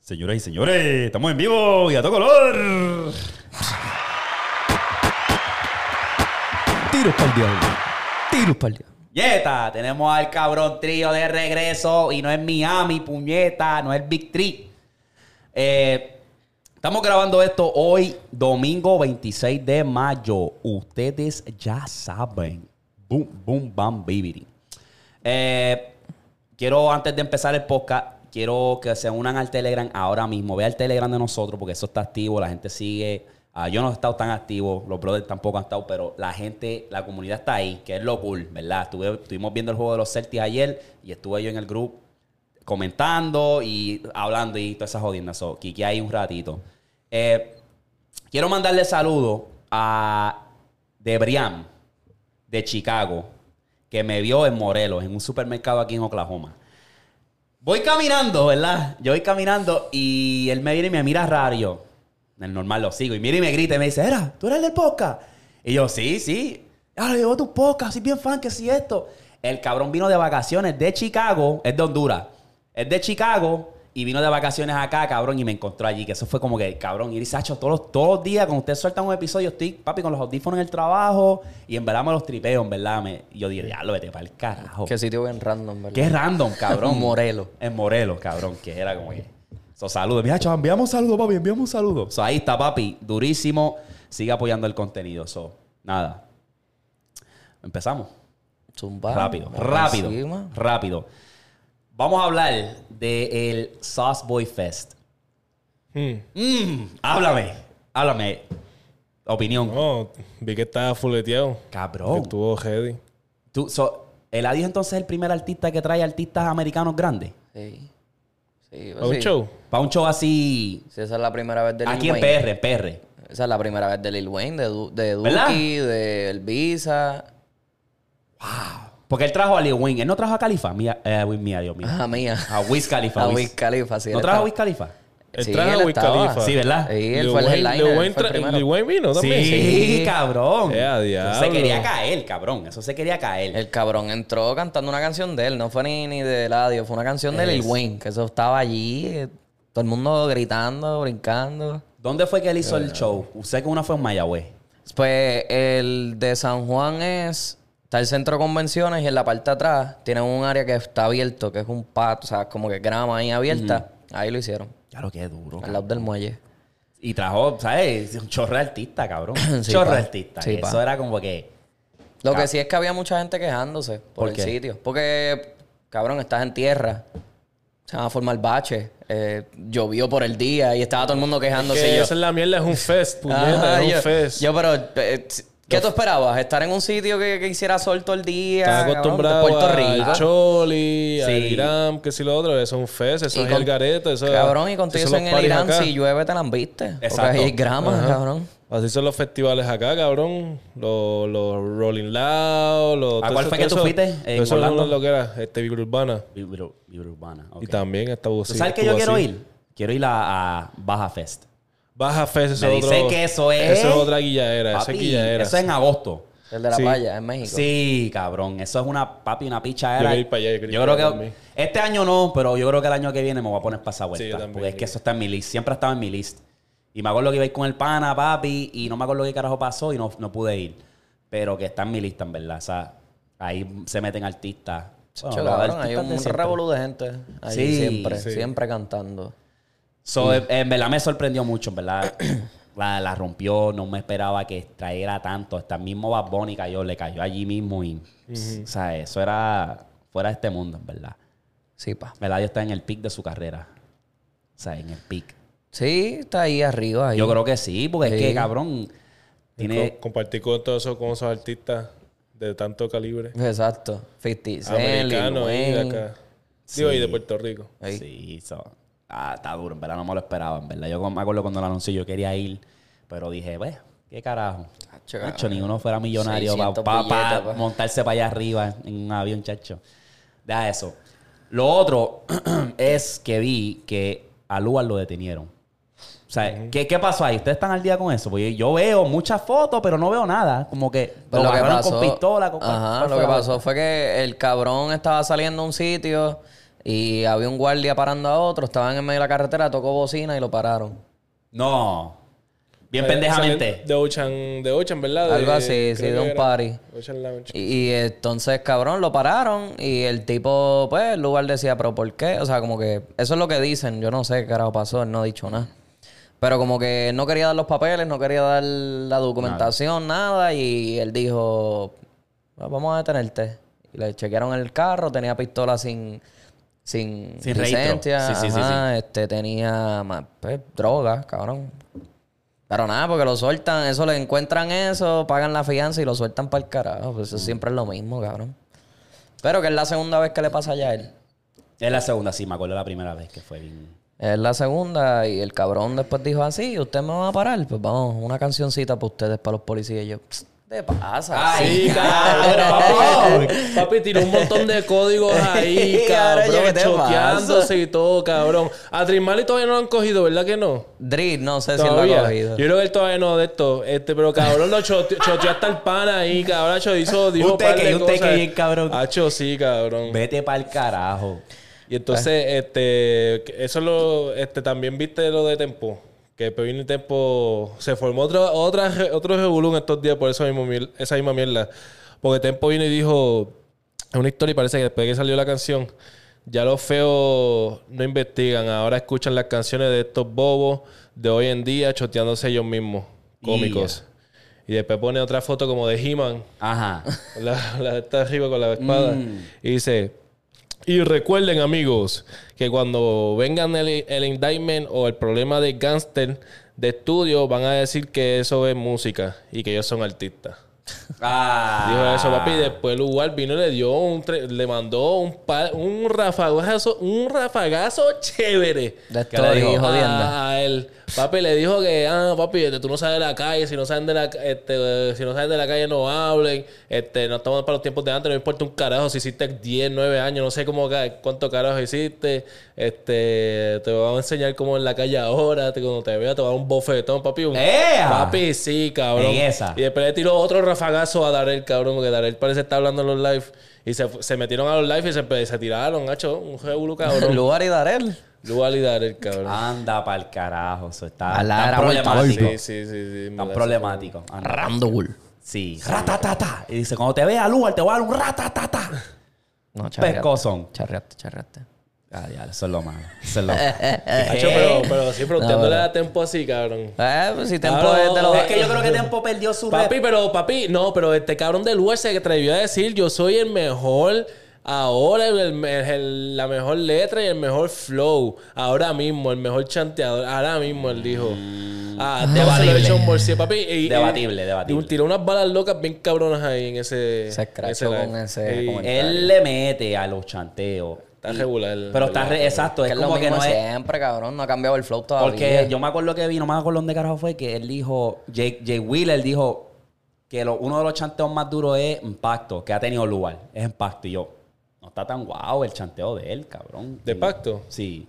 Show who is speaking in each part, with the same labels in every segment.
Speaker 1: Señoras y señores, estamos en vivo y a todo color.
Speaker 2: Tiros para el diablo. Tiros para el diablo.
Speaker 3: Yeta, tenemos al cabrón trío de regreso y no es Miami, puñeta, no es Big Tree. Eh, estamos grabando esto hoy, domingo 26 de mayo. Ustedes ya saben. Boom, boom, bam, bibiri. Eh, quiero, antes de empezar el podcast, quiero que se unan al Telegram ahora mismo. Ve al Telegram de nosotros porque eso está activo, la gente sigue. Ah, yo no he estado tan activo, los brothers tampoco han estado, pero la gente, la comunidad está ahí, que es lo cool, ¿verdad? Estuve, estuvimos viendo el juego de los Celtics ayer y estuve yo en el grupo comentando y hablando y todas esas jodiendas. So, Kiki ahí un ratito. Eh, quiero mandarle saludos a Debrian de Chicago, que me vio en Morelos, en un supermercado aquí en Oklahoma. Voy caminando, ¿verdad? Yo voy caminando y él me viene y me mira raro. Yo, en el normal lo sigo. Y mira y me grita y me dice, ¿era? ¿Tú eres el del podcast? Y yo, sí, sí. Ah, llevo tu podcast, soy bien fan, que sí esto. El cabrón vino de vacaciones de Chicago, es de Honduras. Es de Chicago y vino de vacaciones acá, cabrón, y me encontró allí. Que eso fue como que, cabrón, y dice, Sacho, todos los, todos los días, cuando usted suelta un episodio, estoy, papi, con los audífonos en el trabajo y en verdad me los tripeo, en verdad. Me, y yo dije, ya lo vete para el carajo.
Speaker 2: Qué sitio bien random, ¿verdad?
Speaker 3: Qué random, cabrón.
Speaker 2: Morelos.
Speaker 3: En Morelos, cabrón, que era como que. So, saludos. Mira, chaval, enviamos saludos, papi, enviamos saludos. So, ahí está, papi, durísimo. Sigue apoyando el contenido. So, nada. Empezamos.
Speaker 2: Zumba.
Speaker 3: rápido,
Speaker 2: Ah, vamos
Speaker 3: rápido,
Speaker 2: encima.
Speaker 3: rápido. Vamos a hablar del Sauce Boy Fest. Mm, háblame, háblame. Opinión.
Speaker 4: No, vi que estaba fuleteado. Que
Speaker 2: Oh.
Speaker 3: Cabrón.
Speaker 4: estuvo
Speaker 2: Pues
Speaker 4: heavy.
Speaker 3: Tú, so, Eladio entonces es el primer artista que trae artistas americanos grandes.
Speaker 2: Sí. Sí, pues
Speaker 4: ¿A un
Speaker 2: sí.
Speaker 4: show?
Speaker 3: Para un show así.
Speaker 2: Sí, esa es la primera vez de Lil
Speaker 3: Aquí en
Speaker 2: Wayne.
Speaker 3: PR, PR.
Speaker 2: Esa es la primera vez de Lil Wayne, de, Du- de
Speaker 3: ¿Verdad?
Speaker 2: Duki, de Elvisa.
Speaker 3: Porque él trajo a Lil Wayne. Él no trajo a Califa. Mía, eh, Wiz Mía, Dios mío.
Speaker 2: A mía.
Speaker 3: A Wiz Ah, Khalifa.
Speaker 2: Ah. A
Speaker 3: Wiz.
Speaker 2: Wiz Khalifa, sí.
Speaker 3: ¿No
Speaker 2: él
Speaker 3: trajo a
Speaker 2: estaba-
Speaker 3: Wiz Khalifa?
Speaker 4: El
Speaker 2: Sí,
Speaker 4: traje
Speaker 2: él
Speaker 4: a Wiz
Speaker 2: estaba.
Speaker 4: Khalifa.
Speaker 3: Sí, ¿verdad?
Speaker 2: Sí, él
Speaker 4: Lil
Speaker 2: fue el
Speaker 4: Wayne-
Speaker 2: headliner.
Speaker 4: Lil
Speaker 2: él
Speaker 4: Wayne
Speaker 2: fue el
Speaker 4: tra-
Speaker 2: primero.
Speaker 4: Lil Wayne vino también.
Speaker 3: Sí, cabrón.
Speaker 4: Ea,
Speaker 3: Se
Speaker 4: Eh, diablo.
Speaker 3: quería caer, cabrón. Eso se quería caer.
Speaker 2: El cabrón entró cantando una canción de él, no fue ni, ni de Eladio, fue una canción de Lil
Speaker 3: Es.
Speaker 2: Wayne, que eso estaba allí, eh, todo el mundo gritando, brincando.
Speaker 3: ¿Dónde fue que él
Speaker 4: Eh.
Speaker 3: hizo el show? Usted que una fue en Mayagüez.
Speaker 2: Pues el de San Juan es, está el centro de convenciones y en la parte de atrás tiene un área que está abierto, que es un pato, o sea, como que grama ahí abierta. Ahí lo hicieron,
Speaker 3: Ya lo que duro.
Speaker 2: al lado del muelle.
Speaker 3: Y trajo, ¿sabes? Un chorro de artista, cabrón. Un
Speaker 2: Sí,
Speaker 3: chorro de
Speaker 2: pa.
Speaker 3: artista.
Speaker 2: Sí,
Speaker 3: Y eso
Speaker 2: pa.
Speaker 3: era como que.
Speaker 2: Lo que sí es que había mucha gente quejándose por,
Speaker 3: ¿Por
Speaker 2: el
Speaker 3: qué?
Speaker 2: sitio. Porque, cabrón, estás en tierra. Se van a formar baches. eh, llovió por el día y estaba todo el mundo
Speaker 4: Que
Speaker 2: quejándose. y yo,
Speaker 4: Esa es la mierda, es un fest, puñeta,
Speaker 2: Ajá,
Speaker 4: es un
Speaker 2: yo,
Speaker 4: fest.
Speaker 2: yo, pero, eh, ¿qué tú esperabas? ¿Estar en un sitio que, que hiciera sol todo el día?
Speaker 4: Estaba
Speaker 2: cabrón, de
Speaker 4: acostumbrado
Speaker 2: Puerto Rico.
Speaker 4: al Choli, al
Speaker 3: Sí.
Speaker 4: Irán, que si lo otro, eso es un fest, eso
Speaker 2: Y
Speaker 4: es
Speaker 2: con-
Speaker 4: el garete, eso
Speaker 2: Cabrón, y contigo eso
Speaker 4: eso los
Speaker 2: en el
Speaker 4: parties
Speaker 2: Irán,
Speaker 4: acá.
Speaker 2: si llueve, te la viste.
Speaker 3: Exacto.
Speaker 2: Porque hay grama, cabrón.
Speaker 4: Así son los festivales acá, cabrón. Los, los Rolling Loud, los...
Speaker 3: ¿A
Speaker 4: todo
Speaker 3: cuál
Speaker 4: eso-
Speaker 3: fue que
Speaker 4: todo
Speaker 3: tú
Speaker 4: eso-
Speaker 3: fuiste?
Speaker 4: todo
Speaker 3: En
Speaker 4: Eso
Speaker 3: Orlando.
Speaker 4: no es lo que era, este Vibra Urbana.
Speaker 3: Vibra vibra urbana. ok.
Speaker 4: Y también esta
Speaker 3: ¿Tú
Speaker 4: bocina.
Speaker 3: sabes que yo quiero ir? Quiero ir a, a Baja Fest.
Speaker 4: Baja Fest, eso
Speaker 3: Me
Speaker 4: es
Speaker 3: dice
Speaker 4: otro-
Speaker 3: que eso es-
Speaker 4: Eso es otra guilladera, eso es
Speaker 3: Papi,
Speaker 4: guilladera.
Speaker 3: eso es en agosto.
Speaker 2: El de la
Speaker 4: Sí.
Speaker 2: playa, en México.
Speaker 3: Sí, cabrón. Eso es una papi, una picha era.
Speaker 4: quiero ir para allá, yo quiero ir
Speaker 3: creo
Speaker 4: para
Speaker 3: que
Speaker 4: allá también.
Speaker 3: este año no, pero yo creo que el año que viene me voy a poner pasa vuelta.
Speaker 4: Sí, yo también.
Speaker 3: porque es que eso está en mi list. Siempre ha estado en mi list. Y me acuerdo que iba a ir con el pana, papi, y no me acuerdo qué carajo pasó y no, no pude ir. Pero que está en mi lista, en verdad. O sea, ahí se meten artistas. Bueno,
Speaker 2: Che, cabrón,
Speaker 3: los artistas
Speaker 2: hay
Speaker 3: de
Speaker 2: un
Speaker 3: siempre.
Speaker 2: revolú de gente. Ahí
Speaker 3: Sí,
Speaker 2: siempre,
Speaker 4: sí.
Speaker 2: siempre cantando.
Speaker 3: So, en- En verdad me sorprendió mucho, en verdad. La, la rompió, no me esperaba que traiera tanto. Hasta el mismo Bad Bunny cayó, le cayó allí mismo y... O sea, eso era fuera de este mundo, en verdad.
Speaker 2: Sí, pa.
Speaker 3: Eladio está en el pic de su carrera. O sea, en el pic.
Speaker 2: Sí, está ahí arriba. Ahí.
Speaker 3: Yo creo que sí, porque es
Speaker 2: Sí.
Speaker 3: que, cabrón, tiene...
Speaker 4: Co- compartir con todo eso con esos artistas de tanto calibre
Speaker 2: Exacto. 50 Cent, Lil
Speaker 4: americanos y de
Speaker 2: Wayne.
Speaker 4: acá. Digo,
Speaker 3: Sí.
Speaker 4: y de Puerto Rico.
Speaker 2: Ey.
Speaker 3: Sí, so- ah, está duro, en verdad no me lo esperaba, en verdad. Yo me acuerdo cuando lo anuncié, yo quería ir, Pero dije, ve, qué carajo.
Speaker 2: Chacho,
Speaker 3: Chacho, ni uno fuera millonario para
Speaker 2: 600 billetes, pues. pa.
Speaker 3: montarse para allá arriba en un avión, chacho. Deja eso. Lo otro es que vi que a Lugar lo detenieron. O sea, ¿qué, qué pasó ahí? ¿Ustedes están al día con eso? Porque yo veo muchas fotos, pero no veo nada. Como que
Speaker 2: Pues
Speaker 3: lo
Speaker 2: lo que
Speaker 3: agarraron
Speaker 2: pasó,
Speaker 3: con pistola, con
Speaker 2: ajá, lo
Speaker 3: ¿cuál fue
Speaker 2: que
Speaker 3: la-
Speaker 2: pasó fue que el cabrón estaba saliendo a un sitio y había un guardia parando a otro, estaban en medio de la carretera, tocó bocina y lo pararon.
Speaker 3: No. Bien
Speaker 4: Eh,
Speaker 3: pendejamente.
Speaker 4: salen De Ocean, de Ocean, ¿verdad? De-
Speaker 2: Algo así,
Speaker 4: creo
Speaker 2: sí,
Speaker 4: que
Speaker 2: de un
Speaker 4: era
Speaker 2: party.
Speaker 4: Ocean Lounge.
Speaker 2: Y, y entonces, cabrón, lo pararon y el tipo, pues, el lugar decía, pero ¿por qué? O sea, como que eso es lo que dicen, yo no sé qué carajo pasó, él no ha dicho nada. Pero como que no quería dar los papeles, no quería dar la documentación, nada, y él dijo, "Bueno, vamos a detenerte. Y le chequearon el carro, tenía pistola sin... Sin,
Speaker 3: Sin registro.
Speaker 2: licencia,
Speaker 3: Sí, sí, sí,
Speaker 2: ajá, este tenía ma- pues, drogas, cabrón. Pero nada, porque lo sueltan, eso le encuentran eso, pagan la fianza y lo sueltan para el carajo. Pues
Speaker 3: Mm.
Speaker 2: eso siempre es lo mismo, cabrón. Pero que es la segunda vez que le pasa ya a él.
Speaker 3: Es la segunda, sí, me acuerdo la primera vez que fue bien.
Speaker 2: Es la segunda y el cabrón después dijo así, ¿ustedes me van a parar? Pues vamos, una cancioncita para ustedes, para los policías. Y yo, "Psst, ¿qué te pasa?
Speaker 3: Ay,
Speaker 2: Sí,
Speaker 3: cabrón.
Speaker 4: Papi tiró un montón de códigos ahí,
Speaker 2: Cabrón,
Speaker 4: cabrón,
Speaker 2: ¿qué te
Speaker 4: choqueándose y todo, cabrón. A Trismali todavía no lo han cogido, ¿verdad que no?
Speaker 2: Drill, no sé si él lo
Speaker 4: Todavía.
Speaker 2: ha
Speaker 4: Yo
Speaker 2: cogido.
Speaker 4: creo que él todavía no de esto. Este, pero cabrón, lo choteó, choteó hasta el pan ahí, cabrón. Cho, hizo, dijo
Speaker 3: Un
Speaker 4: par
Speaker 3: teque,
Speaker 4: de
Speaker 3: un teque
Speaker 4: cosas.
Speaker 3: bien cabrón.
Speaker 4: Hacho, sí, cabrón.
Speaker 3: Vete para el carajo.
Speaker 4: Y entonces, este, eso lo, este, también viste lo de Tempo. Que Pevin y Tempo se formó otro, otra, re- otro revolú en estos días por eso mismo, mier- esa misma mierda. Porque Tempo vino y dijo, es una historia y parece que después de que salió la canción, ya los feos no investigan, ahora escuchan las canciones de estos bobos de hoy en día choteándose ellos mismos, cómicos. Y después pone otra foto como de He-Man.
Speaker 3: Ajá.
Speaker 4: La, la está arriba con la espada. Y dice. Y recuerden, amigos, que cuando vengan el, el indictment o el problema de gangster de estudio, van a decir que eso es música y que ellos son artistas.
Speaker 3: Ah.
Speaker 4: Dijo eso, papi. Y después lugar vino y le dio un tre- le mandó un pa- un rafagazo, un rafagazo chévere.
Speaker 2: De
Speaker 3: ¿Qué le
Speaker 2: estoy
Speaker 3: dijo?
Speaker 2: jodiendo.
Speaker 4: "Ah, A él. Papi le dijo que, ah, papi, este, tú no sales de la calle, si no salen de la, ca- este, eh, si no salen de la calle no hablen, este, no estamos para los tiempos de antes, no importa un carajo si hiciste 10, 9 años, no sé cómo ca- cuánto carajo hiciste, este, te vamos a enseñar cómo en la calle ahora, te- cuando te vea te va a dar un bofetón, papi. un-
Speaker 3: ¡Ea!
Speaker 4: Papi, sí, cabrón.
Speaker 3: En esa.
Speaker 4: Y después le tiró otro rafagazo a Darel, cabrón, porque Darel parece estar hablando en los live. Y se, fu- se metieron a los live y se, empe- se tiraron, hacho, un revolú, cabrón.
Speaker 2: Lugar y Darel.
Speaker 4: Lugar y Darel, cabrón.
Speaker 3: Ah, Anda para el carajo. Eso está
Speaker 2: A la
Speaker 3: tan
Speaker 2: era
Speaker 3: problemático.
Speaker 4: Sí, sí, sí. sí
Speaker 3: Tan problemático. Anda.
Speaker 2: Randall.
Speaker 3: Sí. Ratatata. Y dice, cuando te veas a Lugar, te voy a dar un ratatata.
Speaker 2: No, charreaste.
Speaker 3: Pescozón.
Speaker 2: Charreaste, charreaste.
Speaker 3: Ah, ya, eso es lo malo. Eso es lo
Speaker 4: Hacho, pero, pero sí, pero usted
Speaker 2: No,
Speaker 4: no le
Speaker 2: pero-
Speaker 4: da tiempo así, cabrón.
Speaker 2: Eh, pues si Tempo
Speaker 4: Cabrón,
Speaker 2: es de los...
Speaker 4: es
Speaker 3: Es que yo creo que Tempo perdió su
Speaker 4: Papi,
Speaker 3: rep.
Speaker 4: pero papi, no, pero este cabrón del lugar se atrevió a decir yo soy el mejor ahora, el- el- el- la mejor letra y el mejor flow. Ahora mismo, el mejor chanteador. Ahora mismo, él dijo. Ah, te vas a
Speaker 3: Mm. Debatible.
Speaker 4: un bolsillo, papi. y- y-
Speaker 3: Debatible, debatible.
Speaker 4: y Tiró unas balas locas bien cabronas ahí en ese.
Speaker 2: Se escrachó
Speaker 4: live.
Speaker 2: con ese
Speaker 4: Sí,
Speaker 2: comentario.
Speaker 3: Él le mete a los chanteos.
Speaker 4: Está regular.
Speaker 3: Pero está re- exacto.
Speaker 2: que
Speaker 3: Es
Speaker 2: es lo
Speaker 3: como que
Speaker 2: mismo
Speaker 3: no es...
Speaker 2: siempre, cabrón. No ha cambiado el flow todavía.
Speaker 3: Porque yo me acuerdo que vi, no me acuerdo dónde carajo fue, que él dijo, Jake, Jay Wheeler dijo que lo- uno de los chanteos más duros es impacto, que ha tenido lugar. Es impacto. Y yo, no está tan guau el chanteo de él, cabrón.
Speaker 4: ¿De
Speaker 3: Sí.
Speaker 4: Pacto?
Speaker 3: Sí.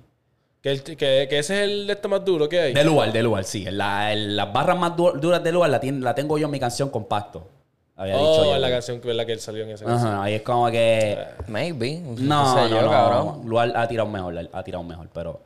Speaker 4: Que, el- que- que ese es el de esto más duro que hay.
Speaker 3: De lugar, de lugar, sí. La- el- las barras más du- duras de lugar la, tiene- la tengo yo en mi canción Compacto. Había dicho
Speaker 4: oh,
Speaker 3: yo. Ah.
Speaker 4: la canción que, la que él salió en ese.
Speaker 3: Ajá, ahí es como que.
Speaker 2: Maybe.
Speaker 3: No,
Speaker 2: Eh, sé
Speaker 3: no,
Speaker 2: yo,
Speaker 3: no,
Speaker 2: cabrón.
Speaker 3: Lugar ha tirado mejor, ha tirado mejor, pero.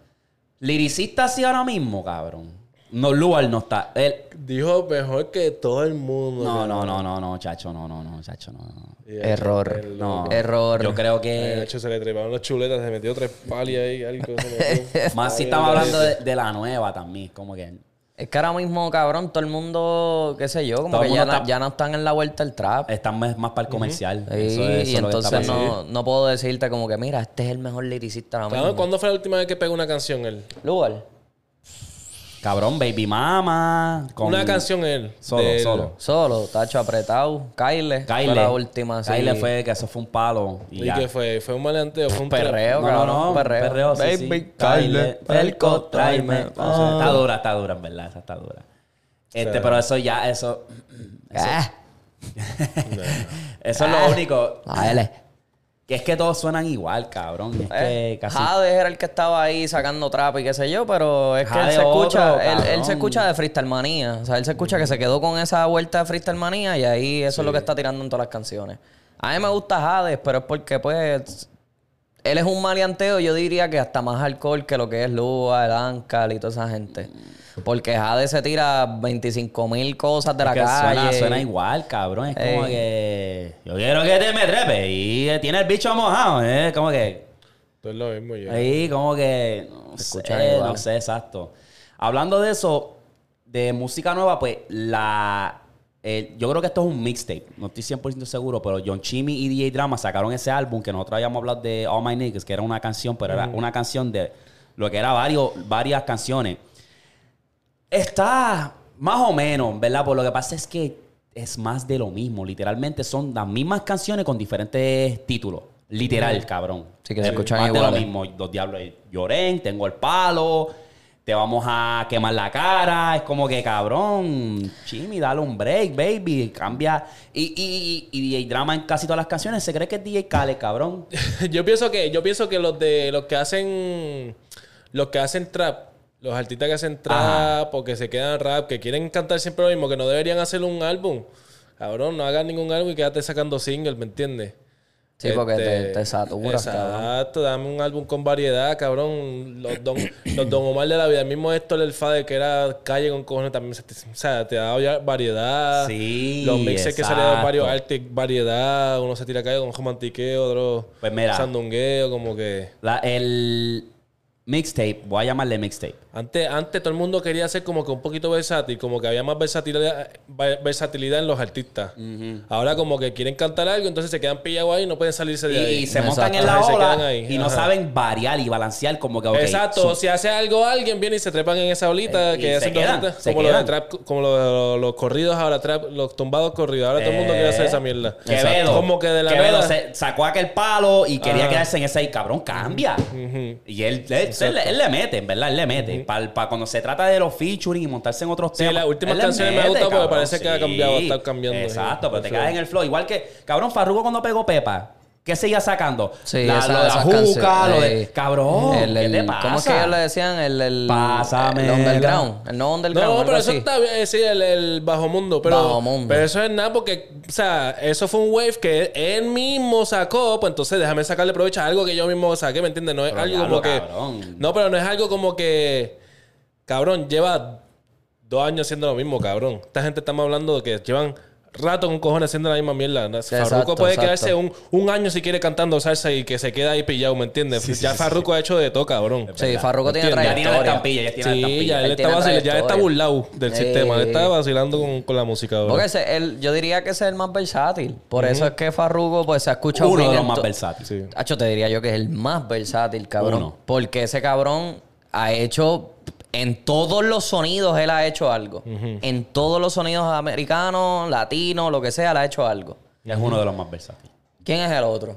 Speaker 3: Liricista sí ahora mismo, cabrón. No, Lugar no está. Él,
Speaker 4: Dijo mejor que todo el mundo.
Speaker 3: No,
Speaker 4: cabrón.
Speaker 3: no, no, no, no, chacho, no, no, no, chacho, no. no.
Speaker 4: Y
Speaker 2: Error.
Speaker 4: el-
Speaker 3: No.
Speaker 2: Error.
Speaker 3: Yo creo
Speaker 4: Eh, de
Speaker 3: que.
Speaker 4: hecho, se le treparon las chuletas, se metió tres palis ahí. Algo,
Speaker 3: Más si estamos hablando de, de la nueva también, como que.
Speaker 2: Es que ahora mismo, cabrón, todo el mundo, qué sé yo, como
Speaker 3: Todo el
Speaker 2: que ya,
Speaker 3: mundo
Speaker 2: na-
Speaker 3: está-
Speaker 2: ya no están en la vuelta del trap.
Speaker 3: Están más, más para el comercial.
Speaker 2: Sí,
Speaker 3: Eso es- eso
Speaker 2: y
Speaker 3: es lo que está
Speaker 2: entonces no,
Speaker 3: pasando.
Speaker 2: no puedo decirte como que, mira, este es el mejor liricista ahora mismo.
Speaker 4: Claro, ¿Cuándo fue la última vez que pegó una canción él?
Speaker 2: Lugar.
Speaker 3: Cabrón, Baby Mama. con-
Speaker 4: Una canción él.
Speaker 3: Solo,
Speaker 4: del-
Speaker 3: solo.
Speaker 2: Solo, Tacho apretado. Kyle. fue
Speaker 3: Kyle.
Speaker 2: la última, sí.
Speaker 3: Kyle fue que eso fue un palo. Y,
Speaker 4: ¿Y
Speaker 3: ya.
Speaker 4: qué fue? ¿Fue un maleanteo? ¿Fue un trap?
Speaker 2: Perreo,
Speaker 3: No, no,
Speaker 2: cabrón.
Speaker 3: no,
Speaker 2: perreo.
Speaker 3: perreo, sí, sí.
Speaker 2: Baby,
Speaker 3: Kyle,
Speaker 2: Kyle,
Speaker 3: Pelco, tráeme.
Speaker 2: Ah.
Speaker 3: Está dura, está dura, en verdad, esa está dura. Este,
Speaker 4: sea-
Speaker 3: pero eso ya, eso.
Speaker 2: Ah,
Speaker 3: Eso es lo
Speaker 2: Ah.
Speaker 3: único.
Speaker 2: la L.
Speaker 3: Que es que todos suenan igual, cabrón. Es
Speaker 2: Eh,
Speaker 3: que casi.
Speaker 2: Jade era el que estaba ahí sacando trap y qué sé yo, pero es que
Speaker 3: Jade
Speaker 2: él se
Speaker 3: otro,
Speaker 2: escucha, él, él
Speaker 3: cabrón.
Speaker 2: se escucha de freestyle manía. O sea, él se escucha que se quedó con esa vuelta de freestyle manía y ahí eso es lo que está tirando en todas las canciones. A mí me gusta Jades, pero es porque pues él es un maleanteo, yo diría que hasta más alcohol que lo que es Lua, el Ankal y toda esa gente. Porque Jade se tira 25 mil cosas de la
Speaker 3: que suena-
Speaker 2: calle.
Speaker 3: Suena, igual, cabrón. Es como
Speaker 2: Ey.
Speaker 3: que. Yo quiero que te me trepes. Y eh, tiene el bicho mojado, ¿eh? Como que.
Speaker 4: Todo es lo mismo. ya.
Speaker 3: Ahí, como que. No
Speaker 2: escuchan
Speaker 3: sé,
Speaker 2: igual.
Speaker 3: no sé, exacto. Hablando de eso, de música nueva, pues la. el- yo creo que esto es un mixtape, no estoy 100% seguro, pero John Chimmy y DJ Drama sacaron ese álbum que nosotros habíamos hablado de All My Niggas, que era una canción, pero era una canción de lo que era varios, varias canciones. Está más o menos, ¿verdad? Por lo que pasa es que es más de lo mismo, literalmente son las mismas canciones con diferentes títulos, literal, cabrón.
Speaker 2: Sí, que se
Speaker 3: Eh,
Speaker 2: escuchan
Speaker 3: más de lo
Speaker 2: iguales.
Speaker 3: mismo, los diablos de Lloren, tengo el palo, te vamos a quemar la cara. Es como que, cabrón, Chimi, dale un break, baby, cambia. Y, y, y, y DJ Drama en casi todas las canciones se cree que es DJ Khaled, cabrón.
Speaker 4: yo pienso que yo pienso que los de los que hacen los que hacen trap los artistas que hacen trap
Speaker 3: Ajá.
Speaker 4: o que se quedan rap que quieren cantar siempre lo mismo que no deberían hacer un álbum cabrón no hagas ningún álbum y quédate sacando singles ¿me entiendes?
Speaker 2: Sí, porque te-
Speaker 4: Este,
Speaker 2: te saturas, cabrón.
Speaker 4: Exacto, dame un álbum con variedad, cabrón. Los Don, los don Omar de la vida, el mismo Héctor el Fader, que era calle con cojones, también se te, o sea, te da ya variedad.
Speaker 3: Sí,
Speaker 4: Los mixes que salían de varios
Speaker 3: exacto.
Speaker 4: artes, variedad. Uno se tira a calle con romantiqueo, otro
Speaker 3: Pues mira.
Speaker 4: sandungueo, como que.
Speaker 3: La- el mixtape, voy a llamarle mixtape.
Speaker 4: Antes, antes todo el mundo quería ser como que un poquito versátil, como que había más versatilidad, va- versatilidad en los artistas. Ahora como que quieren cantar algo, entonces se quedan pillados ahí y no pueden salirse
Speaker 3: Y,
Speaker 4: de ahí.
Speaker 3: y se
Speaker 2: Exacto.
Speaker 3: montan en la
Speaker 4: Ajá, y se
Speaker 3: ola
Speaker 4: quedan ahí.
Speaker 3: y no
Speaker 4: Ajá.
Speaker 3: saben variar y balancear como que, ok,
Speaker 4: Exacto,
Speaker 3: su-
Speaker 4: si hace algo alguien viene y se trepan en esa olita
Speaker 3: Eh, y
Speaker 4: que
Speaker 3: se
Speaker 4: hacen dos
Speaker 3: quedan,
Speaker 4: olitas,
Speaker 3: se
Speaker 4: como, los de
Speaker 3: quedan.
Speaker 4: trap- como los, los- los corridos ahora, trap, los tumbados corridos. Ahora todo el mundo quiere hacer esa mierda.
Speaker 3: Eh, Quevedo.
Speaker 4: Como que de la
Speaker 3: Quevedo
Speaker 4: nada-
Speaker 3: se sacó aquel palo y quería
Speaker 4: Ajá.
Speaker 3: quedarse en ese y cabrón, cambia. Y él, él- él- él le mete, en verdad, él le mete. Para cuando se trata de los featuring y montarse en otros
Speaker 4: Sí,
Speaker 3: temas.
Speaker 4: las últimas
Speaker 3: él le
Speaker 4: canciones me
Speaker 3: mete,
Speaker 4: han gustado porque
Speaker 3: cabrón,
Speaker 4: parece que ha cambiado, ha estado cambiando,
Speaker 3: Exacto,
Speaker 4: sí,
Speaker 3: pero
Speaker 4: el
Speaker 3: te
Speaker 4: flow.
Speaker 3: quedas en el flow. Igual que, cabrón, Farruko cuando pegó Pepa. ¿Qué seguía sacando?
Speaker 2: Sí,
Speaker 3: la,
Speaker 2: esa-
Speaker 3: lo de la
Speaker 2: esas
Speaker 3: juca,
Speaker 2: canciones,
Speaker 3: lo de...
Speaker 2: ey.
Speaker 3: Cabrón,
Speaker 2: El-
Speaker 3: ¿qué
Speaker 2: el-
Speaker 3: te pasa?
Speaker 2: ¿Cómo es que ellos le decían? El, el,
Speaker 3: Pásame
Speaker 2: el underground. El no underground.
Speaker 4: No,
Speaker 2: algo
Speaker 4: pero eso
Speaker 2: así.
Speaker 4: está bien, eh, sí, el, el bajo mundo. Pero,
Speaker 2: Bajo mundo.
Speaker 4: pero eso es nada porque, o sea, eso fue un wave que él mismo sacó, pues entonces déjame sacarle provecho a algo que yo mismo saqué, ¿me entiendes? No es
Speaker 3: Pero
Speaker 4: algo
Speaker 3: diablo,
Speaker 4: como que.
Speaker 3: cabrón.
Speaker 4: No, pero no es algo como que. Cabrón, lleva dos años haciendo lo mismo, cabrón. Esta gente estamos hablando de que llevan rato con cojones haciendo la misma mierda. ¿no?
Speaker 2: Exacto,
Speaker 4: Farruko puede
Speaker 2: exacto.
Speaker 4: quedarse un, un año si quiere cantando salsa y que se queda ahí pillado, ¿me entiendes? ya Farruko ha hecho de todo, cabrón.
Speaker 2: Sí, Farruko tiene
Speaker 4: Entiendo.
Speaker 3: Ya tiene la
Speaker 2: trayectoria.
Speaker 3: estampilla, ya tiene la
Speaker 4: Sí,
Speaker 3: estampilla.
Speaker 4: ya él,
Speaker 2: Él
Speaker 4: está
Speaker 2: tiene
Speaker 4: vacil- ya
Speaker 2: trayectoria.
Speaker 4: está burlado del
Speaker 2: Ey.
Speaker 4: sistema. Él está vacilando con, con la música ahora.
Speaker 2: Porque ese- el- yo diría que ese es el más versátil. Por eso es que Farruko pues, se ha escuchado
Speaker 3: Uno
Speaker 2: bien
Speaker 3: de los
Speaker 2: en
Speaker 3: más
Speaker 2: to-
Speaker 3: versátiles.
Speaker 4: Sí.
Speaker 2: Hacho, te diría yo que es el más versátil, cabrón.
Speaker 3: Uno.
Speaker 2: Porque ese cabrón ha hecho. En todos los sonidos él ha hecho algo. En todos los sonidos americanos, latinos, lo que sea, él ha hecho algo.
Speaker 3: Es uno de los más versátiles.
Speaker 2: ¿Quién es el otro?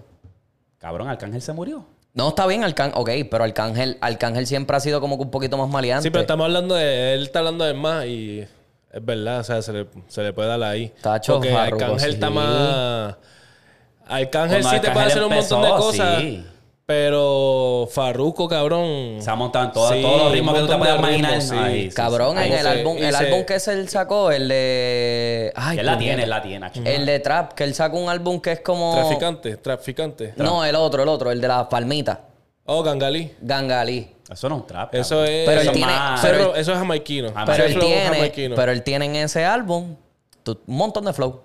Speaker 3: Cabrón, Arcángel se murió.
Speaker 2: No, está bien Arcángel. Ok, pero Arcángel, Arcángel siempre ha sido como que un poquito más maleante.
Speaker 4: Sí, pero estamos hablando de. Él está hablando de más y. Es verdad, o sea, se le, se le puede dar ahí.
Speaker 2: Tacho,
Speaker 4: Porque
Speaker 2: Farruko,
Speaker 4: Arcángel está
Speaker 2: sí.
Speaker 4: más. Arcángel
Speaker 3: Cuando
Speaker 4: sí te puede
Speaker 3: Arcángel
Speaker 4: hacer un montón de
Speaker 3: empezó,
Speaker 4: cosas.
Speaker 3: sí.
Speaker 4: Pero Farruko, cabrón.
Speaker 3: Se ha montado en todas-
Speaker 4: Sí,
Speaker 3: todos los ritmos
Speaker 4: un
Speaker 3: que tú te
Speaker 4: montón de
Speaker 3: puedas imaginar.
Speaker 4: ritmos, sí.
Speaker 3: Ay, sí,
Speaker 2: Cabrón,
Speaker 4: sí.
Speaker 2: en
Speaker 4: Ahí
Speaker 2: el
Speaker 4: se-
Speaker 2: álbum,
Speaker 4: y
Speaker 2: el
Speaker 4: se-
Speaker 2: álbum que él sacó, el de. Ay, Eh,
Speaker 3: Que él la
Speaker 2: puñeta.
Speaker 3: tiene, él la tiene. chico.
Speaker 2: El de Trap, que él sacó un álbum que es como.
Speaker 4: Traficante, traficante.
Speaker 2: No, el otro, el otro, el de las palmitas.
Speaker 4: Oh, Gangalí.
Speaker 2: Gangalí.
Speaker 3: Eso no es un trap.
Speaker 4: Eso
Speaker 3: cabrón.
Speaker 4: es.
Speaker 2: Pero él
Speaker 4: eso,
Speaker 2: tiene-
Speaker 4: más-
Speaker 2: pero
Speaker 4: eso- eso es jamaiquino.
Speaker 2: Pero
Speaker 3: Jamaica.
Speaker 4: Ah, Ese
Speaker 2: él,
Speaker 4: flow
Speaker 2: tiene,
Speaker 4: jamaiquino.
Speaker 2: pero él tiene en ese álbum tu- un montón de flow.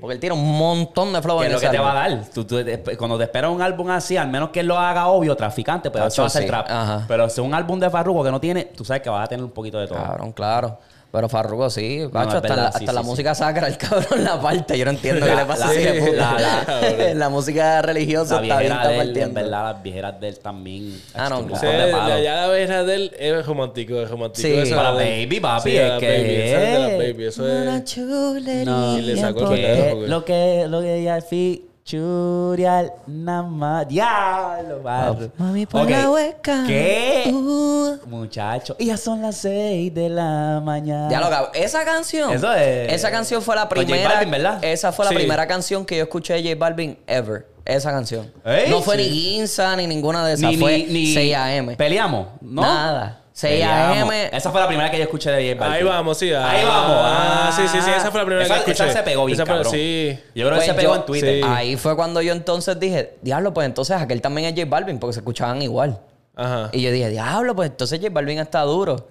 Speaker 2: Porque él tiene un montón de flow
Speaker 3: Que
Speaker 2: en
Speaker 3: es lo
Speaker 2: ese
Speaker 3: que te
Speaker 2: álbum.
Speaker 3: va a dar. Tú- tú- te- cuando te espera un álbum así, al menos que él lo haga obvio, traficante, pero eso
Speaker 2: Tacho,
Speaker 3: va a ser
Speaker 2: sí.
Speaker 3: trap.
Speaker 2: Ajá.
Speaker 3: Pero si es un álbum de Farruko que no tiene, tú sabes que vas a tener un poquito de todo.
Speaker 2: Cabrón, claro. Pero Farruko sí, macho,
Speaker 3: es
Speaker 2: hasta,
Speaker 3: verdad,
Speaker 2: la,
Speaker 3: sí,
Speaker 2: hasta
Speaker 3: sí,
Speaker 2: la
Speaker 3: sí.
Speaker 2: música sacra, el cabrón la parte. Yo no entiendo
Speaker 3: La-
Speaker 2: qué le pasa.
Speaker 3: la-
Speaker 2: a ese
Speaker 3: sí,
Speaker 2: puto.
Speaker 3: la- la-
Speaker 2: La música religiosa
Speaker 3: La
Speaker 2: está bien,
Speaker 3: viejera
Speaker 2: está
Speaker 3: de él, en
Speaker 2: partiendo.
Speaker 3: verdad, las viejeras de él también.
Speaker 2: Ah, no,
Speaker 3: Un
Speaker 2: claro.
Speaker 4: Sí,
Speaker 3: montón de
Speaker 4: de
Speaker 3: palos.
Speaker 4: allá la vera de él es romántico, es romántico.
Speaker 2: Sí.
Speaker 4: Eso
Speaker 3: Para
Speaker 4: era de-
Speaker 3: Baby, papi,
Speaker 4: Sí, era
Speaker 3: es
Speaker 4: de
Speaker 3: que-
Speaker 4: baby, eso es de la baby, eso es.
Speaker 2: Una chulería
Speaker 3: No,
Speaker 4: Y le sacó el
Speaker 2: porque-
Speaker 4: dedo.
Speaker 3: que- lo que lo que ella es fi- Churial Nama. Diablo,
Speaker 2: Ah,
Speaker 3: barro.
Speaker 2: Mami, pon
Speaker 3: Ok.
Speaker 2: la hueca.
Speaker 3: ¿Qué?
Speaker 2: Uh.
Speaker 3: Muchacho. Y ya son las 6 de la mañana.
Speaker 2: Ya lo acabo. Esa canción.
Speaker 3: Eso es-
Speaker 2: Esa canción fue la
Speaker 3: Con J
Speaker 2: primera.
Speaker 3: Balvin, ¿verdad?
Speaker 2: Esa fue la
Speaker 4: Sí.
Speaker 2: primera canción que yo escuché de J Balvin ever. Esa canción.
Speaker 3: Ey,
Speaker 2: no fue
Speaker 3: sí.
Speaker 2: ni Ginza ni ninguna de esas.
Speaker 3: Ni,
Speaker 2: fue
Speaker 3: ni, ni-
Speaker 2: 6 AM.
Speaker 3: Peleamos, ¿no?
Speaker 2: Nada. 6 AM.
Speaker 3: Peleamos. Esa fue la primera que yo escuché de J Balvin.
Speaker 4: Ahí vamos, sí. ah,
Speaker 3: Ahí vamos.
Speaker 4: Ah, sí, sí, sí. Esa fue la primera
Speaker 3: Esa-
Speaker 4: que escuché.
Speaker 3: Esa se pegó bien,
Speaker 4: Esa fue-
Speaker 3: cabrón.
Speaker 4: Sí.
Speaker 3: Yo creo
Speaker 2: Pues
Speaker 3: que se pegó
Speaker 2: yo-
Speaker 3: en Twitter.
Speaker 4: Sí.
Speaker 2: Ahí fue cuando yo entonces dije, diablo, pues entonces aquel también es J Balvin, porque se escuchaban igual.
Speaker 3: Ah.
Speaker 4: Ajá.
Speaker 2: Y yo dije, diablo, pues entonces J Balvin está duro.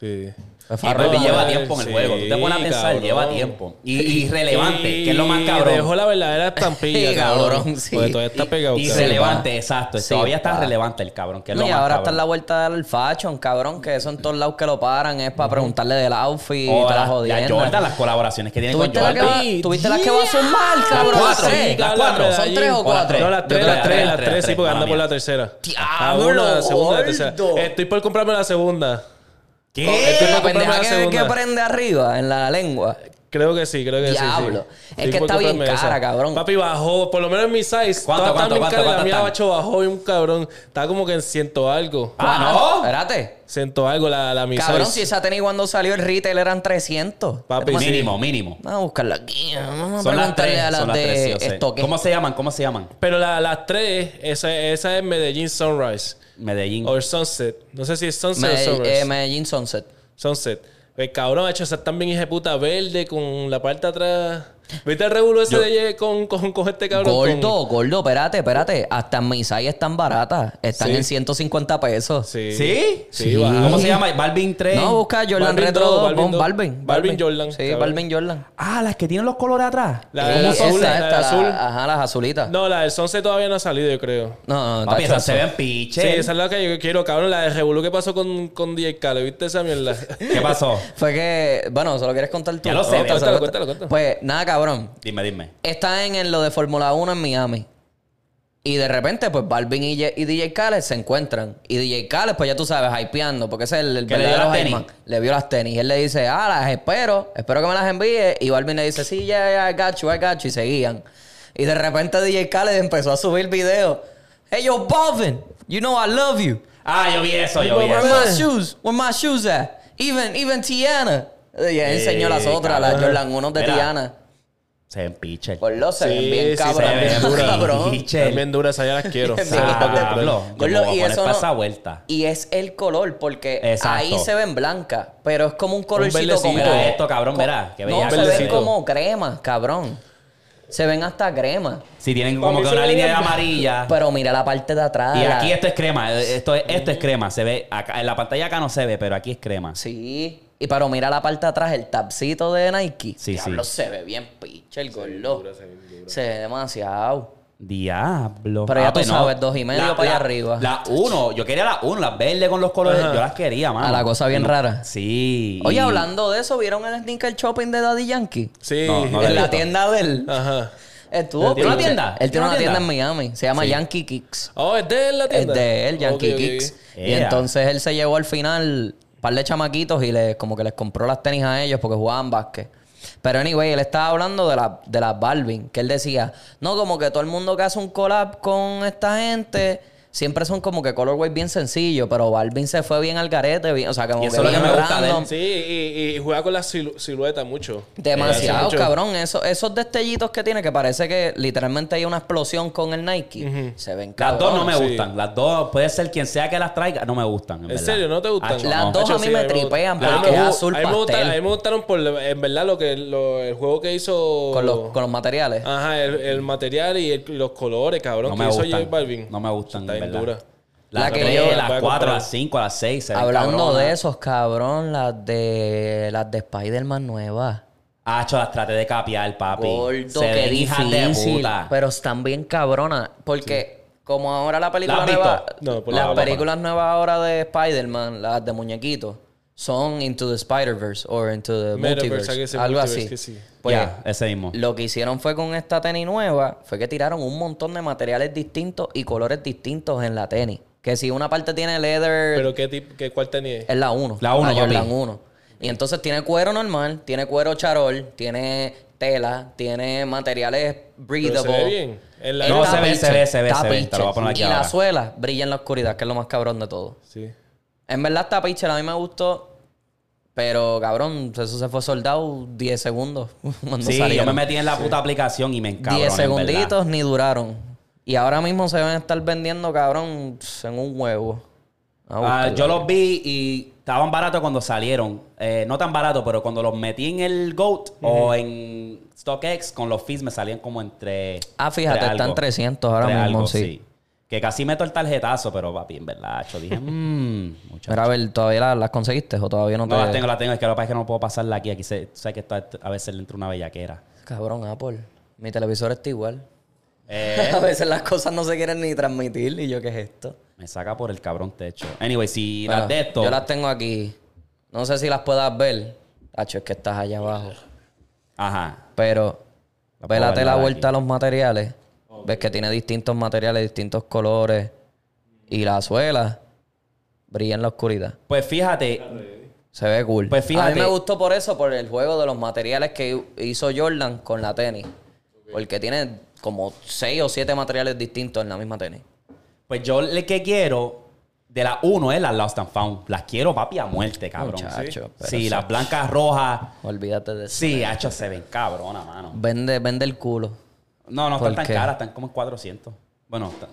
Speaker 4: Sí.
Speaker 2: Pues
Speaker 3: Y
Speaker 2: Farruko,
Speaker 3: Balvin lleva
Speaker 4: eh,
Speaker 3: tiempo en el
Speaker 4: sí,
Speaker 3: juego. Tú te pones a pensar,
Speaker 4: cabrón.
Speaker 3: lleva tiempo. Y, y relevante,
Speaker 4: Y
Speaker 3: que es lo más cabrón.
Speaker 4: Dejó la verdadera estampilla,
Speaker 2: Sí,
Speaker 4: cabrón.
Speaker 2: cabrón, sí.
Speaker 4: Porque todavía está pegado.
Speaker 3: y
Speaker 4: cabrón.
Speaker 3: relevante,
Speaker 2: pa.
Speaker 3: exacto.
Speaker 2: Sí,
Speaker 3: todavía
Speaker 2: pa.
Speaker 3: está relevante el cabrón, que es
Speaker 2: No,
Speaker 3: lo
Speaker 2: y
Speaker 3: más
Speaker 2: ahora está en
Speaker 3: cabrón.
Speaker 2: la vuelta del fashion, cabrón, que eso en todos lados que lo paran es para preguntarle del outfit y
Speaker 3: Oh,
Speaker 2: todas las
Speaker 3: la, la Jordan,
Speaker 2: jodiendas.
Speaker 3: las colaboraciones que tiene con
Speaker 2: ¿Tuviste la que
Speaker 3: Jordan.
Speaker 2: va, ¿tuviste la que va a sumar, cabrón? Las
Speaker 3: Las cuatro,
Speaker 2: tres.
Speaker 3: sí, las cuatro.
Speaker 4: Habla de
Speaker 2: ¿Son
Speaker 4: ahí.
Speaker 2: tres o
Speaker 4: Hola,
Speaker 2: cuatro?
Speaker 4: No, las tres,
Speaker 3: Yo creo
Speaker 4: las
Speaker 3: que
Speaker 4: tres,
Speaker 3: las
Speaker 4: las
Speaker 3: tres,
Speaker 4: tres, sí, porque
Speaker 3: mala
Speaker 4: anda por
Speaker 3: mía.
Speaker 4: la tercera.
Speaker 2: Diablo,
Speaker 4: Está una, la segunda, la tercera.
Speaker 2: gordo.
Speaker 4: Estoy por comprarme la segunda.
Speaker 2: ¿Qué?
Speaker 3: Este
Speaker 4: Estoy por
Speaker 2: La
Speaker 4: comprarme
Speaker 2: este pendeja
Speaker 4: la
Speaker 2: que, que
Speaker 4: segunda.
Speaker 2: prende arriba en la lengua.
Speaker 4: Creo que sí, creo que sí, sí.
Speaker 2: Diablo. Es que
Speaker 4: por
Speaker 2: está bien
Speaker 4: comprarme
Speaker 2: cara, cabrón.
Speaker 4: Papi, bajó, por lo menos en mi
Speaker 3: ¿Cuánto,
Speaker 4: size. todas
Speaker 3: cuánto,
Speaker 4: están
Speaker 3: cuánto,
Speaker 4: bien caras y
Speaker 3: cuánto
Speaker 4: La mía
Speaker 3: están?
Speaker 4: bacho bajó y un cabrón. Está como que en ciento algo.
Speaker 3: Ah, ¿no?
Speaker 2: Espérate.
Speaker 4: Ciento algo la, la mi
Speaker 2: Cabrón, si
Speaker 4: size.
Speaker 2: esa tenis cuando salió el retail eran 300.
Speaker 4: Papi, sí.
Speaker 3: Mínimo, mínimo.
Speaker 2: Vamos a buscarla aquí. Vamos a
Speaker 3: Son
Speaker 2: preguntarle
Speaker 3: las tres,
Speaker 2: a
Speaker 3: son
Speaker 2: las
Speaker 3: las tres, sí,
Speaker 2: de
Speaker 3: yo sé.
Speaker 2: esto que
Speaker 3: ¿Cómo se llaman? ¿Cómo se llaman?
Speaker 4: Pero la- las tres, esa, esa es Medellín Sunrise.
Speaker 3: Medellín.
Speaker 4: O Sunset. No sé si es Sunset o
Speaker 2: Medell-
Speaker 4: Sunrise.
Speaker 2: eh, Medellín Sunset.
Speaker 4: Sunset. El cabrón, ha hecho esas también hija de puta verde con la parte de atrás. ¿Viste el regulo ese de Ye- con, con, con este cabrón?
Speaker 2: Gordo,
Speaker 4: Con-
Speaker 2: gordo, espérate, espérate. Hasta en Misai están baratas. Están
Speaker 4: Sí.
Speaker 2: en 150 pesos.
Speaker 4: Sí.
Speaker 3: ¿Sí?
Speaker 4: Sí,
Speaker 2: Sí.
Speaker 4: va.
Speaker 3: ¿Cómo se llama? Balvin 3.
Speaker 2: No, busca Jordan
Speaker 4: Balvin
Speaker 2: Retro
Speaker 4: dos,
Speaker 2: 2.
Speaker 4: Balvin
Speaker 2: Balvin,
Speaker 4: dos.
Speaker 2: Balvin,
Speaker 4: Balvin Jordan,
Speaker 2: Sí,
Speaker 4: cabrón.
Speaker 2: Balvin Jordan.
Speaker 3: Ah, las que tienen los colores atrás.
Speaker 4: La de
Speaker 2: Sí,
Speaker 4: azul,
Speaker 2: esa,
Speaker 4: la
Speaker 2: esta,
Speaker 4: de azul.
Speaker 2: ajá, las azulitas. No,
Speaker 4: No, la del Sunset todavía no ha salido, yo creo.
Speaker 2: no, no.
Speaker 3: Papi,
Speaker 2: tacho,
Speaker 3: esas se
Speaker 2: eso.
Speaker 3: ven piche.
Speaker 4: Sí, esa es la que yo quiero, cabrón. La de Revolu que pasó con, con DJ Khaled. ¿Viste esa mierda?
Speaker 3: ¿Qué pasó?
Speaker 2: Fue que, bueno, se lo quieres contar tú.
Speaker 3: Ya lo sé,
Speaker 2: Cuéntalo,
Speaker 4: cuéntalo,
Speaker 2: cuéntalo.
Speaker 4: cuéntalo, cuéntalo.
Speaker 2: Pues nada, cabrón.
Speaker 3: Dime, dime.
Speaker 2: Está en, en lo de Fórmula 1 en Miami. Y de repente, pues Balvin y, Ye- y DJ Khaled se encuentran. Y DJ Khaled, pues ya tú sabes, hypeando, porque ese es el, el
Speaker 3: Que le dio
Speaker 2: verdadero
Speaker 3: las tenis.
Speaker 2: hypeman. Le vio las tenis. Y él le dice, ah, las espero, espero que me las envíe. Y Balvin le dice, sí, ya, ya, I got you, I got you. Y seguían. Y de repente DJ Khaled empezó a subir videos. Hey, yo, Balvin, you know I love you.
Speaker 3: Ah, yo vi eso, yo vi
Speaker 2: Where my
Speaker 3: eso.
Speaker 2: shoes? Where my shoes at? Even, even Tiana. Y él enseñó las otras, las
Speaker 3: cabrón.
Speaker 2: Jordan 1 de
Speaker 3: Mira.
Speaker 2: Tiana.
Speaker 3: Se ven piche.
Speaker 2: Por lo se ven
Speaker 4: Sí,
Speaker 2: bien
Speaker 4: sí, se
Speaker 2: cabrón.
Speaker 3: ven
Speaker 2: bien
Speaker 3: dura.
Speaker 2: cabrón.
Speaker 3: Chel.
Speaker 4: También dura, esa ya las quiero. Ah,
Speaker 2: Bien
Speaker 4: Se las voy a comprar.
Speaker 3: Diablo, yo me
Speaker 2: Gordo,
Speaker 3: voy a
Speaker 2: y
Speaker 3: poner
Speaker 2: eso
Speaker 3: pa'
Speaker 2: no-
Speaker 3: esa vuelta.
Speaker 2: Y es el color, porque
Speaker 3: Exacto.
Speaker 2: ahí se ven blancas, pero es como un colorcito
Speaker 4: verdecito.
Speaker 2: como.
Speaker 4: Mira
Speaker 3: esto, cabrón, mira, qué
Speaker 2: no,
Speaker 3: bellaco.
Speaker 2: se ven
Speaker 4: Verdecito.
Speaker 2: como cremas, cabrón. Se ven hasta cremas.
Speaker 3: Si tienen
Speaker 4: Para
Speaker 3: como
Speaker 4: mí
Speaker 3: que
Speaker 4: se
Speaker 3: una
Speaker 4: ve
Speaker 3: línea de
Speaker 4: bien.
Speaker 3: amarilla.
Speaker 2: Pero mira la parte de atrás.
Speaker 3: Ah. Y
Speaker 2: la-
Speaker 3: aquí esto es crema. eh, Esto es, esto es crema. Se ve. Acá, en la pantalla acá no se ve, pero aquí es crema.
Speaker 2: Sí. Y pero mira la parte de atrás, el tapcito de Nike.
Speaker 3: Sí,
Speaker 2: Diablo, se ve bien picha el gordo. Se ve demasiado.
Speaker 3: Diablo.
Speaker 2: Pero ya tú
Speaker 3: pues
Speaker 2: sabes, dos y medio para allá arriba.
Speaker 3: La uno, yo quería la uno, las verdes con los colores.
Speaker 4: Ajá.
Speaker 3: Yo las quería, mano.
Speaker 2: Ah, la cosa bien rara.
Speaker 3: Sí.
Speaker 2: Oye,
Speaker 3: y-
Speaker 2: hablando de eso, ¿vieron el sneaker shopping de Daddy Yankee?
Speaker 4: Sí.
Speaker 3: No, no
Speaker 2: en
Speaker 3: la he
Speaker 2: la
Speaker 3: visto.
Speaker 2: tienda de él. Eh,
Speaker 4: Ajá.
Speaker 2: Estuvo
Speaker 3: Ah. ¿Él tiene una
Speaker 2: pinche.
Speaker 3: tienda?
Speaker 2: Él tiene una tienda en Miami. Se llama
Speaker 3: Sí.
Speaker 2: Yankee Kicks.
Speaker 4: Oh, es de él la
Speaker 2: Es
Speaker 4: tienda.
Speaker 2: de él, Yankee
Speaker 4: Ok, ok,
Speaker 2: Kicks.
Speaker 4: ok.
Speaker 2: Y
Speaker 3: Yeah.
Speaker 2: entonces él se llevó al final un par de chamaquitos y les, como que les compró las tenis a ellos porque jugaban básquet. Pero anyway, él estaba hablando de la- de las Balvin, que él decía, no, como que todo el mundo que hace un collab con esta gente, siempre son como que colorways bien sencillos, pero Balvin se fue bien al garete, bien- o sea, como
Speaker 3: Y
Speaker 2: que
Speaker 3: eso es lo que
Speaker 2: bien
Speaker 3: me gusta de él,
Speaker 2: random.
Speaker 4: Sí, y, y juega con la silu- silueta mucho.
Speaker 2: Demasiado,
Speaker 4: Mucho.
Speaker 2: cabrón. Eso- esos destellitos que tiene, que parece que literalmente hay una explosión con el Nike, se ven
Speaker 3: Las
Speaker 2: cabrón.
Speaker 3: dos no me
Speaker 4: Sí.
Speaker 3: gustan. Las dos, puede ser quien sea que las traiga, no me gustan. En,
Speaker 4: ¿En
Speaker 3: verdad.
Speaker 4: serio? ¿No te gustan?
Speaker 3: Hacho,
Speaker 2: Las
Speaker 3: no.
Speaker 2: dos a
Speaker 4: Hacho,
Speaker 2: mí
Speaker 4: sí,
Speaker 2: me
Speaker 4: a mí me
Speaker 2: tripean
Speaker 4: gustan.
Speaker 2: porque es
Speaker 4: A mí me
Speaker 2: azul
Speaker 4: gu- a mí me gusta- A mí
Speaker 2: pastel
Speaker 4: me gustaron por, en verdad, lo que, lo- el juego que hizo...
Speaker 2: con los, con los materiales.
Speaker 3: Ah,
Speaker 4: Ajá, el, el material y, el- y los colores, cabrón.
Speaker 3: No
Speaker 4: que
Speaker 3: me
Speaker 4: hizo
Speaker 3: gustan.
Speaker 4: J Balvin.
Speaker 3: No me gustan,
Speaker 4: Está
Speaker 3: en
Speaker 4: bien
Speaker 3: verdad.
Speaker 4: dura.
Speaker 3: Las
Speaker 2: La que
Speaker 3: tres,
Speaker 2: yo-
Speaker 4: la voy
Speaker 3: las
Speaker 4: a
Speaker 3: cuatro,
Speaker 4: comprar.
Speaker 3: las cinco, las seis. se ven
Speaker 2: Hablando
Speaker 3: cabronas.
Speaker 2: de esos, cabrón, las de las de Spider-Man nuevas.
Speaker 3: Hacho, las traté de capiar, papi.
Speaker 2: Gordo,
Speaker 3: Se
Speaker 2: qué
Speaker 3: ven hijas de
Speaker 2: difícil. Pues,
Speaker 3: puta.
Speaker 2: Pero están bien cabronas. Porque como ahora la película
Speaker 3: ¿La has
Speaker 2: nueva.
Speaker 3: visto?
Speaker 4: No, por
Speaker 2: las
Speaker 4: ahora.
Speaker 2: películas nuevas ahora de Spider-Man, las de muñequitos, son Into the Spider-Verse o Into the
Speaker 4: Metaverse,
Speaker 2: Multiverse.
Speaker 4: hay que decir
Speaker 2: algo
Speaker 4: multiverse,
Speaker 2: así.
Speaker 4: que sí.
Speaker 2: Pues,
Speaker 3: Ya, ese mismo.
Speaker 2: Lo que hicieron fue con esta tenis nueva, fue que tiraron un montón de materiales distintos y colores distintos en la tenis. Que si una parte tiene leather,
Speaker 4: ¿Pero qué, tipo, qué cuál tenía?
Speaker 2: es la 1.
Speaker 3: La uno,
Speaker 2: Jordan
Speaker 3: papi.
Speaker 2: 1. Y entonces tiene cuero normal, tiene cuero charol, tiene tela, tiene materiales
Speaker 4: Pero
Speaker 2: breathable.
Speaker 4: se ve bien. En la-
Speaker 3: No,
Speaker 2: Está
Speaker 3: se ve,
Speaker 2: picho,
Speaker 3: se ve, se ve,
Speaker 2: está
Speaker 3: se ve. Te lo voy a
Speaker 2: picho.
Speaker 3: poner aquí
Speaker 2: Y la
Speaker 3: ahora.
Speaker 2: suela brilla en la oscuridad, que es lo más cabrón de todo.
Speaker 4: Sí.
Speaker 2: En verdad está pitcher, a mí me gustó. Pero cabrón, eso se fue soldado 10 segundos. cuando
Speaker 3: Sí, yo
Speaker 2: salieron.
Speaker 3: me metí en la puta aplicación y me encabroné.
Speaker 2: 10
Speaker 3: en verdad.
Speaker 2: segunditos ni duraron. Y ahora mismo se van a estar vendiendo, cabrón, pss, en un huevo. A
Speaker 3: Ah,
Speaker 2: buscarla.
Speaker 3: yo los vi y estaban baratos cuando salieron. Eh, no tan baratos, pero cuando los metí en el GOAT o en StockX, con los fees me salían como entre.
Speaker 2: Ah, fíjate,
Speaker 3: tres
Speaker 2: están
Speaker 3: algo.
Speaker 2: 300 ahora
Speaker 3: Tres
Speaker 2: mismo,
Speaker 3: algo,
Speaker 2: sí.
Speaker 3: Que casi meto el tarjetazo, pero papi, en verdad, yo dije, mmm, muchas
Speaker 2: Mira, a ver, ¿todavía la- las, conseguiste o todavía no te...?
Speaker 3: No las tengo, las tengo. Es que lo que pasa es que no puedo pasarla aquí. Aquí se, tú sabes que esto a veces le entra una bellaquera.
Speaker 2: Cabrón, Apple. Mi televisor está igual.
Speaker 3: Eh,
Speaker 2: a veces las cosas no se quieren ni transmitir. ¿Y yo qué es esto?
Speaker 3: me saca por el cabrón techo. Anyway, si
Speaker 2: Mira,
Speaker 3: las de esto.
Speaker 2: Yo las tengo aquí. No sé si las puedas ver. Hacho, es que estás allá abajo.
Speaker 3: Ajá.
Speaker 2: Pero
Speaker 3: La puedo
Speaker 2: vélate
Speaker 3: ver
Speaker 2: la
Speaker 3: nada
Speaker 2: vuelta a los materiales. Ves que tiene distintos materiales, distintos colores. Y la suela brilla en la oscuridad.
Speaker 3: Pues fíjate,
Speaker 2: Se ve cool.
Speaker 3: Pues
Speaker 2: A
Speaker 3: fíjate-
Speaker 2: mí me gustó por eso, por el juego de los materiales que hizo Jordan con la tenis. Porque tiene como seis o siete materiales distintos en la misma tenis.
Speaker 3: Pues yo le que quiero de las uno es las Lost and Found. Las quiero, papi, a muerte, cabrón.
Speaker 2: Muchacho,
Speaker 3: sí,
Speaker 2: pero
Speaker 3: Sí,
Speaker 2: eso-
Speaker 3: las blancas rojas.
Speaker 2: Olvídate de eso.
Speaker 3: Sí, hacho, se ven cabrona, mano.
Speaker 2: Vende, vende el culo.
Speaker 3: No, no
Speaker 2: ¿Por
Speaker 3: están tan
Speaker 2: qué?
Speaker 3: caras, están como en 400. Bueno, están-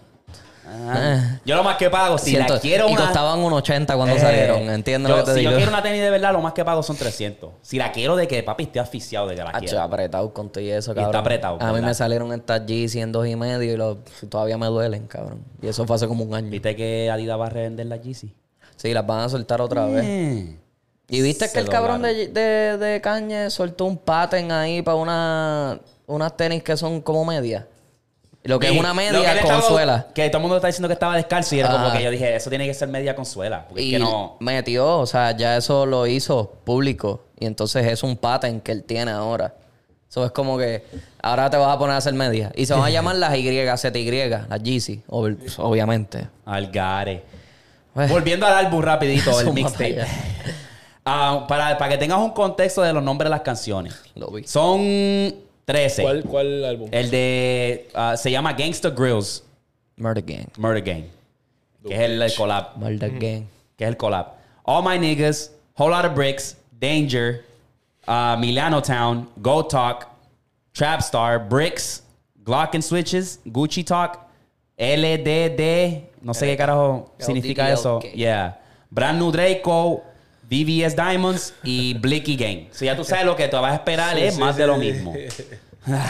Speaker 3: Ah, yo lo más que pago, si
Speaker 2: Siento-
Speaker 3: las quiero
Speaker 2: Eh. y
Speaker 3: una...
Speaker 2: costaban un 80 cuando
Speaker 3: Eh,
Speaker 2: salieron. Entiendo
Speaker 3: yo-
Speaker 2: lo que te
Speaker 3: si
Speaker 2: digo.
Speaker 3: yo quiero una tenis de verdad, lo más que pago son 300. Si la quiero de que, papi, esté asfixiado de que la
Speaker 2: Hacho,
Speaker 3: quiero.
Speaker 2: apretado con todo y eso,
Speaker 3: Y está
Speaker 2: cabrón.
Speaker 3: apretado,
Speaker 2: A mí
Speaker 3: ¿verdad?
Speaker 2: me salieron estas Yeezy en dos y medio y los- todavía me duelen, cabrón. Y eso fue hace como un año.
Speaker 3: ¿Viste que Adidas va a revender la Yeezy?
Speaker 2: Sí, las van a soltar otra vez.
Speaker 3: Eh.
Speaker 2: Y viste
Speaker 3: se
Speaker 2: que el cabrón de, de, de Kanye soltó un patent ahí para una, unas tenis que son como medias. Lo que
Speaker 3: Sí,
Speaker 2: es una
Speaker 3: lo que él
Speaker 2: media
Speaker 3: estaba-
Speaker 2: con suela.
Speaker 3: Que todo el mundo está diciendo que estaba descalzo y era como
Speaker 2: Ajá.
Speaker 3: que yo dije, eso tiene que ser media consuela. Porque
Speaker 2: Y
Speaker 3: es que no.
Speaker 2: metió, o sea, ya eso lo hizo público. Y entonces es un patent que él tiene ahora. Eso es como que ahora te vas a poner a hacer media. Y se van a llamar las YZY, las Yeezy, ob- obviamente.
Speaker 3: Algare.
Speaker 2: Pues,
Speaker 3: Volviendo al álbum rapidito, el
Speaker 2: Zumba
Speaker 3: mixtape.
Speaker 2: para allá.
Speaker 3: Ah, para, para que tengas un contexto de los nombres de las canciones.
Speaker 2: Lo vi.
Speaker 3: Son 13.
Speaker 4: ¿Cuál, ¿Cuál álbum?
Speaker 3: El de. ah, se llama Gangsta Grills
Speaker 2: Murder Gang.
Speaker 3: Murder Gang. Que es el, el collab.
Speaker 2: Murder Gang.
Speaker 3: Que es el collab. All My Niggas, Whole Lot of Bricks, Danger, ah, Milano Town, Go Talk, Trap Star, Bricks, Glock and Switches, Gucci Talk, LDD, no sé qué carajo significa eso.
Speaker 2: LDDLK.
Speaker 3: Yeah. Brand New Draco, BBS Diamonds y Blicky Gang. Si ya tú sabes lo que te vas a esperar es
Speaker 4: sí,
Speaker 3: más
Speaker 4: sí,
Speaker 3: de lo
Speaker 4: sí.
Speaker 3: mismo.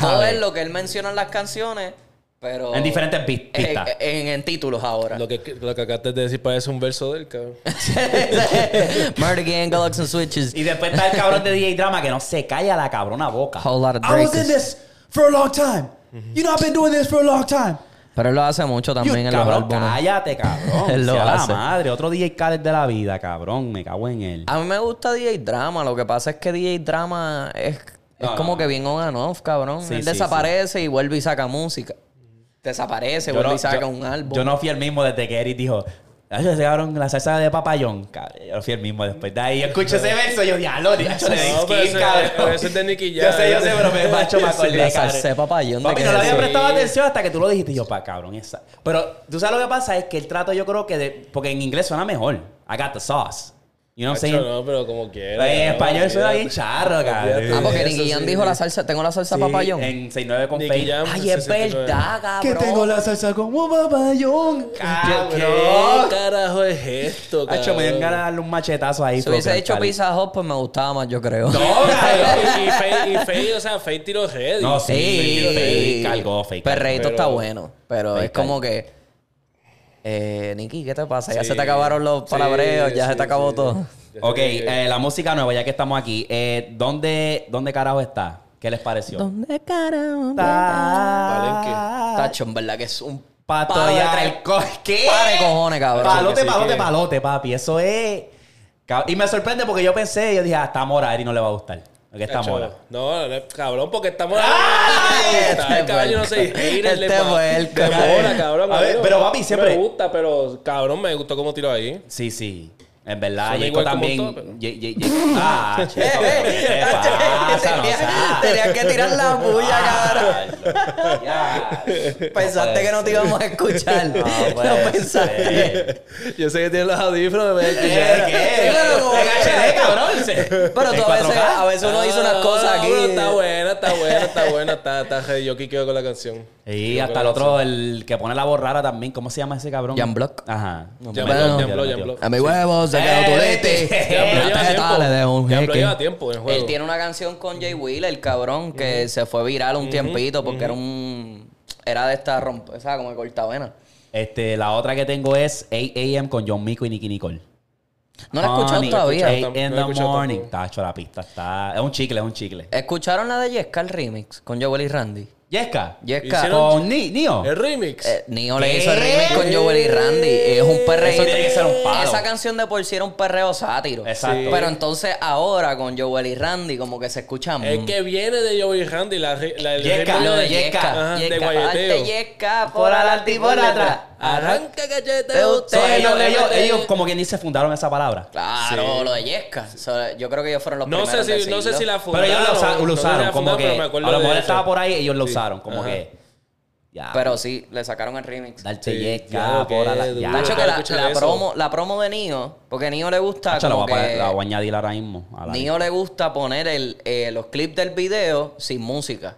Speaker 2: Todo es lo que él menciona en las canciones, pero...
Speaker 3: En diferentes pi-
Speaker 2: en,
Speaker 3: pistas.
Speaker 2: en- en títulos ahora.
Speaker 4: Lo que, lo que acabaste de decir parece un verso del cabrón.
Speaker 2: Murder Gang, Galaxy and Switches.
Speaker 3: Y después está el cabrón de DJ Drama que no se calla la cabrona boca.
Speaker 2: Whole lot of
Speaker 3: I was in
Speaker 2: breakers.
Speaker 3: this for a long time. You know I've been doing this for a long time.
Speaker 2: Pero él lo hace mucho
Speaker 3: You-
Speaker 2: también en los
Speaker 3: cabrón,
Speaker 2: álbumes.
Speaker 3: cállate, cabrón.
Speaker 2: Él lo
Speaker 3: Sea
Speaker 2: hace.
Speaker 3: la madre. Otro DJ Khaled de la vida, cabrón. Me cago en él.
Speaker 2: A mí me gusta DJ Drama. Lo que pasa es que DJ Drama es, es
Speaker 3: No, no,
Speaker 2: como
Speaker 3: no.
Speaker 2: que bien on and off, cabrón.
Speaker 3: Sí,
Speaker 2: Él
Speaker 3: sí,
Speaker 2: desaparece y vuelve y saca música. Desaparece,
Speaker 3: Yo
Speaker 2: vuelve
Speaker 3: no-
Speaker 2: y saca
Speaker 3: yo-
Speaker 2: un álbum.
Speaker 3: Yo no fui el mismo desde que Eric dijo. "Ay, ese cabrón, la salsa de papayón. Cabrón, yo fui el mismo después de ahí. Yo escucho ese verso y yo, diablo, diablo, de
Speaker 4: No, pero
Speaker 3: skin,
Speaker 4: ese-
Speaker 3: cabrón.
Speaker 4: ese es de Nicky
Speaker 3: Yo sé, yo
Speaker 4: Jam.
Speaker 3: sé, pero me macho me acordé,
Speaker 2: la
Speaker 3: cabrón.
Speaker 2: salsa de papayón, ¿de
Speaker 3: Papi,
Speaker 2: qué
Speaker 3: no
Speaker 2: es
Speaker 3: le había
Speaker 2: eso?
Speaker 3: prestado atención hasta que tú lo dijiste. Y yo, pa, cabrón, esa. Pero tú sabes lo que pasa es que el trato yo creo que de- Porque en inglés suena mejor. I got the sauce. You know what I'm
Speaker 4: Hacho,
Speaker 3: saying?
Speaker 4: no, pero como
Speaker 3: Pero
Speaker 4: quiera.
Speaker 3: Pues, en
Speaker 4: no,
Speaker 3: español suena
Speaker 4: olvídate.
Speaker 3: bien charro, cabrón.
Speaker 2: Ah, porque
Speaker 4: Eso
Speaker 2: Nicky Jam
Speaker 4: sí.
Speaker 2: dijo la salsa, tengo la salsa
Speaker 3: Sí,
Speaker 2: papayón.
Speaker 3: En 69 con
Speaker 4: Nicky
Speaker 3: Faye.
Speaker 4: Jam,
Speaker 2: Ay, es
Speaker 4: 69.
Speaker 2: verdad, cabrón.
Speaker 3: la salsa como papayón. Cabrón.
Speaker 4: Cabrón, Ah, ¿Qué carajo es esto, cabrón?
Speaker 3: Hacho, me dieron ganas de darle un machetazo ahí.
Speaker 2: Si hubiese
Speaker 3: Flo
Speaker 2: hecho
Speaker 3: Cantali.
Speaker 2: Pizza Hot, pues me gustaba más, yo creo.
Speaker 3: No, cabrón.
Speaker 4: Y Faye, y Faye, o sea, Faye tiró ready.
Speaker 3: No, sí.
Speaker 2: Sí,
Speaker 3: fake, cargó, fake, cargó.
Speaker 2: Perreito está
Speaker 4: Pero-
Speaker 2: bueno, pero
Speaker 3: Fake,
Speaker 2: es como que. Eh, Nicky, ¿qué te pasa? Ya
Speaker 4: Sí.
Speaker 2: se te acabaron los
Speaker 4: Sí,
Speaker 2: palabreos, ya se
Speaker 4: sí,
Speaker 2: te acabó
Speaker 4: sí.
Speaker 2: todo.
Speaker 3: Ok, eh, la música nueva, ya que estamos aquí. Eh, ¿dónde, ¿Dónde carajo está? ¿Qué les pareció?
Speaker 2: ¿Dónde carajo?
Speaker 3: Está.
Speaker 2: Tacho, en verdad que es un
Speaker 3: Pato
Speaker 2: palo de
Speaker 3: y
Speaker 2: tres-
Speaker 3: alcohol. ¿Qué?
Speaker 2: Pare cojones, cabrón.
Speaker 3: Palote,
Speaker 4: Sí, que sí,
Speaker 3: palote,
Speaker 4: que-
Speaker 3: palote, papi. Eso es. Cab- Y me sorprende porque yo pensé, yo dije, ah, está mora, a Eri no le va a gustar. Porque está
Speaker 4: Hacho,
Speaker 3: mora.
Speaker 4: No, no, cabrón, porque estamos.
Speaker 2: Este
Speaker 4: Está el caballo no sé.
Speaker 2: puerco.
Speaker 4: hater, le
Speaker 2: Este
Speaker 4: pa-
Speaker 2: puerco.
Speaker 4: le mola, cabrón.
Speaker 3: A ver,
Speaker 4: cabrón.
Speaker 3: pero papi, siempre-
Speaker 4: Me gusta, pero cabrón, me gustó cómo tiró ahí.
Speaker 3: Sí, sí. En verdad,
Speaker 4: Son
Speaker 3: Jacob
Speaker 4: igual como
Speaker 3: también.
Speaker 4: todo, pero-
Speaker 3: Ye- ye- ye- Ah, che, ¿qué pasa? No
Speaker 2: Tenías
Speaker 3: sabes.
Speaker 2: tenías que tirar la bulla, cabrón.
Speaker 3: Diablo, diablo.
Speaker 2: Pensaste que no te íbamos a escuchar. No,
Speaker 3: puede
Speaker 2: pensaste.
Speaker 3: ser.
Speaker 4: Yo sé que tiene los audífonos. me-
Speaker 3: ¿Qué? ¿Qué?
Speaker 2: Dímelo como
Speaker 3: En
Speaker 2: quieras.
Speaker 3: HD, cabrón.
Speaker 2: Pero tú
Speaker 3: En
Speaker 2: a veces,
Speaker 3: 4K.
Speaker 2: a veces uno dice unas
Speaker 4: No,
Speaker 2: cosas
Speaker 4: no,
Speaker 2: aquí.
Speaker 4: pero Está buena, está buena, está buena. Está, está, heavy. yo quiqueo con la canción.
Speaker 3: Y hasta el otro, el que pone la borrara también. ¿Cómo se llama ese cabrón?
Speaker 2: Jan Block.
Speaker 3: Ajá.
Speaker 4: Jan
Speaker 2: Bueno.
Speaker 4: Block, Jan Block, Jan Block.
Speaker 2: A mi huevo se
Speaker 3: quedó tu lete.
Speaker 4: Jan Block lleva tiempo. Jan Block lleva tiempo en el
Speaker 2: Él
Speaker 4: juego.
Speaker 2: tiene una canción con Jay Wheeler, el cabrón, que se fue viral un tiempito porque era un. Era de esta rompe, o sea, como de cortavena.
Speaker 3: Este, la otra que tengo es 8 AM con John Mico y Nicky Nicole.
Speaker 2: No la
Speaker 3: Ah,
Speaker 2: he escuchado
Speaker 3: Honey,
Speaker 2: todavía.
Speaker 4: escuchado.
Speaker 3: 8 in
Speaker 4: No la he
Speaker 3: the
Speaker 4: escuchado
Speaker 3: morning.
Speaker 4: tampoco.
Speaker 3: Tacho, la pista está. Es un chicle, es un chicle.
Speaker 2: ¿Escucharon la de Yesca, el remix, con Joel y Randy?
Speaker 3: Yesca.
Speaker 2: Yesca.
Speaker 4: Hicieron-
Speaker 3: Con Ni- Nio.
Speaker 4: El remix.
Speaker 2: Eh, Nio le
Speaker 3: ¿Qué?
Speaker 2: hizo el remix con Joel y Randy. Es un perreo.
Speaker 3: Eso tiene que ser un palo.
Speaker 2: Esa canción de por sí era un perreo sátiro.
Speaker 3: Exacto.
Speaker 2: Pero entonces ahora con Joel y Randy, como que se escucha más.
Speaker 4: Es que viene de Joey Randy. La, la, el
Speaker 3: Yesca.
Speaker 4: ritmo
Speaker 2: Lo de
Speaker 4: Yesca.
Speaker 2: Yesca.
Speaker 4: Ajá, de
Speaker 2: Yesca,
Speaker 4: guayeteo.
Speaker 2: parte Yesca, por adelante y por atrás.
Speaker 4: Arranca cachete
Speaker 2: Te
Speaker 3: So,
Speaker 2: gusta.
Speaker 4: usted.
Speaker 3: ellos,
Speaker 4: no le
Speaker 3: ellos,
Speaker 4: mete.
Speaker 3: ellos como quien dice, fundaron esa palabra.
Speaker 2: Claro,
Speaker 4: Sí.
Speaker 2: lo de Yesca. So, yo creo que ellos fueron los
Speaker 4: No
Speaker 2: primeros.
Speaker 4: sé, si,
Speaker 2: en
Speaker 4: no sé si
Speaker 2: decirlo.
Speaker 4: la
Speaker 3: Pero
Speaker 4: fundaron.
Speaker 3: ellos lo usa- lo,
Speaker 4: No sé si la
Speaker 3: usaron, como
Speaker 4: fundaron, pero
Speaker 3: que.
Speaker 4: me
Speaker 3: A
Speaker 4: acuerdo
Speaker 3: lo
Speaker 4: de
Speaker 3: mejor
Speaker 4: eso.
Speaker 3: estaba por ahí, ellos lo usaron, como
Speaker 4: Ajá.
Speaker 3: que. Ya.
Speaker 2: Pero sí, le sacaron el remix.
Speaker 3: Darte
Speaker 4: Sí, ya
Speaker 3: Yesca,
Speaker 4: lo que
Speaker 3: por
Speaker 4: es,
Speaker 3: la.
Speaker 4: duro.
Speaker 3: ya.
Speaker 2: Nacho,
Speaker 4: Tacho,
Speaker 2: que la,
Speaker 4: escuchar
Speaker 2: la
Speaker 4: eso.
Speaker 2: promo, la promo de Nio, porque a Nio le gusta
Speaker 3: Tacho, la
Speaker 2: como
Speaker 3: voy a poner-
Speaker 2: que-
Speaker 3: la voy a añadir ahora mismo. a la-
Speaker 2: Nio le gusta poner el, eh, los clips del video sin música.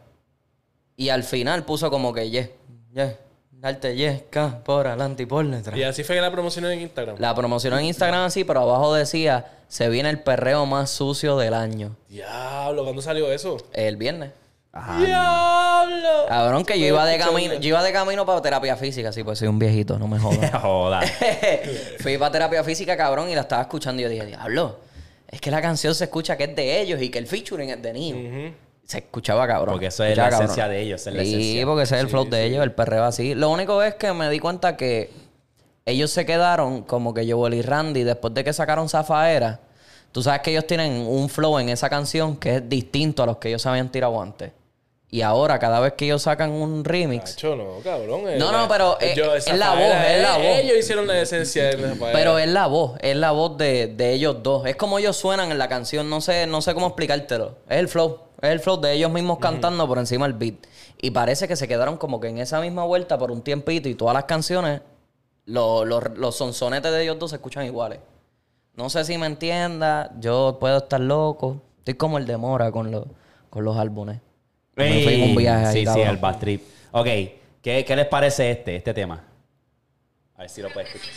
Speaker 2: Y al final puso como que yes, yes, darte yes, ca, por adelante y por detrás.
Speaker 4: Y así fue que la promocionó en Instagram.
Speaker 2: La promocionó en Instagram así, pero abajo decía, se viene el perreo más sucio del año.
Speaker 4: Diablo, ¿cuándo salió eso?
Speaker 2: El viernes.
Speaker 3: Ajá.
Speaker 4: Diablo.
Speaker 2: Cabrón, que yo iba de
Speaker 4: Escucha,
Speaker 2: camino, yo iba de camino para terapia física, sí, pues soy un viejito, no me jodas.
Speaker 3: Joda.
Speaker 2: Fui para terapia física, cabrón, y la estaba escuchando y yo dije, diablo, es que la canción se escucha que es de ellos y que el featuring es de Nio. Se escuchaba cabrón.
Speaker 3: Porque eso es
Speaker 2: escuchaba
Speaker 3: la esencia de ellos, esa es la
Speaker 2: sí,
Speaker 3: esencia.
Speaker 2: porque ese es el flow de ellos, el perreo así. Lo único es que me di cuenta que ellos se quedaron como que Joel y Randy, después de que sacaron Zafaera, tú sabes que ellos tienen un flow en esa canción que es distinto a los que ellos habían tirado antes. Y ahora, cada vez que ellos sacan un remix,
Speaker 4: Nacho, no, cabrón. eh,
Speaker 2: No, no,
Speaker 4: la-
Speaker 2: pero, eh, es
Speaker 4: esa
Speaker 2: la voz,
Speaker 4: faena,
Speaker 2: es la
Speaker 4: eh,
Speaker 2: voz.
Speaker 4: Ellos hicieron la esencia de esa faena.
Speaker 3: Pues,
Speaker 2: Pero es la voz, es la voz de, de ellos dos. Es como ellos suenan en la canción, no sé, no sé cómo explicártelo. Es el flow, es el flow de ellos mismos cantando por encima del beat. Y parece que se quedaron como que en esa misma vuelta por un tiempito y todas las canciones, lo- lo- los sonsonetes de ellos dos se escuchan iguales. No sé si me entienda, yo puedo estar loco. Estoy como el de Mora con los, con los álbumes. Me fui en un viaje ahí,
Speaker 3: Sí, sí,
Speaker 2: cabrón.
Speaker 3: el bad trip. Ok, ¿qué, qué les parece este, este tema? A ver si lo puedes escuchar.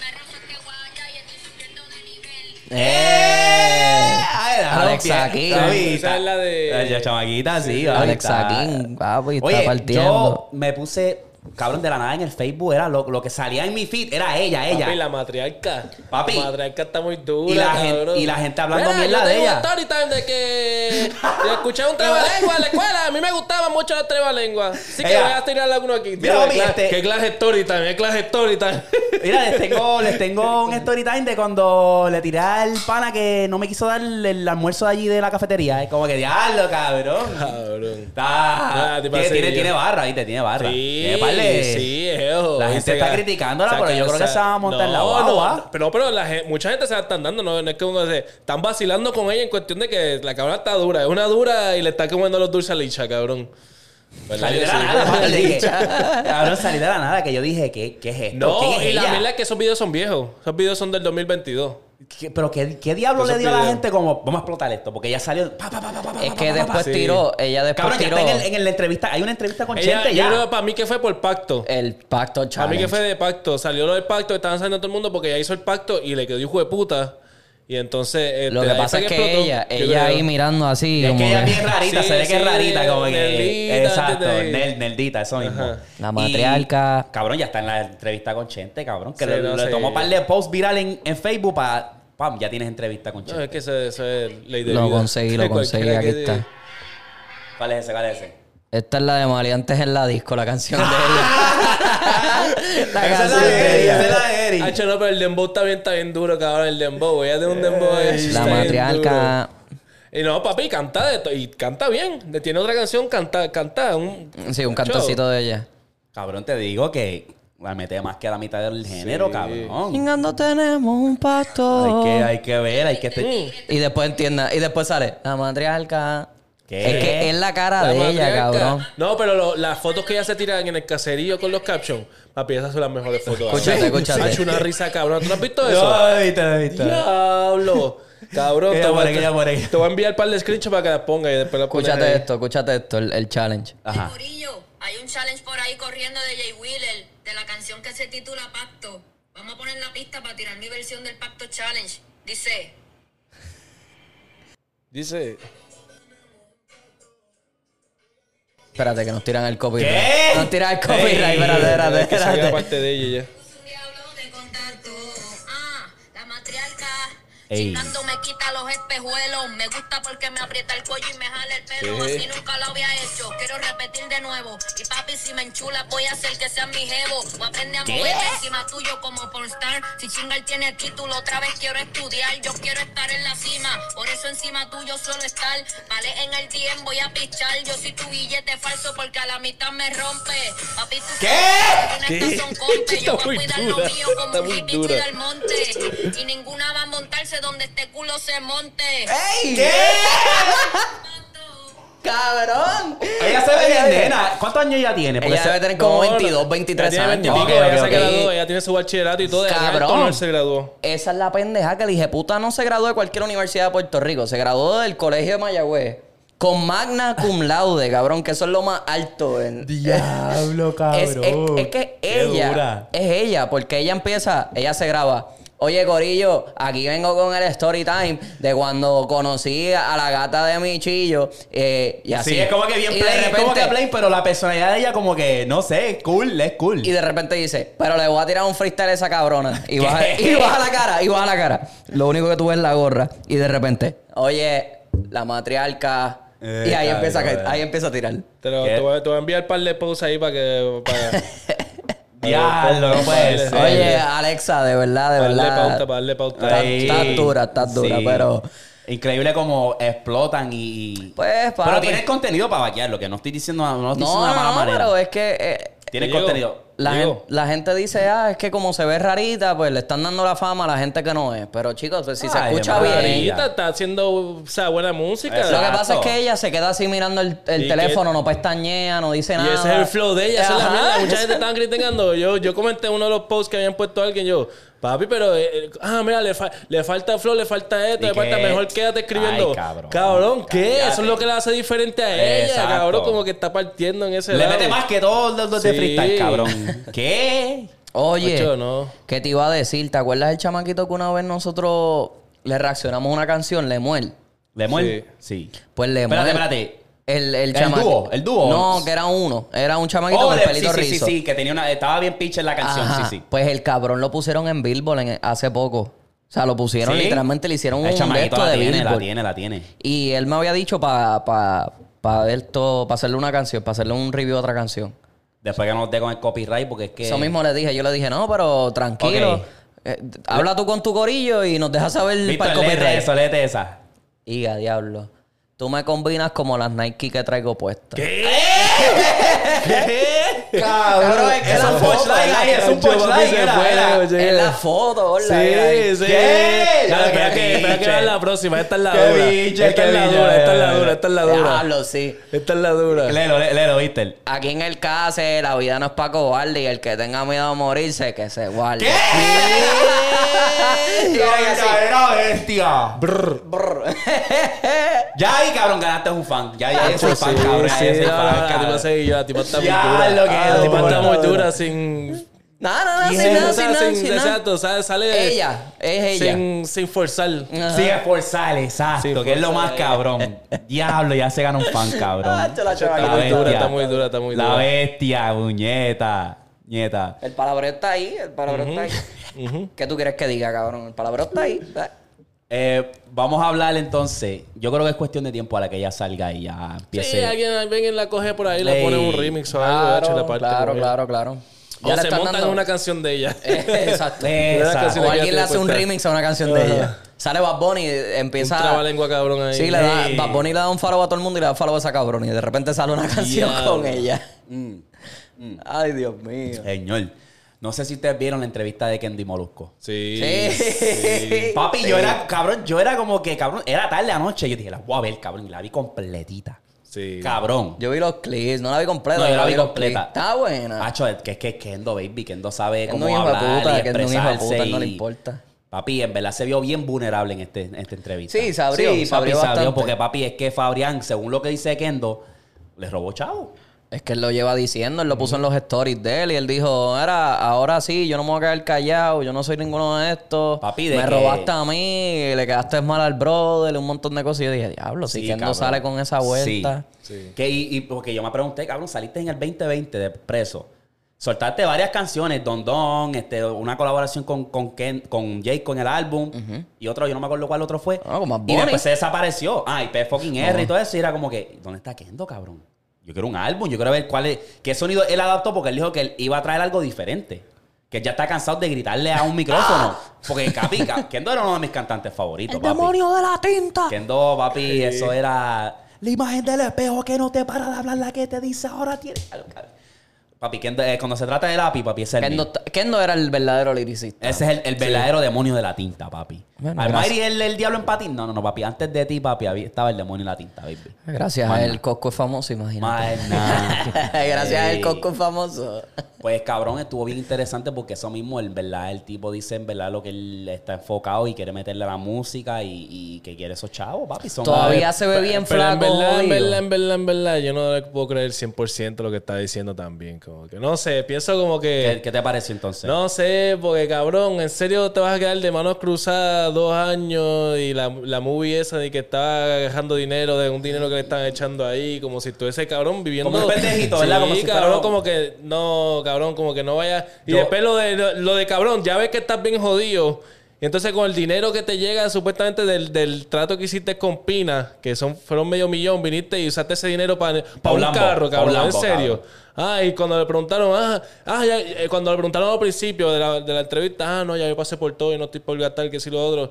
Speaker 3: ¡Eh! Ay, déjalo
Speaker 2: Alexa
Speaker 3: quieto,
Speaker 2: Kidd.
Speaker 3: chavita.
Speaker 4: Esa es la de-
Speaker 3: Ay, ya, chamaquita, sí. ahí
Speaker 2: Alexa
Speaker 3: está.
Speaker 2: King, papi, está
Speaker 3: Oye,
Speaker 2: partiendo.
Speaker 3: yo me puse, cabrón, de la nada en el Facebook. Era lo, lo que salía en mi feed, era ella, ella.
Speaker 4: Papi, la matriarca.
Speaker 3: Papi.
Speaker 4: La matriarca está muy dura.
Speaker 3: Y la gen-
Speaker 4: cabrón.
Speaker 3: y la gente hablando
Speaker 4: Mira,
Speaker 3: mierda
Speaker 4: yo
Speaker 3: de
Speaker 4: tengo
Speaker 3: ella.
Speaker 4: un story time de que yo escuché un trabalengua en la escuela. A mí me gustaban mucho los trebalenguas. Así que
Speaker 3: Ella.
Speaker 4: voy a tirar alguno aquí.
Speaker 3: Mira,
Speaker 4: Tío,
Speaker 3: papi,
Speaker 4: cla-
Speaker 3: este-
Speaker 4: Qué clase story time, qué clase story time.
Speaker 3: Mira, les tengo, les tengo un story time de cuando le tiré al pana que no me quiso dar el, almuerzo de allí de la cafetería. Es como que diablo, cabrón.
Speaker 4: Cabrón.
Speaker 3: Está,
Speaker 4: Ah, te
Speaker 3: tiene,
Speaker 4: pasé
Speaker 3: tiene,
Speaker 4: yo.
Speaker 3: tiene barra, ¿viste? Tiene barra. Eh,
Speaker 4: Sí,
Speaker 3: Tiene par de-
Speaker 4: sí, ejo.
Speaker 3: La
Speaker 4: Y
Speaker 3: gente
Speaker 4: se
Speaker 3: está
Speaker 4: ga-
Speaker 3: criticándola,
Speaker 4: saca-
Speaker 3: pero yo creo que
Speaker 4: sa-
Speaker 3: se va a montar la guagua.
Speaker 4: no, pero, pero la gen- mucha gente se la están dando, no, no es que uno se... Están vacilando con ella en cuestión de que la cabrona está dura. Es una dura y le está comiendo los dulces a Licha, cabrón. ¿Verdad
Speaker 3: Salí
Speaker 4: que
Speaker 3: de la
Speaker 4: sí?
Speaker 3: nada, papi, dije, Cabrón, salí de la nada, que yo dije, ¿qué, qué es esto? ¿Quién
Speaker 4: No,
Speaker 3: es
Speaker 4: y la
Speaker 3: ella?
Speaker 4: verdad es que esos videos son viejos. Esos videos son del 2022.
Speaker 3: ¿Qué- pero qué, qué diablo
Speaker 4: Esos
Speaker 3: le dio a la
Speaker 4: videos.
Speaker 3: gente como, vamos a explotar esto, porque ella salió. pa, pa, pa, pa, pa,
Speaker 2: Es
Speaker 3: pa,
Speaker 2: que
Speaker 3: pa, pa, pa.
Speaker 2: después
Speaker 4: sí.
Speaker 2: tiró, ella después
Speaker 3: Cabrón, ya
Speaker 2: tiró
Speaker 3: está en, el- en la entrevista. Hay una entrevista con
Speaker 4: Ella,
Speaker 3: Chente
Speaker 4: yo
Speaker 3: ya.
Speaker 4: creo que para mí que fue por pacto.
Speaker 2: el pacto
Speaker 4: Para mí
Speaker 2: challenge.
Speaker 4: que fue de pacto. Salió lo del pacto, estaban saliendo todo el mundo porque ella hizo el pacto y le quedó hijo de puta. Y entonces... este,
Speaker 2: Lo que
Speaker 4: ahí
Speaker 2: pasa
Speaker 4: fue
Speaker 2: es que
Speaker 4: explotó,
Speaker 2: ella,
Speaker 4: yo
Speaker 2: ella
Speaker 4: creo.
Speaker 2: ahí mirando así,
Speaker 3: Es
Speaker 2: como
Speaker 3: que ella es
Speaker 2: que,
Speaker 3: bien rarita,
Speaker 4: Sí,
Speaker 3: se ve que es
Speaker 4: sí,
Speaker 3: rarita, como que.
Speaker 4: nerdita,
Speaker 3: Exacto,
Speaker 4: ¿entiendes?
Speaker 3: nerd, nerdita, eso mismo.
Speaker 4: Ajá.
Speaker 2: La
Speaker 3: Y,
Speaker 2: matriarca.
Speaker 3: cabrón, ya está en la entrevista con Chente, cabrón. Que
Speaker 4: Sí,
Speaker 3: le,
Speaker 4: no,
Speaker 3: le
Speaker 4: sí.
Speaker 3: tomó un par de posts viral en, en Facebook para. Pam, ya tienes entrevista con
Speaker 4: No,
Speaker 3: Chente.
Speaker 4: es que eso, eso es ley de
Speaker 2: Lo
Speaker 4: vida.
Speaker 2: conseguí, lo conseguí,
Speaker 4: Cualquiera
Speaker 2: aquí
Speaker 4: que-
Speaker 2: está.
Speaker 3: ¿Cuál es ese? ¿Cuál es ese?
Speaker 2: Esta es la de Maleantes en la disco, la canción de ella. la
Speaker 3: Esa es la
Speaker 2: canción
Speaker 3: de
Speaker 2: de
Speaker 3: Eri,
Speaker 2: ella.
Speaker 3: esa es la de Eri.
Speaker 4: Ah, che, no, pero el dembow está bien, está bien duro, cabrón. El dembow, ella tiene un dembow. ahí, está
Speaker 2: La
Speaker 4: bien
Speaker 2: matriarca.
Speaker 4: duro. Y no, papi, canta de to- y canta bien. De- Tiene otra canción, canta, canta. Un...
Speaker 2: Sí, un
Speaker 4: Nacho.
Speaker 2: cantocito de ella.
Speaker 3: Cabrón, te digo que la mete más que la mitad del género, cabrón.
Speaker 2: Chingando tenemos un pasto.
Speaker 3: Hay que, hay que ver, hay que... te-
Speaker 2: Y después entienda. Y después sale la matriarca.
Speaker 3: ¿Qué?
Speaker 2: Es que es la cara
Speaker 4: La
Speaker 2: de ella,
Speaker 4: matriarca.
Speaker 2: cabrón.
Speaker 4: No, pero lo- las fotos que ella se tiran en el caserío con los captions, papi, esas son las mejores fotos.
Speaker 2: Escúchate,
Speaker 4: Sí.
Speaker 2: escúchate.
Speaker 4: Ha hecho una risa, cabrón. ¿Tú no has visto eso?
Speaker 3: No, viste, viste.
Speaker 4: Diablo. Cabrón,
Speaker 3: Que
Speaker 4: te
Speaker 3: ella
Speaker 4: voy a-
Speaker 3: muere, que ella muere.
Speaker 4: te voy a enviar un par de screenshots para que las pongas y después las pones
Speaker 2: Escúchate
Speaker 4: ahí.
Speaker 2: esto, escúchate esto, el, el challenge.
Speaker 3: Ajá.
Speaker 5: Murillo, hay un challenge por ahí corriendo de Jay Wheeler, de la canción que se titula Pacto. Vamos a poner la pista para tirar mi versión del Pacto Challenge. Dice,
Speaker 4: Dice.
Speaker 2: Espérate, que nos tiran el copyright.
Speaker 3: ¿Qué?
Speaker 2: Nos tiran el copyright, espérate, espérate,
Speaker 4: que se haga
Speaker 2: espérate.
Speaker 4: parte de ella ya.
Speaker 5: un diablo de contacto. Ah, la matriarca.
Speaker 3: Ey.
Speaker 5: Chingando me quita los espejuelos. Me gusta porque me aprieta el cuello y me jala el pelo.
Speaker 4: ¿Qué?
Speaker 5: Así nunca lo había hecho. Quiero repetir de nuevo. Y papi, si me enchulas, voy a hacer que seas mi jevo. Voy a aprender a moverme encima tuyo como pornstar. Si chingal tiene título, otra vez quiero estudiar. Yo quiero estar en la cima. Por eso encima tuyo solo estar. Vale, en el DM voy a pichar. Yo soy tu billete falso porque a la mitad me rompe. Papi, tú
Speaker 4: ¿Qué?
Speaker 5: ¿Qué?
Speaker 4: Está
Speaker 5: Está
Speaker 4: muy
Speaker 5: muy
Speaker 4: dura,
Speaker 5: dura.
Speaker 4: está muy dura.
Speaker 5: monte, y ninguna va a montarse donde este culo se monte.
Speaker 4: ¿Eh?
Speaker 2: ¡Cabrón!
Speaker 3: Ella se ve bien nena. ¿Cuántos años ella tiene? Porque
Speaker 2: Ella
Speaker 3: se-
Speaker 2: debe tener como
Speaker 4: No,
Speaker 2: 22, 23
Speaker 4: ella tiene
Speaker 2: años.
Speaker 4: 25,
Speaker 3: Ok,
Speaker 4: ella
Speaker 3: ok,
Speaker 4: se
Speaker 3: ok.
Speaker 4: graduó, ella tiene su bachillerato y todo. ella en
Speaker 2: Cabrón.
Speaker 4: Connor se graduó.
Speaker 2: Esa es la pendeja que el hijeputa no se graduó de cualquier universidad de Puerto Rico. Se graduó del colegio de Mayagüez. Con magna cum laude, cabrón, que eso es lo más alto. En,
Speaker 3: Diablo,
Speaker 2: es, es- es que
Speaker 3: Qué
Speaker 2: ella,
Speaker 3: dura.
Speaker 2: es ella, porque ella empieza, ella se graba. Oye, Corillo, aquí vengo con el story time de cuando conocí a la gata de mi chillo. eh, y así
Speaker 3: Sí, es como que bien
Speaker 2: Y de
Speaker 3: plain, es como que
Speaker 2: repente-
Speaker 3: plain, pero la personalidad de ella como que, no sé, cool, es cool.
Speaker 2: Y de repente dice, pero le voy a tirar un freestyle a esa cabrona. Y baja, y baja la cara, y baja la cara. Lo único que tú ves es la gorra. Y de repente, oye, la matriarca.
Speaker 3: Eh,
Speaker 2: y ahí
Speaker 3: cabrón.
Speaker 2: empieza, a caer, ahí empieza a tirar.
Speaker 4: Te, lo-
Speaker 3: ¿Qué?
Speaker 4: te voy, a- te voy a enviar un par de posts ahí para que. Para,
Speaker 3: Diablo, no puede ser.
Speaker 2: Pues, Oye, Alexa, de verdad, de
Speaker 4: Para darle
Speaker 2: verdad.
Speaker 4: pauta, para darle pauta.
Speaker 2: Está-
Speaker 3: Ahí.
Speaker 2: está dura, está dura, pero-
Speaker 3: Increíble como explotan y...
Speaker 2: Pues, papi.
Speaker 3: Pero tienes contenido para vaquearlo, que no estoy diciendo, no estoy diciendo de
Speaker 2: No,
Speaker 3: mala
Speaker 2: no, no,
Speaker 3: manera.
Speaker 2: pero es que... eh,
Speaker 3: Tienes
Speaker 4: Digo,
Speaker 3: contenido.
Speaker 2: La,
Speaker 4: Digo.
Speaker 2: gen- la gente dice, ah, es que como se ve rarita, pues le están dando la fama a la gente que no es. Pero chicos, pues, si se
Speaker 3: Ay,
Speaker 2: escucha
Speaker 3: madre.
Speaker 2: bien...
Speaker 4: Clarita está haciendo o sea, buena música.
Speaker 3: Exacto.
Speaker 2: Lo que pasa es que ella se queda así mirando el, el
Speaker 4: Y
Speaker 2: teléfono,
Speaker 4: que-
Speaker 2: no pestañea, no dice nada.
Speaker 4: Y ese es el flow de ella, esa es la
Speaker 2: Ajá.
Speaker 4: mierda. Mucha gente estaban criticando. Yo, yo comenté uno de los posts que habían puesto alguien. Yo, papi, pero. eh, eh, ah, mira, le, fa- le falta flow, le falta esto,
Speaker 3: ¿Y
Speaker 4: le falta.
Speaker 3: qué?
Speaker 4: Mejor quédate escribiendo.
Speaker 3: Ay, cabrón.
Speaker 4: ¿qué?
Speaker 3: Cállate.
Speaker 4: Eso es lo que la hace diferente a ella,
Speaker 3: Exacto.
Speaker 4: cabrón. Como que está partiendo en ese
Speaker 3: Le
Speaker 4: lado.
Speaker 3: mete más que todos los dos de
Speaker 4: Sí.
Speaker 3: freestyle, cabrón. ¿Qué?
Speaker 2: Oye,
Speaker 4: Ocho, no.
Speaker 2: ¿qué te iba a decir? ¿Te acuerdas del chamaquito que una vez nosotros le reaccionamos a una canción, Lemuel?
Speaker 3: ¿Lemuel? Sí.
Speaker 2: Pues Lemuel.
Speaker 3: Espérate, espérate.
Speaker 2: El, el,
Speaker 3: ¿El
Speaker 2: chama-
Speaker 3: dúo? ¿El dúo?
Speaker 2: No, que era uno. Era un chamaquito
Speaker 3: Oh,
Speaker 2: con
Speaker 3: le-
Speaker 2: el pelito
Speaker 3: sí, sí, sí,
Speaker 2: rizo.
Speaker 3: sí, que tenía una... Estaba bien pinche en la canción,
Speaker 2: Ajá.
Speaker 3: sí, sí.
Speaker 2: Pues el cabrón lo pusieron en Billboard en- hace poco. O sea, lo pusieron,
Speaker 3: ¿Sí?
Speaker 2: literalmente le hicieron
Speaker 3: El
Speaker 2: un de
Speaker 3: chamaquito
Speaker 2: esto
Speaker 3: la
Speaker 2: de
Speaker 3: tiene, la
Speaker 2: Billboard.
Speaker 3: tiene, la tiene.
Speaker 2: Y él me había dicho para pa, pa esto, para hacerle una canción, para hacerle un review a otra canción.
Speaker 3: Después que no te con el copyright, porque es que.
Speaker 2: Eso mismo le dije, yo le dije, no, pero tranquilo.
Speaker 3: Ok.
Speaker 2: Eh, habla tú con tu corillo y nos dejas saber para
Speaker 3: Víctor,
Speaker 2: el
Speaker 3: léete
Speaker 2: copyright.
Speaker 3: esa, léete esa.
Speaker 2: Y a diablo. Tú me combinas como las Nike que traigo puestas.
Speaker 3: Cabrón, es
Speaker 2: que la
Speaker 3: un
Speaker 2: foto,
Speaker 3: punchline ahí, es un
Speaker 4: Pancho, papi,
Speaker 3: punchline.
Speaker 4: se
Speaker 3: era,
Speaker 4: fue,
Speaker 3: era.
Speaker 4: oye.
Speaker 2: Es la foto, hola.
Speaker 4: Sí, sí.
Speaker 3: ¿Qué?
Speaker 4: Dale, espera
Speaker 3: Qué
Speaker 4: que, espera que
Speaker 3: biche.
Speaker 4: va la próxima. Esta es la
Speaker 3: Qué
Speaker 4: dura.
Speaker 3: biche,
Speaker 4: esta
Speaker 3: qué
Speaker 4: es la
Speaker 3: biche,
Speaker 4: dura, esta
Speaker 3: dale,
Speaker 4: es la
Speaker 3: dale.
Speaker 4: dura, esta es la dura.
Speaker 2: Diablo, sí.
Speaker 4: Esta es la dura.
Speaker 3: Léelo, lé- léelo, Víctor.
Speaker 2: Aquí en el case, la vida no es para cobarde y el que tenga miedo a morirse, que se guarde. Y era así.
Speaker 3: Verdadera bestia. Ya ahí, cabrón, ganaste un fan. Ya ahí, es un fan, cabrón.
Speaker 4: Ah, pues
Speaker 3: ya
Speaker 4: Sí, sí,
Speaker 3: ese
Speaker 4: no,
Speaker 3: fan,
Speaker 4: no, la tipa
Speaker 3: cabrón.
Speaker 4: se guilló, la tipa está muy
Speaker 3: Ya,
Speaker 4: dura.
Speaker 3: lo que
Speaker 4: Ah, La tipa
Speaker 3: dura,
Speaker 4: está muy
Speaker 3: dura.
Speaker 4: dura sin...
Speaker 2: No, no, no,
Speaker 4: Sí,
Speaker 2: sin nada,
Speaker 4: o sea,
Speaker 2: sin nada,
Speaker 4: sin-
Speaker 2: sin nada.
Speaker 4: Exacto, sale, sale
Speaker 2: Ella, es ella.
Speaker 4: Sin, sin forzar.
Speaker 2: Ajá.
Speaker 3: Sí, esforzar, exacto,
Speaker 4: Sí,
Speaker 3: que es lo más cabrón. Diablo, ya se gana un fan,
Speaker 2: Ah,
Speaker 3: cabrón.
Speaker 2: chacho, la chava
Speaker 4: Está
Speaker 2: aquí.
Speaker 4: muy dura,
Speaker 3: bestia.
Speaker 4: está muy dura, está muy
Speaker 3: La
Speaker 4: dura.
Speaker 3: bestia, muñeta. Nieta.
Speaker 2: El palabreo está ahí, el palabreo está ahí. ¿Qué tú quieres que diga, cabrón? El palabreo está ahí.
Speaker 3: Eh, vamos a hablar entonces. Yo creo que es cuestión de tiempo a la que ella salga y ya empiece.
Speaker 4: Sí, alguien, alguien la coge por ahí, le
Speaker 3: Ey.
Speaker 4: pone un remix o algo. hacho, y la parte
Speaker 2: claro,
Speaker 4: con
Speaker 2: claro, claro.
Speaker 4: ella. O se montan en una canción de ella.
Speaker 3: Eh,
Speaker 2: Exacto.
Speaker 3: Exacto.
Speaker 2: O alguien le hace un
Speaker 4: Puesta.
Speaker 2: remix a una canción de ella. Sale Bad Bunny,
Speaker 4: Un
Speaker 2: empieza...
Speaker 4: trabalengua cabrón ahí.
Speaker 2: Sí, le da,
Speaker 3: Ey.
Speaker 2: Bad Bunny le da un faro a todo el mundo y le da faro a esa cabrón. Y de repente sale una canción
Speaker 4: Diablo.
Speaker 2: con ella. Ay, Dios mío.
Speaker 3: Señor. No sé si ustedes vieron la entrevista de Kendi Molusco.
Speaker 4: Sí.
Speaker 2: Sí.
Speaker 3: Papi, yo
Speaker 2: Sí.
Speaker 3: era, cabrón, yo era como que, cabrón, era tarde anoche. Yo dije, la voy a ver, cabrón, y la vi completita.
Speaker 4: Sí.
Speaker 3: Cabrón.
Speaker 2: Yo vi los clips, no la vi completa.
Speaker 3: No, yo la vi
Speaker 2: los
Speaker 3: completa.
Speaker 2: clips. Está buena.
Speaker 3: Hacho, es que es que Kendo, baby, Kendo sabe
Speaker 2: Kendo
Speaker 3: cómo
Speaker 2: es un hijo de
Speaker 3: hablar
Speaker 2: puta,
Speaker 3: y
Speaker 2: Kendo es un hijo de
Speaker 3: expresarse
Speaker 2: puta, no le
Speaker 3: y-
Speaker 2: importa.
Speaker 3: Papi, en verdad se vio bien vulnerable en, este, en esta entrevista.
Speaker 2: Sí, se abrió,
Speaker 3: Sí,
Speaker 2: se
Speaker 3: papi,
Speaker 2: abrió
Speaker 3: se abrió
Speaker 2: bastante.
Speaker 3: porque, papi, es que Fabrián, según lo que dice Kendo, le robó chavo.
Speaker 2: Es que él lo lleva diciendo, él lo puso en los stories de él y él dijo, era, ahora sí, yo no me voy a quedar callado, yo no soy ninguno de estos.
Speaker 3: Papi, ¿de
Speaker 2: me
Speaker 3: qué?
Speaker 2: robaste a mí, le quedaste mal al brother, un montón de cosas. Y yo dije, diablo, si
Speaker 3: Sí,
Speaker 2: Kendo
Speaker 3: cabrón.
Speaker 2: sale con esa vuelta.
Speaker 3: Sí. Que, y, y porque yo me pregunté, cabrón, saliste en el 2020 de preso. Soltaste varias canciones, Don Don, este, una colaboración con, con, Ken- con Jake con el álbum y otro, yo no me acuerdo cuál otro fue.
Speaker 2: Ah, con Bad
Speaker 3: y
Speaker 2: Bunny.
Speaker 3: después se desapareció. Ah, y P fucking R y todo eso. Y era como que, ¿dónde está Kendo, cabrón? Yo quiero un álbum, yo quiero ver cuál es, qué sonido él adaptó porque él dijo que él iba a traer algo diferente. Que él ya está cansado de gritarle a un micrófono. Porque Capi, Ca- Kendo era uno de mis cantantes favoritos. papi.
Speaker 2: de la tinta!
Speaker 3: Kendo, papi, eso era la imagen del espejo que no te para de hablar, la que te dice ahora tiene. Papi, Kendo, eh, cuando se trata de lápiz, papi, ese es el.
Speaker 2: Kendo,
Speaker 3: mío.
Speaker 2: Kendo era el verdadero liricista.
Speaker 3: Ese es el, el verdadero demonio de la tinta, papi.
Speaker 2: Bueno,
Speaker 3: Almighty es el, el diablo en patín. No, no, no, papi. Antes de ti, papi, había- estaba el demonio en la tinta, baby.
Speaker 2: Gracias a él, Cosco es famoso, imagínate.
Speaker 3: Más nada.
Speaker 2: Gracias a él,
Speaker 3: Ey.
Speaker 2: Cosco es famoso.
Speaker 3: Pues cabrón, estuvo bien interesante porque eso mismo, en verdad, el tipo dice en verdad lo que él está enfocado y quiere meterle a la música y, y que quiere esos chavos, papi. Son
Speaker 2: Todavía se ve bien
Speaker 4: Pero en
Speaker 2: flaco.
Speaker 4: verdad, en
Speaker 2: jodido.
Speaker 4: verdad, en verdad, en verdad, yo no le puedo creer 100% lo que está diciendo también. Como que, no sé, pienso como
Speaker 3: ¿Qué,
Speaker 4: que...
Speaker 3: qué te pareció entonces?
Speaker 4: No sé, porque cabrón, en serio te vas a quedar de manos cruzadas dos años y la, la movie esa de que estaba agarrando dinero de un dinero que le están echando ahí, como si estuviese cabrón viviendo.
Speaker 3: Como un pendejito, ¿verdad?
Speaker 4: Sí,
Speaker 3: Como si fuera-
Speaker 4: cabrón, como que no, cabrón, como que no vaya. Y
Speaker 3: Yo-
Speaker 4: después lo de, lo de cabrón, ya ves que estás bien jodido. Y entonces con el dinero que te llega supuestamente del, del trato que hiciste con Pina, que son fueron medio millón, viniste y usaste ese dinero para
Speaker 3: Pa' un
Speaker 4: un
Speaker 3: Lambo,
Speaker 4: carro,
Speaker 3: pa' un
Speaker 4: cabrón, en
Speaker 3: Lambo,
Speaker 4: serio. Ah, y cuando le preguntaron, ah, ah, ya, eh, cuando le preguntaron al principio de la, de la entrevista, ah, no, ya yo pasé por todo y no estoy por gastar, que si lo otro.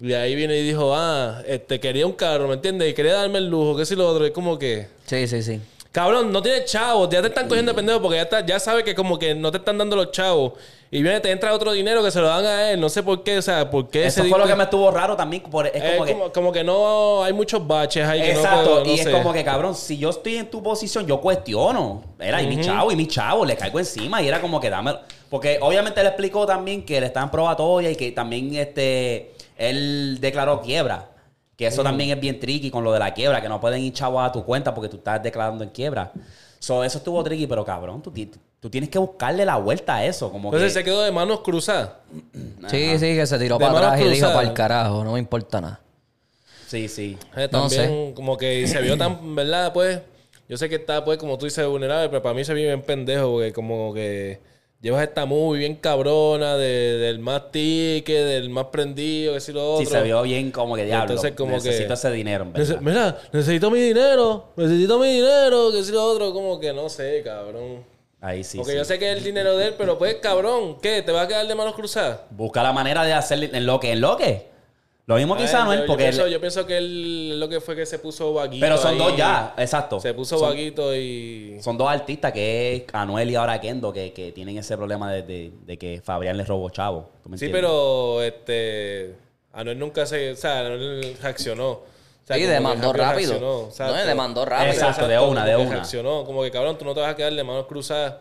Speaker 4: Y ahí viene y dijo, ah, este, quería un carro, ¿me entiendes? Y quería darme el lujo, que si lo otro. Es como que,
Speaker 2: Sí, sí, sí.
Speaker 4: cabrón, no tienes chavos, ya te
Speaker 3: Eh,
Speaker 4: están cogiendo de pendejo porque ya, está, ya sabe que como que no te están dando los chavos. Y viene, te entra otro dinero que se lo dan a él, no sé por qué, o sea, por qué
Speaker 3: Eso
Speaker 4: ese
Speaker 3: fue lo
Speaker 4: disco-
Speaker 3: que me estuvo raro también. por- es
Speaker 4: es
Speaker 3: como que.
Speaker 4: como, como que no, hay muchos baches ahí que no
Speaker 3: Exacto,
Speaker 4: puedo- no
Speaker 3: y
Speaker 4: sé.
Speaker 3: es como que cabrón, si yo estoy en tu posición, yo cuestiono. Era, y mi chavo, y mi chavo, le caigo encima, y era como que dame. Porque obviamente le explicó también que le están probatoria y que también este él declaró quiebra. Que eso también es bien tricky con lo de la quiebra, que no pueden ir chavos a tu cuenta porque tú estás declarando en quiebra. So, eso estuvo tricky, pero cabrón, tú, ti- tú tienes que buscarle la vuelta a eso. Como
Speaker 4: Entonces
Speaker 3: que,
Speaker 4: se quedó de manos cruzadas.
Speaker 2: Sí, sí, que se tiró
Speaker 4: De
Speaker 2: para
Speaker 4: manos
Speaker 2: atrás y dijo,
Speaker 4: cruzadas.
Speaker 2: para el carajo, no me importa nada.
Speaker 3: Sí, sí.
Speaker 4: Eh,
Speaker 2: No
Speaker 4: también, como que se vio tan, ¿verdad? Pues, yo sé que está, pues, como tú dices, vulnerable, pero para mí se vio bien pendejo, porque como que llevas esta movie bien cabrona, de- del más tique, del más prendido, que si lo
Speaker 3: Sí,
Speaker 4: otro.
Speaker 3: se vio bien como que diablo.
Speaker 4: Entonces, como que-
Speaker 3: necesito ese dinero, en
Speaker 4: Nece-
Speaker 3: verdad.
Speaker 4: Mira, necesito mi dinero, necesito mi dinero, que si lo otro, como que no sé, cabrón.
Speaker 3: Ahí sí.
Speaker 4: porque
Speaker 3: sí.
Speaker 4: yo sé que es el dinero de él, pero pues, cabrón, ¿qué? ¿Te vas a quedar de manos cruzadas?
Speaker 3: Busca la manera de hacerle en lo que, en lo que. Lo mismo que
Speaker 4: Ay,
Speaker 3: hizo Anuel,
Speaker 4: Eh, yo-
Speaker 3: porque.
Speaker 4: yo,
Speaker 3: él-
Speaker 4: pienso, yo pienso que él lo que fue que se puso vaguito.
Speaker 3: pero son
Speaker 4: ahí.
Speaker 3: dos ya, exacto.
Speaker 4: Se puso
Speaker 3: son,
Speaker 4: vaguito y.
Speaker 3: son dos artistas que es Anuel y ahora Kendo, que, que tienen ese problema de, de- de que Fabián les robó chavo. ¿Tú me
Speaker 4: Sí,
Speaker 3: entiendes?
Speaker 4: pero este Anuel nunca se, o sea, Anuel reaccionó. O sea,
Speaker 2: Sí,
Speaker 4: como que
Speaker 2: demandó
Speaker 4: rápido
Speaker 2: rápido.
Speaker 4: reaccionó, exacto.
Speaker 2: No, y demandó rápido.
Speaker 3: Exacto, de una, de
Speaker 4: como que
Speaker 3: una.
Speaker 4: Reaccionó, como que cabrón, tú no te vas a quedar de manos cruzadas.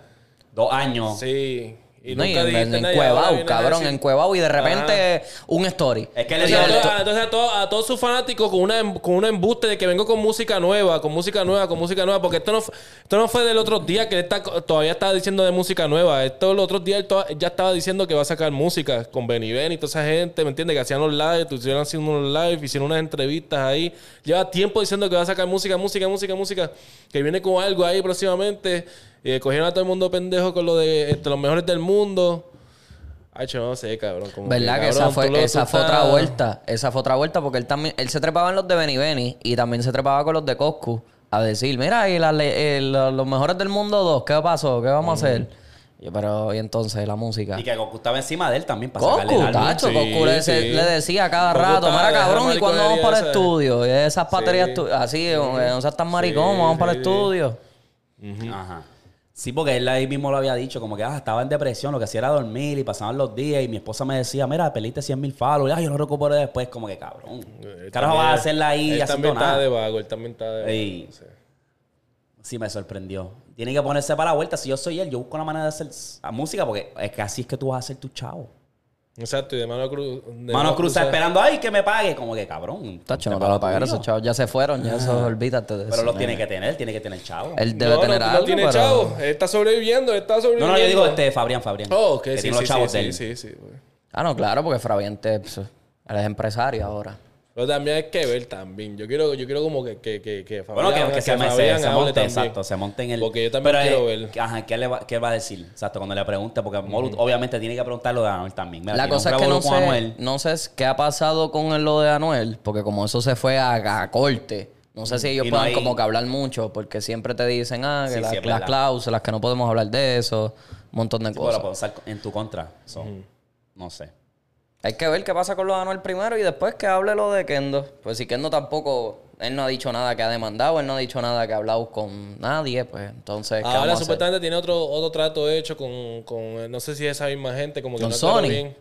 Speaker 3: Dos años.
Speaker 4: Sí. Y
Speaker 2: No, y
Speaker 4: nunca
Speaker 2: en,
Speaker 4: dijiste
Speaker 2: en
Speaker 4: nada, y ahora
Speaker 2: Cuevao,
Speaker 4: vienes a
Speaker 2: cabrón,
Speaker 4: decir-
Speaker 2: en Cuevao y de repente un story.
Speaker 3: Es que le
Speaker 4: Entonces,
Speaker 3: dio
Speaker 4: a,
Speaker 3: el.
Speaker 4: to- a- entonces a, to- a todos sus fanáticos con, una, em- con un embuste de que vengo con música nueva, con música nueva, con música nueva, porque esto no, fu- esto no fue del otro día que él está, todavía estaba diciendo de música nueva. Esto los otros días él to- ya estaba diciendo que va a sacar música con Benny Ben y toda esa gente, ¿me entiendes? Que hacían los live, estuvieron haciendo unos live, hicieron unas entrevistas ahí. Lleva tiempo diciendo que va a sacar música, música, música, música, que viene con algo ahí próximamente. Eh, cogieron a todo el mundo pendejo con lo de este, los mejores del mundo. Ay, yo no sé, cabrón. como
Speaker 2: ¿Verdad que,
Speaker 4: cabrón,
Speaker 2: esa fue,
Speaker 4: tú lo-
Speaker 2: esa
Speaker 4: tú
Speaker 2: fue otra
Speaker 4: estás-
Speaker 2: vuelta? Esa fue otra vuelta porque él también, él se trepaba en los de Benny Benny y también se trepaba con los de Coscu a decir, mira, y la le- eh, lo- los mejores del mundo dos, ¿qué pasó? ¿Qué vamos a hacer? Y yo, pero, y entonces la música.
Speaker 3: Y que Goku estaba encima de él también para sacarle el
Speaker 2: Coscu,
Speaker 3: álbum.
Speaker 2: tacho,
Speaker 4: Sí,
Speaker 2: Coscu le, se-
Speaker 4: sí.
Speaker 2: le decía a cada
Speaker 4: Coscu
Speaker 2: rato,
Speaker 4: estaba
Speaker 2: mira
Speaker 4: de
Speaker 2: cabrón, ¿y
Speaker 4: mariconería
Speaker 2: cuando vamos para el
Speaker 4: esa.
Speaker 2: estudio? Y esas baterías
Speaker 4: Sí.
Speaker 2: tu- así, eh, no seas tan maricón,
Speaker 4: Sí,
Speaker 2: vamos
Speaker 4: sí,
Speaker 2: para el
Speaker 4: sí.
Speaker 2: estudio.
Speaker 3: Ajá. Sí, porque él ahí mismo lo había dicho, como que ah, estaba en depresión, lo que hacía era dormir y pasaban los días y mi esposa me decía, mira, peliste 100 mil falos, ah, yo lo recuperé después, como que cabrón. Carajo,
Speaker 4: Él Eh, también-
Speaker 3: vas a hacerla ahí
Speaker 4: Él
Speaker 3: haciendo
Speaker 4: también está de
Speaker 3: nada.
Speaker 4: vago, él también está de vago.
Speaker 3: Ey.
Speaker 4: no sé.
Speaker 3: Sí, me sorprendió. Tiene que ponerse para la vuelta. Si yo soy él, yo busco la manera de hacer s- a música porque es que así es que tú vas a hacer tu chavo.
Speaker 4: Exacto, y de mano cruz. de
Speaker 3: Mano cruza
Speaker 4: cruzada.
Speaker 3: esperando, ay, que me pague. Como que cabrón.
Speaker 2: Tacho,
Speaker 3: te
Speaker 2: no te
Speaker 3: pago
Speaker 2: van a pagar
Speaker 3: tuyo.
Speaker 2: esos chavos. Ya se fueron, ya
Speaker 4: Ah.
Speaker 2: eso, olvídate de eso.
Speaker 3: Pero los tiene que tener, tiene que tener chavo.
Speaker 2: Él debe
Speaker 4: no,
Speaker 2: tener
Speaker 4: no,
Speaker 2: algo,
Speaker 4: No tiene
Speaker 2: pero...
Speaker 4: chavo. Él está sobreviviendo, él está
Speaker 3: No,
Speaker 4: sobreviviendo.
Speaker 3: no, yo digo este, Fabrián, Fabrián.
Speaker 4: Oh, ok,
Speaker 3: que
Speaker 4: sí,
Speaker 3: tiene
Speaker 4: sí,
Speaker 3: los chavos
Speaker 4: sí,
Speaker 3: de él.
Speaker 4: sí, sí, pues. sí, güey.
Speaker 2: Ah, no, claro, porque Fraviente, pues, él es empresario ahora.
Speaker 4: Pero también hay que ver también. Yo quiero, yo quiero como que, que, que, que
Speaker 3: Bueno, que,
Speaker 4: Fabián-
Speaker 3: que se, me- se-
Speaker 4: Fabián
Speaker 3: se
Speaker 4: hable
Speaker 3: monte,
Speaker 4: también.
Speaker 3: exacto, se monte en el...
Speaker 4: Porque yo también
Speaker 3: Pero,
Speaker 4: quiero
Speaker 3: eh,
Speaker 4: ver.
Speaker 3: Ajá, ¿qué, le va, ¿qué va a decir? Exacto, cuando le pregunte, porque Molu obviamente tiene que preguntarlo de Anuel también. Mira,
Speaker 2: la
Speaker 3: tiene un
Speaker 2: cosa es que no
Speaker 3: revolú con
Speaker 2: sé,
Speaker 3: Anuel.
Speaker 2: no sé qué ha pasado con el- lo de Anuel, porque como eso se fue a, a corte, no sé si ellos
Speaker 3: Mm, Y no
Speaker 2: puedan
Speaker 3: hay-
Speaker 2: como que hablar mucho, porque siempre te dicen, ah, que
Speaker 3: Sí,
Speaker 2: las,
Speaker 3: sí, es
Speaker 2: las
Speaker 3: verdad.
Speaker 2: cláusulas, que no podemos hablar de eso, un montón de
Speaker 3: Sí, pues. porque
Speaker 2: cosas.
Speaker 3: lo puede usar en tu contra. so, No sé.
Speaker 2: Hay que ver qué pasa con lo de Anuel primero y después que hable lo de Kendo. Pues si Kendo tampoco, él no ha dicho nada que ha demandado, él no ha dicho nada que ha hablado con nadie, pues
Speaker 3: Ah,
Speaker 2: entonces, ¿qué
Speaker 4: Ahora
Speaker 2: vamos a hacer?
Speaker 4: supuestamente tiene otro, otro trato hecho con, con, eh, no sé si esa misma gente, como que
Speaker 2: Con
Speaker 4: no aclaró
Speaker 2: Sony.
Speaker 4: bien.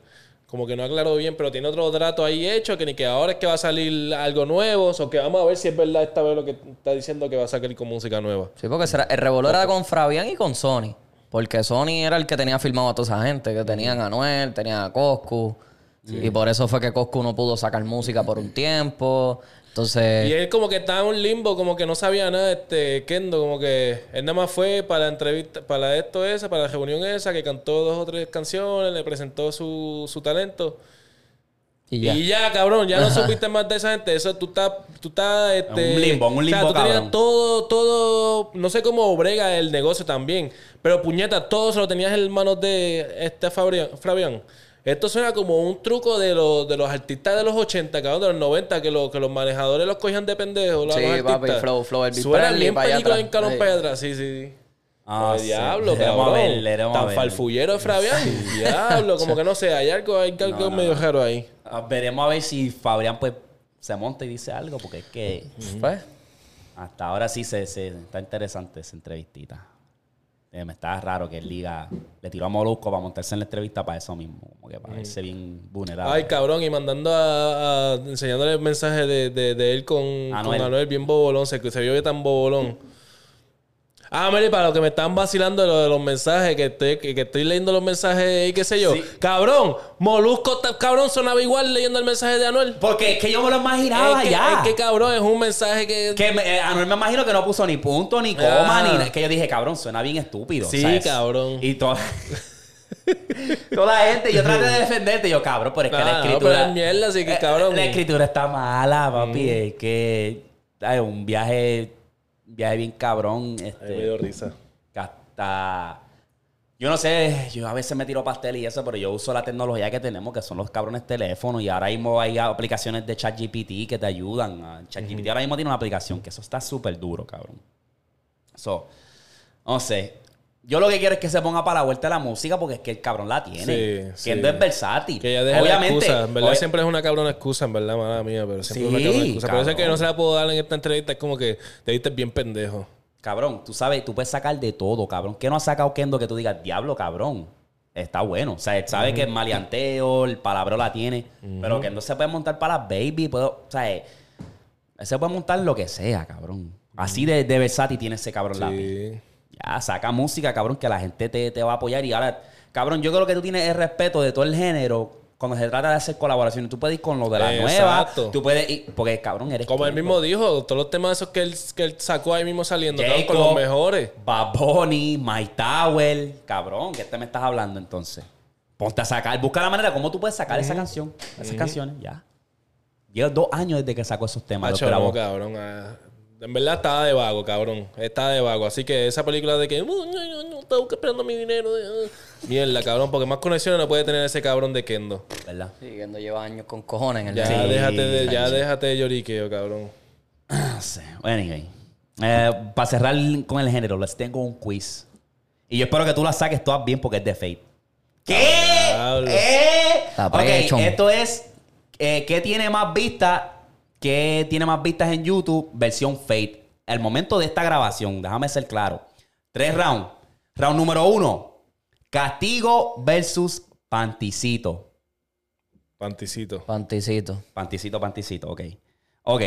Speaker 4: Como que no aclaró bien, pero tiene otro trato ahí hecho, que ni que ahora es que va a salir algo nuevo, o que vamos a ver si es verdad esta vez lo que está diciendo que va a salir con música nueva.
Speaker 2: Sí, porque será- el revolver era con Fabián y con Sony. Porque Sony era el que tenía firmado a toda esa gente, que tenían a Noel, tenían a Coscu. Y por eso fue que Coscu no pudo sacar música por un tiempo. Entonces,
Speaker 4: Y él como que estaba en un limbo, como que no sabía nada, este Kendo, como que él nada más fue para la entrevista, para esto esa, para la reunión esa, que cantó dos o tres canciones, le presentó su, su talento.
Speaker 2: y
Speaker 4: Y
Speaker 2: ya.
Speaker 4: ya, cabrón, ya no supiste más de esa gente. Eso tú estás, tú estás, este,
Speaker 3: Un limbo, un limbo,
Speaker 4: tú
Speaker 3: cabrón.
Speaker 4: tenías todo, todo, no sé cómo obrega el negocio también. Pero puñeta, todo se lo tenías en manos de este Fabrián. Fabián. Esto suena como un truco de, los de los artistas de los 80, cabrón, de los 90, que, lo- que los manejadores los cogían de pendejos. los
Speaker 2: Sí,
Speaker 4: artistas.
Speaker 2: papi, flow, flow, Elvis
Speaker 4: Suena
Speaker 2: Presley,
Speaker 4: bien
Speaker 2: pa' allá
Speaker 4: película
Speaker 2: atrás.
Speaker 4: en Calón
Speaker 2: Ahí.
Speaker 4: Pedra, sí, sí, sí.
Speaker 3: Ah,
Speaker 4: Ay,
Speaker 3: sí.
Speaker 4: diablo,
Speaker 3: Le
Speaker 4: cabrón.
Speaker 3: vamos a ver, le vamos a
Speaker 4: Tan
Speaker 3: ver.
Speaker 4: farfullero de Fabián. diablo, como que no sé, hay algo, hay algo medio raro ahí.
Speaker 3: Ah, Veremos a ver si Fabrián pues se monta y dice algo, porque es que
Speaker 2: Pues,
Speaker 3: hasta ahora sí se, se- está interesante esa entrevistita. Eh, me está raro que él diga, le tiró a Molusco para montarse en la entrevista para eso mismo, como que para verse bien vulnerable.
Speaker 4: Ay, cabrón, y mandando a, a- enseñándole el mensaje de, de- de él con con
Speaker 3: Anuel.
Speaker 4: Anuel. bien bobolón, se, se vio tan bobolón. Ah, mire, para los que me están vacilando de lo de los mensajes, que estoy, que, que estoy leyendo los mensajes y qué sé yo.
Speaker 3: Sí.
Speaker 4: Cabrón, Molusco, ta- cabrón, sonaba igual leyendo el mensaje de Anuel.
Speaker 3: porque es que yo me lo imaginaba Pues,
Speaker 4: es, que,
Speaker 3: ya.
Speaker 4: es que, cabrón, es un mensaje que...
Speaker 3: Que me, eh, Anuel me imagino que no puso ni punto, ni coma,
Speaker 4: Ah.
Speaker 3: ni nada. Que yo dije, cabrón, suena bien estúpido.
Speaker 4: Sí, cabrón.
Speaker 3: Y toda, toda la gente, yo traté de defenderte. y Yo, cabrón, pero es que
Speaker 4: Ah,
Speaker 3: la
Speaker 4: no,
Speaker 3: escritura.
Speaker 4: pero es mierda, así que,
Speaker 3: eh,
Speaker 4: cabrón. Mm.
Speaker 3: La escritura está mala, papi. Es que. Ay, un viaje. Viaje bien cabrón.
Speaker 4: Ay, me dio
Speaker 3: Este,
Speaker 4: risa.
Speaker 3: que hasta. Yo no sé, yo a veces me tiro pastel y eso, pero yo uso la tecnología que tenemos, que son los cabrones teléfonos, y ahora mismo hay aplicaciones de ChatGPT que te ayudan. ah, ChatGPT ahora mismo tiene una aplicación, que eso está súper duro, cabrón. So, no sé. Yo lo que quiero es que se ponga para la vuelta la música, porque es que el cabrón la tiene.
Speaker 4: Sí,
Speaker 3: Siendo
Speaker 4: sí.
Speaker 3: es versátil.
Speaker 4: Que ya deja
Speaker 3: Obviamente,
Speaker 4: la excusa. En verdad
Speaker 3: obvia-
Speaker 4: siempre es una cabrona excusa, en verdad, mala mía, pero
Speaker 3: Sí,
Speaker 4: siempre es una cabrona excusa. Por eso es que
Speaker 3: cabrón.
Speaker 4: no se la puedo dar en esta entrevista, es como que te diste bien pendejo.
Speaker 3: Cabrón, tú sabes, tú puedes sacar de todo, cabrón. ¿Qué no ha sacado Kendo que tú digas, diablo, cabrón? Está bueno. O sea, él sabe que el maleanteo, el palabro la tiene. Pero Kendo se puede montar para las baby. Puedo, o sea, eh, él se puede montar lo que sea, cabrón. Así de, de versátil tiene ese cabrón lápiz.
Speaker 4: Sí.
Speaker 3: Ya, saca música, cabrón, que la gente te, te va a apoyar. Y ahora, cabrón, yo creo que tú tienes el respeto de todo el género cuando se trata de hacer colaboraciones. Tú puedes ir con lo de la nueva.
Speaker 4: Exacto.
Speaker 3: Tú puedes ir, porque, cabrón, eres...
Speaker 4: Como él
Speaker 3: Kendo.
Speaker 4: mismo dijo, todos los temas esos que él, que él sacó ahí mismo saliendo, cabrón,
Speaker 3: Jacob,
Speaker 4: con los mejores.
Speaker 3: Bad Bunny, Mike Tower. Cabrón, ¿qué te me estás hablando entonces? Ponte a sacar, busca la manera cómo tú puedes sacar esa canción, esas canciones, ya. Llevo dos años desde que sacó esos temas.
Speaker 4: Macho,
Speaker 3: los
Speaker 4: no,
Speaker 3: grabó.
Speaker 4: cabrón. ah. En verdad estaba de vago, cabrón. Estaba de vago. Así que esa película de que. "Uh, No, no, no, estaba esperando mi dinero. eh, ah". Mierda, cabrón. Porque más conexiones no puede tener ese cabrón de Kendo.
Speaker 3: ¿Verdad?
Speaker 2: sí, Kendo lleva años con cojones en el
Speaker 4: Ya
Speaker 2: medio.
Speaker 4: déjate de, ya
Speaker 3: Sánchez.
Speaker 4: déjate de lloriqueo, cabrón.
Speaker 3: No sé. Anyway. Eh, para cerrar con el género, les tengo un quiz. Y yo espero que tú las saques todas bien porque es de Fate. ¿Qué?
Speaker 4: Diablo.
Speaker 3: ¿Eh?
Speaker 2: Está
Speaker 3: Ok,
Speaker 2: prechón.
Speaker 3: esto es eh, ¿qué tiene más vistas? ¿Qué tiene más vistas en YouTube? Versión Fate. Al momento de esta grabación, déjame ser claro. Tres rounds. Round número uno. Castigo versus panticito.
Speaker 4: Panticito.
Speaker 2: Panticito.
Speaker 3: Panticito, panticito, ok. Ok.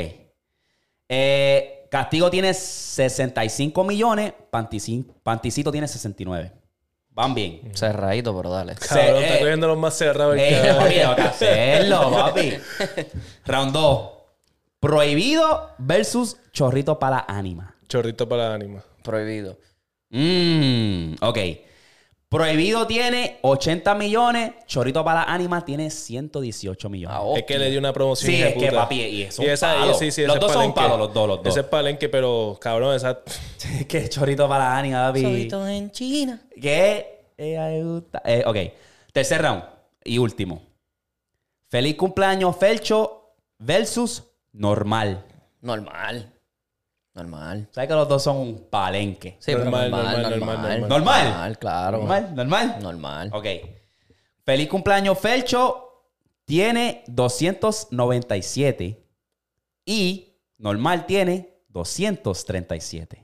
Speaker 3: Eh, castigo tiene 65 millones, Pantici- panticito tiene 69. Van bien.
Speaker 2: Cerradito, pero dale.
Speaker 4: Cabrón,
Speaker 3: Se-
Speaker 4: está
Speaker 3: eh,
Speaker 4: cogiendo los más cerrados. el
Speaker 3: Eh,
Speaker 4: cabrón.
Speaker 3: papi, tengo que hacerlo, papi. Round 2. Prohibido versus chorrito para la ánima.
Speaker 4: Chorrito para la ánima.
Speaker 2: Prohibido.
Speaker 3: Mmm, ok. Prohibido tiene 80 millones, chorrito para la ánima tiene 118 millones.
Speaker 2: Ah, oh.
Speaker 4: Es que le dio una promoción.
Speaker 3: Sí,
Speaker 4: hija
Speaker 3: es que,
Speaker 4: puta.
Speaker 3: papi, y es un
Speaker 4: esa-
Speaker 3: palo.
Speaker 4: sí, sí,
Speaker 3: Los
Speaker 4: ese
Speaker 3: dos son un
Speaker 4: palenque.
Speaker 3: palo, los dos, los dos.
Speaker 4: Ese es palenque, pero cabrón, esa.
Speaker 3: Qué chorrito para la ánima, papi.
Speaker 2: en China.
Speaker 3: ¿Qué? Ella le gusta. Eh, ok. Tercer round y último. Feliz cumpleaños, Felcho versus normal.
Speaker 2: Normal. Normal.
Speaker 3: ¿Sabes que los dos son un palenque?
Speaker 2: Sí, pero
Speaker 4: Normal,
Speaker 2: normal, normal,
Speaker 4: normal, normal,
Speaker 3: normal.
Speaker 2: Normal, claro.
Speaker 3: ¿Normal? ¿Normal?
Speaker 2: Normal.
Speaker 3: Ok. Feliz cumpleaños, Felcho. Tiene 297 y normal tiene 237.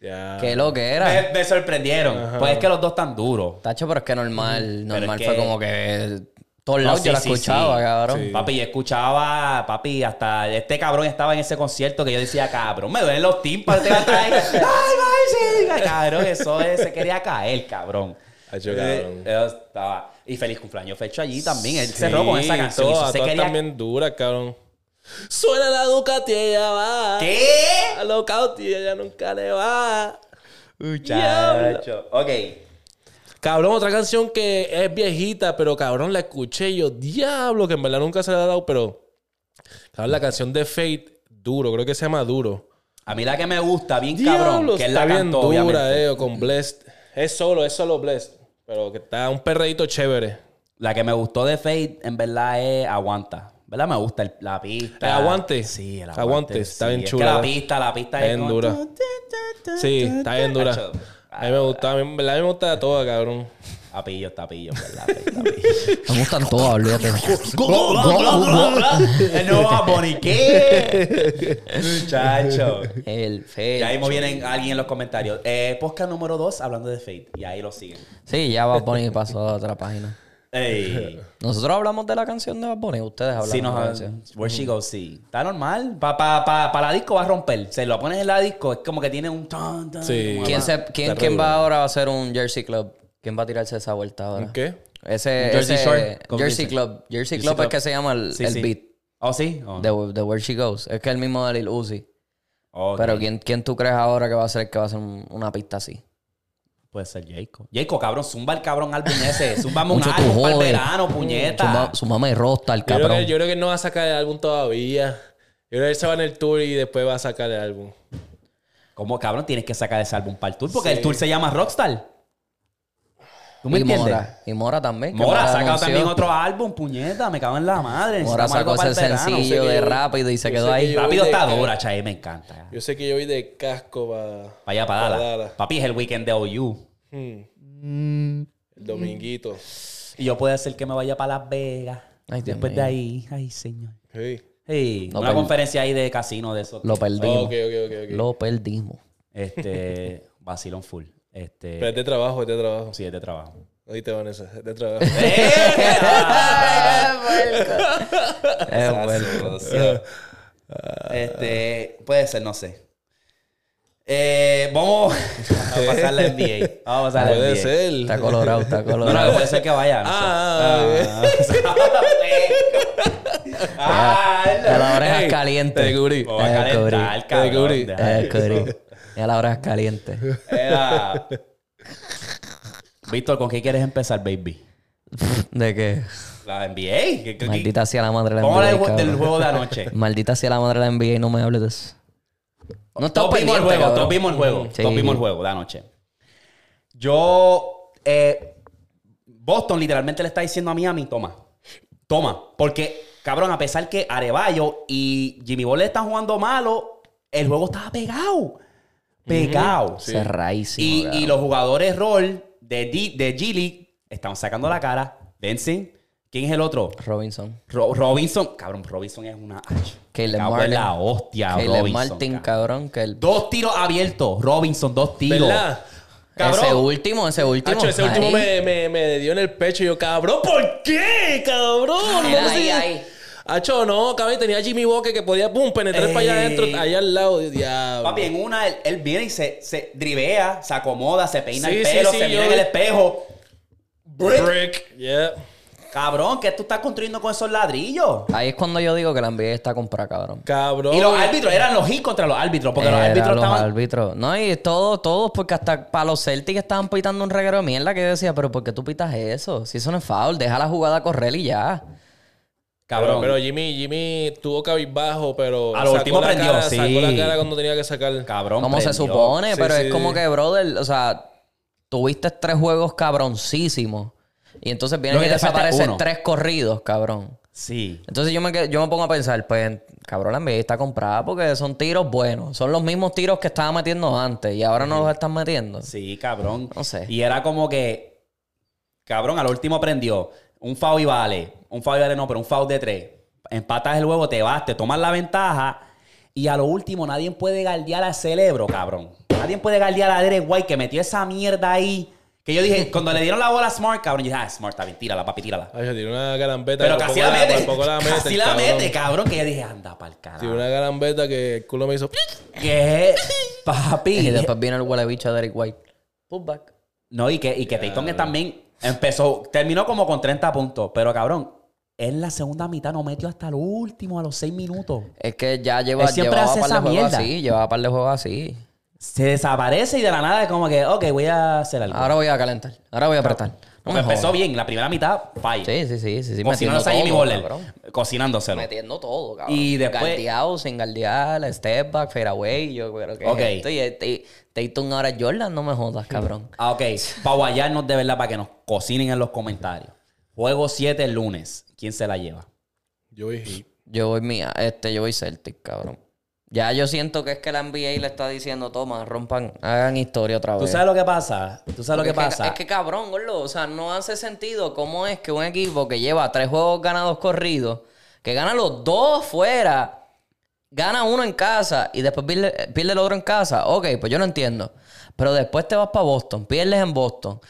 Speaker 4: Ya.
Speaker 2: Qué lo que era.
Speaker 3: Me, me sorprendieron. Pues es que los dos están duros.
Speaker 2: Tacho, pero es que normal.
Speaker 3: Pero
Speaker 2: Normal
Speaker 3: es
Speaker 2: fue
Speaker 3: que-
Speaker 2: como que. Todos
Speaker 3: No,
Speaker 2: lados
Speaker 3: sí,
Speaker 2: yo la
Speaker 3: sí,
Speaker 2: escuchaba,
Speaker 3: sí.
Speaker 2: cabrón.
Speaker 4: Sí.
Speaker 3: Papi, yo escuchaba, papi, hasta este cabrón estaba en ese concierto que yo decía, cabrón, me duelen los tímpanos. Te va a traer. Ay, ay, sí, cabrón, eso es, se quería caer, cabrón.
Speaker 4: Ay, yo, cabrón.
Speaker 3: Eh, yo estaba- Y feliz cumpleaños, Fecho allí también. Él
Speaker 4: Sí,
Speaker 3: cerró con esa canción. y eso
Speaker 4: Todas,
Speaker 3: se
Speaker 4: todas
Speaker 3: quería-
Speaker 4: también duras, cabrón. Suena la Ducati, ella va.
Speaker 3: ¿Qué?
Speaker 4: A los Cauti, ella nunca le va.
Speaker 3: Muchacho. Ok.
Speaker 4: Cabrón, otra canción que es viejita, pero cabrón, la escuché y yo, diablo, que en verdad nunca se la ha dado, pero. Cabrón, la canción de Fate, duro, creo que se llama Duro.
Speaker 3: A mí la que me gusta, bien cabrón,
Speaker 4: Diablo,
Speaker 3: que él
Speaker 4: está
Speaker 3: la
Speaker 4: bien
Speaker 3: cantó,
Speaker 4: dura,
Speaker 3: obviamente.
Speaker 4: eh, con Blessed. Es solo, es solo Blessed. Pero que está un perreíto chévere.
Speaker 3: La que me gustó de Fate, en verdad, es Aguanta. ¿Verdad? Me gusta el- la pista.
Speaker 4: El aguante.
Speaker 3: Sí, el aguante.
Speaker 4: Aguante, está
Speaker 3: sí.
Speaker 4: bien
Speaker 3: Es
Speaker 4: chula.
Speaker 3: que la pista, la pista es
Speaker 4: Está bien
Speaker 3: como-
Speaker 4: dura. Sí, está bien dura.
Speaker 3: Hacho.
Speaker 4: A mí me gusta, a mí, en verdad, a mí me gusta toda, cabrón.
Speaker 2: Ah,
Speaker 3: Apillo, está pillo, en ¿verdad? Está pillo.
Speaker 2: Me gustan todas, olvídate.
Speaker 3: El nuevo Bad Bunny, ¿qué? Muchacho.
Speaker 2: El
Speaker 3: Y
Speaker 2: Fel.
Speaker 3: ahí mismo vienen alguien en los comentarios. Eh, podcast número 2 hablando de Fate. Y ahí lo siguen.
Speaker 2: Sí, ya Bad Bunny pasó a otra página.
Speaker 3: Ey.
Speaker 2: Nosotros hablamos de la canción de Bad Bunny. Ustedes hablan
Speaker 3: Sí,
Speaker 2: de la
Speaker 3: nos,
Speaker 2: canción.
Speaker 3: where she goes, sí. Está normal. Para pa, pa, pa la disco va a romper. Se lo pones en la disco, es como que tiene un ton, ton,
Speaker 4: Sí.
Speaker 3: como-
Speaker 2: ¿Quién, se- quién,
Speaker 4: Está
Speaker 2: quién
Speaker 4: regular.
Speaker 2: va ahora a hacer un Jersey Club? ¿Quién va a tirarse esa vuelta ahora?
Speaker 4: ¿Un qué?
Speaker 2: Ese,
Speaker 3: Jersey
Speaker 2: ese-
Speaker 3: Shore, ¿cómo
Speaker 2: Jersey
Speaker 3: dicen?
Speaker 2: Club. Jersey
Speaker 3: Jersey
Speaker 2: Club es
Speaker 3: Club.
Speaker 2: que se llama el,
Speaker 3: Sí,
Speaker 2: el
Speaker 3: sí.
Speaker 2: beat
Speaker 3: Oh, sí. Oh,
Speaker 2: de, de Where She Goes. Es que es el mismo de Lil Uzi.
Speaker 3: ok.
Speaker 2: Pero ¿quién, ¿quién tú crees ahora que va a ser que va a ser un- una pista así?
Speaker 3: Puede ser Jayco. Jayco, cabrón, zumba el cabrón álbum ese. Zumbame un
Speaker 2: Mucho tú
Speaker 3: álbum para el
Speaker 2: jodes.
Speaker 3: verano, puñeta.
Speaker 2: Su, mamá es rosta, el
Speaker 4: Yo creo, que,
Speaker 2: cabrón.
Speaker 4: yo creo que él no va a sacar el álbum todavía. Yo creo que él se va en el tour y después va a sacar el álbum.
Speaker 3: ¿Cómo, cabrón, tienes que sacar ese álbum para el tour? Porque el tour se llama Rockstar. ¿Tú me
Speaker 2: y
Speaker 3: entiendes?
Speaker 2: Mora. Y Mora también. que
Speaker 3: Mora, saca
Speaker 2: anunció.
Speaker 3: también otro álbum, puñeta. Me cago en la madre.
Speaker 2: Mora
Speaker 3: necesitamos algo
Speaker 2: sacó
Speaker 3: para
Speaker 2: ese
Speaker 3: el verano.
Speaker 2: sencillo
Speaker 4: sé que
Speaker 2: de
Speaker 4: yo-
Speaker 2: rápido y se
Speaker 4: yo
Speaker 2: quedó
Speaker 4: sé que
Speaker 2: ahí.
Speaker 4: yo-
Speaker 3: Rápido está
Speaker 4: de-
Speaker 3: dura, Chay, me encanta.
Speaker 4: Yo sé que yo voy de casco para.
Speaker 3: Para allá, para Dala. Papi, es el weekend de OU.
Speaker 4: El dominguito.
Speaker 3: Y yo puedo hacer que me vaya para Las Vegas.
Speaker 2: Ay, Dios
Speaker 3: Después
Speaker 2: mío.
Speaker 3: de ahí, ay, señor.
Speaker 4: Sí.
Speaker 3: Sí,
Speaker 2: No,
Speaker 3: una
Speaker 2: pero-
Speaker 3: conferencia ahí de casino de esos.
Speaker 2: Lo perdimos.
Speaker 4: ok, ok, ok. ok.
Speaker 2: Lo perdimos.
Speaker 3: Este, vacilón full. Este,
Speaker 4: Pero es de trabajo, es de trabajo.
Speaker 3: sí, es de trabajo.
Speaker 4: Oíste, Vanessa, es de trabajo.
Speaker 2: Es bueno.
Speaker 3: este, puede ser, no sé. Eh, vamos a pasar la NBA. Vamos a pasar la NBA.
Speaker 4: Puede ser.
Speaker 2: Está colorado, está
Speaker 3: No, no, pues,
Speaker 2: colorado.
Speaker 3: que puede ser que vaya. No sé.
Speaker 4: Ah,
Speaker 3: Ah,
Speaker 2: Ya la oreja
Speaker 4: Ey,
Speaker 2: es caliente.
Speaker 4: te descubrí.
Speaker 3: Vamos a
Speaker 2: Eh,
Speaker 3: calentar,
Speaker 2: cubrí.
Speaker 3: cabrón,
Speaker 4: descubrí.
Speaker 3: deja
Speaker 2: Eh,
Speaker 3: eso.
Speaker 2: cubrí. Ya la oreja es caliente.
Speaker 3: Era- Víctor, ¿con qué quieres empezar, baby?
Speaker 2: ¿De qué?
Speaker 3: La NBA. ¿Qué- qué-
Speaker 2: Maldita sea la madre de la
Speaker 3: Vamos a hablar
Speaker 2: NBA.
Speaker 3: del jue- del
Speaker 2: cabrón.
Speaker 3: juego de anoche.
Speaker 2: Maldita sea la madre de la NBA y no me hables de eso. No estamos
Speaker 3: Todos vimos el
Speaker 2: pendientes,
Speaker 3: juego,
Speaker 2: cabrón.
Speaker 3: todos vimos el juego.
Speaker 2: Sí.
Speaker 3: Todos vimos el juego de anoche. Yo. eh, Boston literalmente le está diciendo a Miami: toma, toma. Porque, cabrón, a pesar que Arebayo y Jimmy Butler están jugando malo, el juego estaba pegado. Pegado.
Speaker 2: Cerradísimo,
Speaker 3: Y-
Speaker 2: cabrón.
Speaker 3: Y, los jugadores rol de, D- de G League están sacando la cara. Benson. ¿Quién es el otro?
Speaker 2: Robinson.
Speaker 3: Ro- Robinson. Cabrón, Robinson es una. Ay,
Speaker 2: Caleb
Speaker 3: me cago en
Speaker 2: Martin.
Speaker 3: la hostia,
Speaker 2: Caleb
Speaker 3: Ah, Robinson.
Speaker 2: Martin,
Speaker 3: cabrón.
Speaker 2: cabrón. que el...
Speaker 3: Dos tiros abiertos. Robinson, dos tiros.
Speaker 4: ¿Verdad?
Speaker 3: Cabrón.
Speaker 2: Ese último, ese último.
Speaker 4: Hacho, ese último
Speaker 2: Ahí.
Speaker 4: me, me- me dio en el pecho. Y yo, cabrón, ¿por qué, cabrón?
Speaker 2: Era
Speaker 4: No
Speaker 2: ahí,
Speaker 4: sé.
Speaker 2: ahí.
Speaker 4: Hacho, no, cabrón, tenía Jimmy Walker que podía, pum, penetrar para allá
Speaker 3: Ey.
Speaker 4: adentro, allá al lado. Yo, diablo.
Speaker 3: Eh. Papi, en una, él, él viene y se, se drivea, se acomoda, se peina
Speaker 4: Sí,
Speaker 3: el
Speaker 4: sí,
Speaker 3: pelo,
Speaker 4: sí,
Speaker 3: se mira
Speaker 4: yo-
Speaker 3: en el espejo.
Speaker 4: brick. Yeah.
Speaker 3: Cabrón, ¿qué tú estás construyendo con esos ladrillos?
Speaker 2: Ahí es cuando yo digo que la NBA está comprada, cabrón.
Speaker 4: Cabrón.
Speaker 3: Y los árbitros, eran los hits contra los árbitros, porque los
Speaker 2: Era
Speaker 3: árbitros estaban.
Speaker 2: árbitros. No, y todos, todos, porque hasta para los Celtics estaban pitando un reguero de mierda que yo decía, pero ¿por qué tú pitas eso? Si eso no es foul, deja la jugada correr y ya.
Speaker 3: Cabrón.
Speaker 4: Pero, pero Jimmy, Jimmy tuvo cabizbajo, pero.
Speaker 3: A lo
Speaker 4: sacó
Speaker 3: último
Speaker 4: la
Speaker 3: prendió,
Speaker 4: cara,
Speaker 3: sí.
Speaker 4: Sacó la cara cuando tenía que sacar.
Speaker 3: cabrón.
Speaker 2: Como se
Speaker 3: prendió.
Speaker 2: supone,
Speaker 4: Sí,
Speaker 2: pero
Speaker 4: sí.
Speaker 2: es como que, brother, o sea, tuviste tres juegos cabroncísimos. Y entonces
Speaker 3: Lo
Speaker 2: vienen
Speaker 3: que
Speaker 2: y
Speaker 3: te falta es uno.
Speaker 2: desaparecen tres corridos, cabrón.
Speaker 3: Sí.
Speaker 2: Entonces yo me, qued- yo me pongo a pensar, pues, cabrón, la NBA está comprada porque son tiros buenos. Son los mismos tiros que estaba metiendo antes y ahora no los están metiendo.
Speaker 3: Sí, cabrón.
Speaker 2: No sé.
Speaker 3: Y era como que. Cabrón, al último prendió. Un foul y vale. Un foul y vale no, pero un foul de tres. Empatas el juego, te vas, te tomas la ventaja. Y a lo último, nadie puede galdear al cerebro, cabrón. Nadie puede galdear a Derek White que metió esa mierda ahí. Que yo dije, cuando le dieron la bola a Smart, cabrón, yo dije, ah, Smart, está bien, tírala, papi, tírala.
Speaker 4: Ay, yo tiré una garambeta.
Speaker 3: Pero
Speaker 4: que por
Speaker 3: casi
Speaker 4: poco
Speaker 3: la mete.
Speaker 4: por poco la mete,
Speaker 3: Casi la
Speaker 4: cabrón.
Speaker 3: mete, cabrón. Que yo dije, anda pa'l
Speaker 4: Tiré
Speaker 3: carajo.
Speaker 4: una garambeta que el culo me hizo.
Speaker 3: ¿Qué? Papi.
Speaker 2: Y después vino el huele bicho de Derek White. Putback.
Speaker 3: No, y que, y que Tatum también empezó, terminó como con 30 puntos, pero cabrón, en la segunda mitad no metió hasta el último, a los 6 minutos.
Speaker 2: Es que ya lleva,
Speaker 3: Él siempre
Speaker 2: llevaba
Speaker 3: hace
Speaker 2: par de
Speaker 3: esa
Speaker 2: juegos
Speaker 3: mierda.
Speaker 2: así, llevaba par de juegos así.
Speaker 3: Se desaparece y de la nada es como que, ok, voy a hacer algo.
Speaker 2: Ahora voy a calentar, ahora voy a apretar. No
Speaker 3: Porque
Speaker 2: me
Speaker 3: Pues empezó
Speaker 2: jodas.
Speaker 3: bien, la primera mitad, falla.
Speaker 2: Sí, sí, sí, sí, sí. Metiendo
Speaker 3: Cocinándose a Jimmy
Speaker 2: todo,
Speaker 3: Butler,
Speaker 2: cabrón.
Speaker 3: cocinándolo.
Speaker 2: Metiendo todo, cabrón.
Speaker 3: Y después-
Speaker 2: Galdeado, sin galdear, step back, fair away. Yo creo que
Speaker 3: Ok.
Speaker 2: es esto. Y este- Tatum ahora es Jordan, no me jodas, cabrón.
Speaker 3: Ah, ok, para guayarnos de verdad, para que nos cocinen en los comentarios. Juego 7 el lunes, ¿quién se la lleva?
Speaker 4: Yo dije.
Speaker 2: Yo voy mía, este, yo voy Celtic, cabrón. Ya yo siento que es que la NBA le está diciendo, toma, rompan, hagan historia otra vez.
Speaker 3: ¿Tú sabes lo que pasa? ¿Tú sabes lo que
Speaker 2: Porque es
Speaker 3: pasa?
Speaker 2: Es que cabrón, gordo. O sea, no hace sentido cómo es que un equipo que lleva tres juegos ganados corridos, que gana los dos fuera, gana uno en casa y después pierde, pierde el otro en casa. Ok, pues yo no entiendo. Pero después te vas para Boston, pierdes en Boston,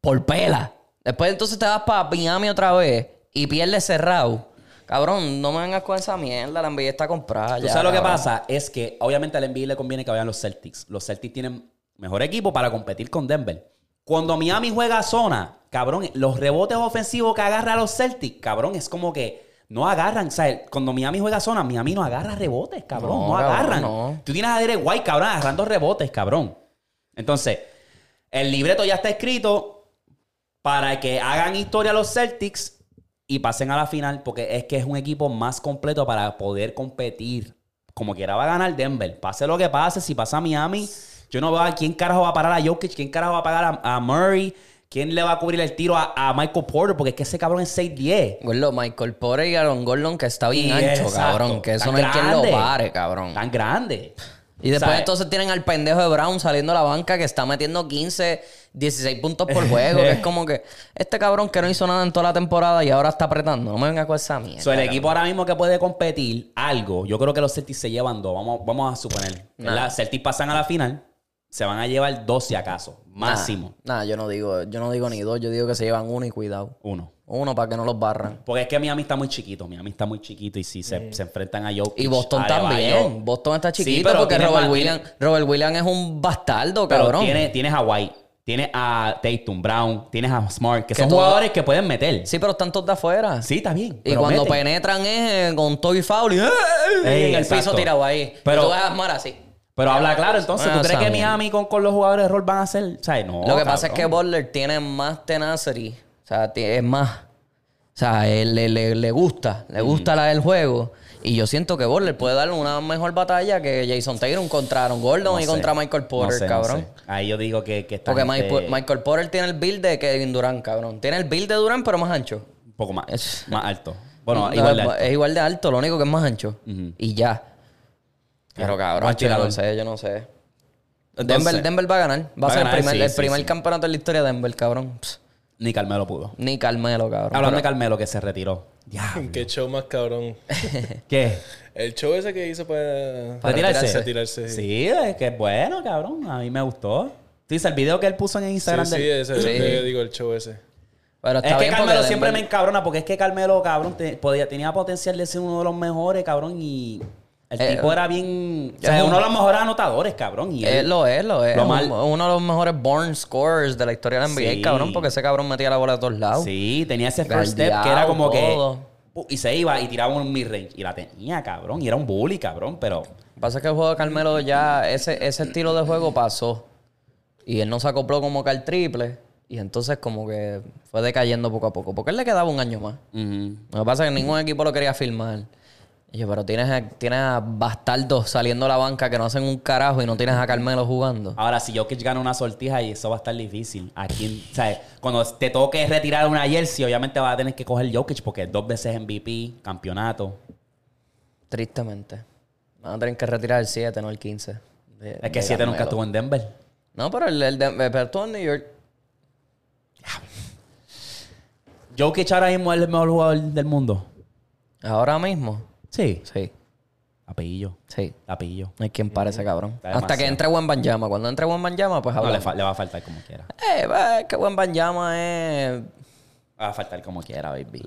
Speaker 2: por pela. Después entonces te vas para Miami otra vez y pierdes cerrado. Cabrón, no me vengas con esa mierda. La NBA está comprada.
Speaker 3: ¿Tú
Speaker 2: ya,
Speaker 3: sabes lo que
Speaker 2: cabrón.
Speaker 3: pasa? Es que obviamente al NBA le conviene que vayan los Celtics. Los Celtics tienen mejor equipo para competir con Denver. Cuando Miami juega zona, cabrón, los rebotes ofensivos que agarra los Celtics, cabrón, es como que no agarran. O sea, cuando Miami juega zona, Miami no agarra rebotes, cabrón. No,
Speaker 2: No, cabrón,
Speaker 3: agarran.
Speaker 2: no.
Speaker 3: Tú tienes a Derek White, cabrón, agarrando rebotes, cabrón. Entonces, el libreto ya está escrito para que hagan historia los Celtics y pasen a la final, porque es que es un equipo más completo para poder competir. Como quiera va a ganar Denver. Pase lo que pase, si pasa Miami, yo no veo a quién carajo va a parar a Jokic, quién carajo va a parar a, a Murray, quién le va a cubrir el tiro a, a Michael Porter, porque es que ese cabrón es 6'10.
Speaker 2: Gordo, Michael Porter y Aaron Gordon, que está bien
Speaker 3: Y
Speaker 2: ancho,
Speaker 3: exacto,
Speaker 2: cabrón. Que eso
Speaker 3: tan
Speaker 2: no hay quien
Speaker 3: grande.
Speaker 2: lo pare, cabrón.
Speaker 3: Tan grande.
Speaker 2: Y después
Speaker 3: ¿Sabes?
Speaker 2: entonces tienen al pendejo de Brown saliendo a la banca que está metiendo 15, 16 puntos por juego. que es como que este cabrón que no hizo nada en toda la temporada y ahora está apretando. No me venga con esa mierda.
Speaker 3: So, el
Speaker 2: cabrón.
Speaker 3: equipo ahora mismo que puede competir algo, yo creo que los Celtics se llevan dos. Vamos, vamos a suponer.
Speaker 2: Nah.
Speaker 3: Los Celtics pasan a la final, se van a llevar dos si acaso.
Speaker 2: Nah,
Speaker 3: Máximo.
Speaker 2: Nah, yo no digo, yo no digo ni dos, yo digo que se llevan uno y cuidado.
Speaker 3: Uno.
Speaker 2: Uno para que no los barran.
Speaker 3: Porque es que Miami está muy chiquito. Miami está muy chiquito. Y si se, se enfrentan a Jokic.
Speaker 2: Y Boston
Speaker 3: a
Speaker 2: también.
Speaker 3: Adebayo,
Speaker 2: Boston está
Speaker 3: Sí,
Speaker 2: chiquito
Speaker 3: pero
Speaker 2: porque
Speaker 3: tiene
Speaker 2: Robert
Speaker 3: más-
Speaker 2: Williams, Robert Williams es un bastardo,
Speaker 3: Pero
Speaker 2: cabrón.
Speaker 3: tiene- tienes a White, tienes a Tatum Brown, tienes a Smart, que,
Speaker 2: Que
Speaker 3: son
Speaker 2: todo-
Speaker 3: jugadores que pueden meter. Sí,
Speaker 2: Sí, pero están todos de afuera.
Speaker 3: está bien.
Speaker 2: Y
Speaker 3: pero
Speaker 2: cuando
Speaker 3: meten.
Speaker 2: penetran es eh, con todo y foul y, ¡eh!
Speaker 3: Ey,
Speaker 2: en el
Speaker 3: exacto.
Speaker 2: piso tirado ahí.
Speaker 3: Pero-
Speaker 2: Pero, tú vas a armar así.
Speaker 3: Pero habla claro, entonces, ¿tú
Speaker 2: Ah,
Speaker 3: crees que
Speaker 2: Samuel.
Speaker 3: Miami con, con los jugadores de rol van a hacer? O sea, no.
Speaker 2: Lo que pasa es que
Speaker 3: cabrón.
Speaker 2: Butler tiene más tenacity. O sea, ti- es más. O sea, él, le, le- le gusta. Le
Speaker 3: Mm.
Speaker 2: gusta la del juego. Y yo siento que Butler puede darle una mejor batalla que Jason Taylor contra Aaron Gordon
Speaker 3: No
Speaker 2: y
Speaker 3: sé.
Speaker 2: contra Michael Porter,
Speaker 3: No sé, no
Speaker 2: cabrón.
Speaker 3: sé. Ahí yo digo que, que está.
Speaker 2: Porque Mi- Michael Porter tiene el build de Kevin Durant, cabrón. Tiene el build de Durant, pero más ancho.
Speaker 3: Un poco más,
Speaker 2: Es-
Speaker 3: más alto. Bueno,
Speaker 2: No, pues,
Speaker 3: igual
Speaker 2: es,
Speaker 3: de alto.
Speaker 2: es igual de alto, lo único que es más ancho. Y ya. Pero cabrón,
Speaker 3: Buen
Speaker 2: chico, yo
Speaker 3: tirador.
Speaker 2: no sé, yo no sé.
Speaker 3: Entonces,
Speaker 2: Denver, Denver va a ganar. Va,
Speaker 3: va a
Speaker 2: a ser
Speaker 3: ganar,
Speaker 2: el primer,
Speaker 3: sí,
Speaker 2: el
Speaker 3: sí,
Speaker 2: primer
Speaker 3: sí.
Speaker 2: campeonato de la historia de Denver, cabrón. Pss,
Speaker 3: Ni Carmelo pudo.
Speaker 2: ni Carmelo, cabrón.
Speaker 3: Hablando
Speaker 2: Pero-
Speaker 3: de Carmelo que se retiró. Diablo.
Speaker 4: Qué show más cabrón.
Speaker 3: ¿Qué?
Speaker 4: El show ese que hizo para.
Speaker 3: ¿Retirarse?
Speaker 4: Retirarse. sí.
Speaker 3: Sí, es que es bueno, cabrón. A mí me gustó. ¿Tú dices el video que él puso en
Speaker 4: Sí,
Speaker 3: Instagram?
Speaker 4: sí,
Speaker 3: del-
Speaker 4: ese
Speaker 2: Sí.
Speaker 4: es el que digo, el show ese.
Speaker 2: Pero está
Speaker 3: es que
Speaker 2: bien porque
Speaker 3: Carmelo siempre me
Speaker 2: Denver-
Speaker 3: encabrona porque es que Carmelo, cabrón, te- podía, tenía potencial de ser uno de los mejores, cabrón, y el
Speaker 2: Eh,
Speaker 3: tipo era bien... O
Speaker 2: es
Speaker 3: sea,
Speaker 2: un-
Speaker 3: uno de los mejores anotadores, cabrón. Y
Speaker 2: Eh,
Speaker 3: él,
Speaker 2: lo es, lo es.
Speaker 3: Lo
Speaker 2: Es
Speaker 3: mal-
Speaker 2: un- Uno de los mejores born scorers de la historia de la NBA,
Speaker 3: Sí.
Speaker 2: cabrón, porque ese cabrón metía la bola de todos lados.
Speaker 3: Sí, tenía ese first step
Speaker 2: Galdeado,
Speaker 3: que era como
Speaker 2: todo.
Speaker 3: que... pu- Y se iba y tiraba un mid-range. Y la tenía, cabrón. Y era un bully, cabrón, pero...
Speaker 2: Lo que pasa es que el juego de Carmelo ya, ese, ese estilo de juego pasó. Y él no se acopló como que al triple. Y entonces como que fue decayendo poco a poco. Porque él le quedaba un año más.
Speaker 3: ujú.
Speaker 2: Lo que pasa es que ningún equipo lo quería firmar. Y yo, pero tienes a, tienes a bastardos saliendo a la banca que no hacen un carajo y no tienes a Carmelo jugando.
Speaker 3: Ahora, si Jokic gana una sortija y eso va a estar difícil. ¿A quién, o sea, cuando te toque retirar una jersey, obviamente vas a tener que coger Jokic porque es dos veces MVP, campeonato.
Speaker 2: Tristemente. Van a tener que retirar el 7, no el 15. de-
Speaker 3: Es
Speaker 2: de
Speaker 3: que 7 nunca
Speaker 2: Carmelo.
Speaker 3: estuvo en Denver.
Speaker 2: No, pero el, el de, pero estuvo en New York.
Speaker 3: Jokic ahora mismo es el mejor jugador del mundo.
Speaker 2: Ahora mismo.
Speaker 3: Sí.
Speaker 2: Sí,
Speaker 3: Apellido.
Speaker 2: sí.
Speaker 3: Apellido.
Speaker 2: No hay quien pare ese cabrón.
Speaker 3: Está
Speaker 2: Hasta
Speaker 3: demasiado.
Speaker 2: que entre buen Banjama. Cuando entre buen Banjama, pues
Speaker 3: No, le,
Speaker 2: habla.
Speaker 3: fa- le va a faltar como quiera.
Speaker 2: eh, va, es que buen Banjama es.
Speaker 3: Va a faltar como quiera, baby.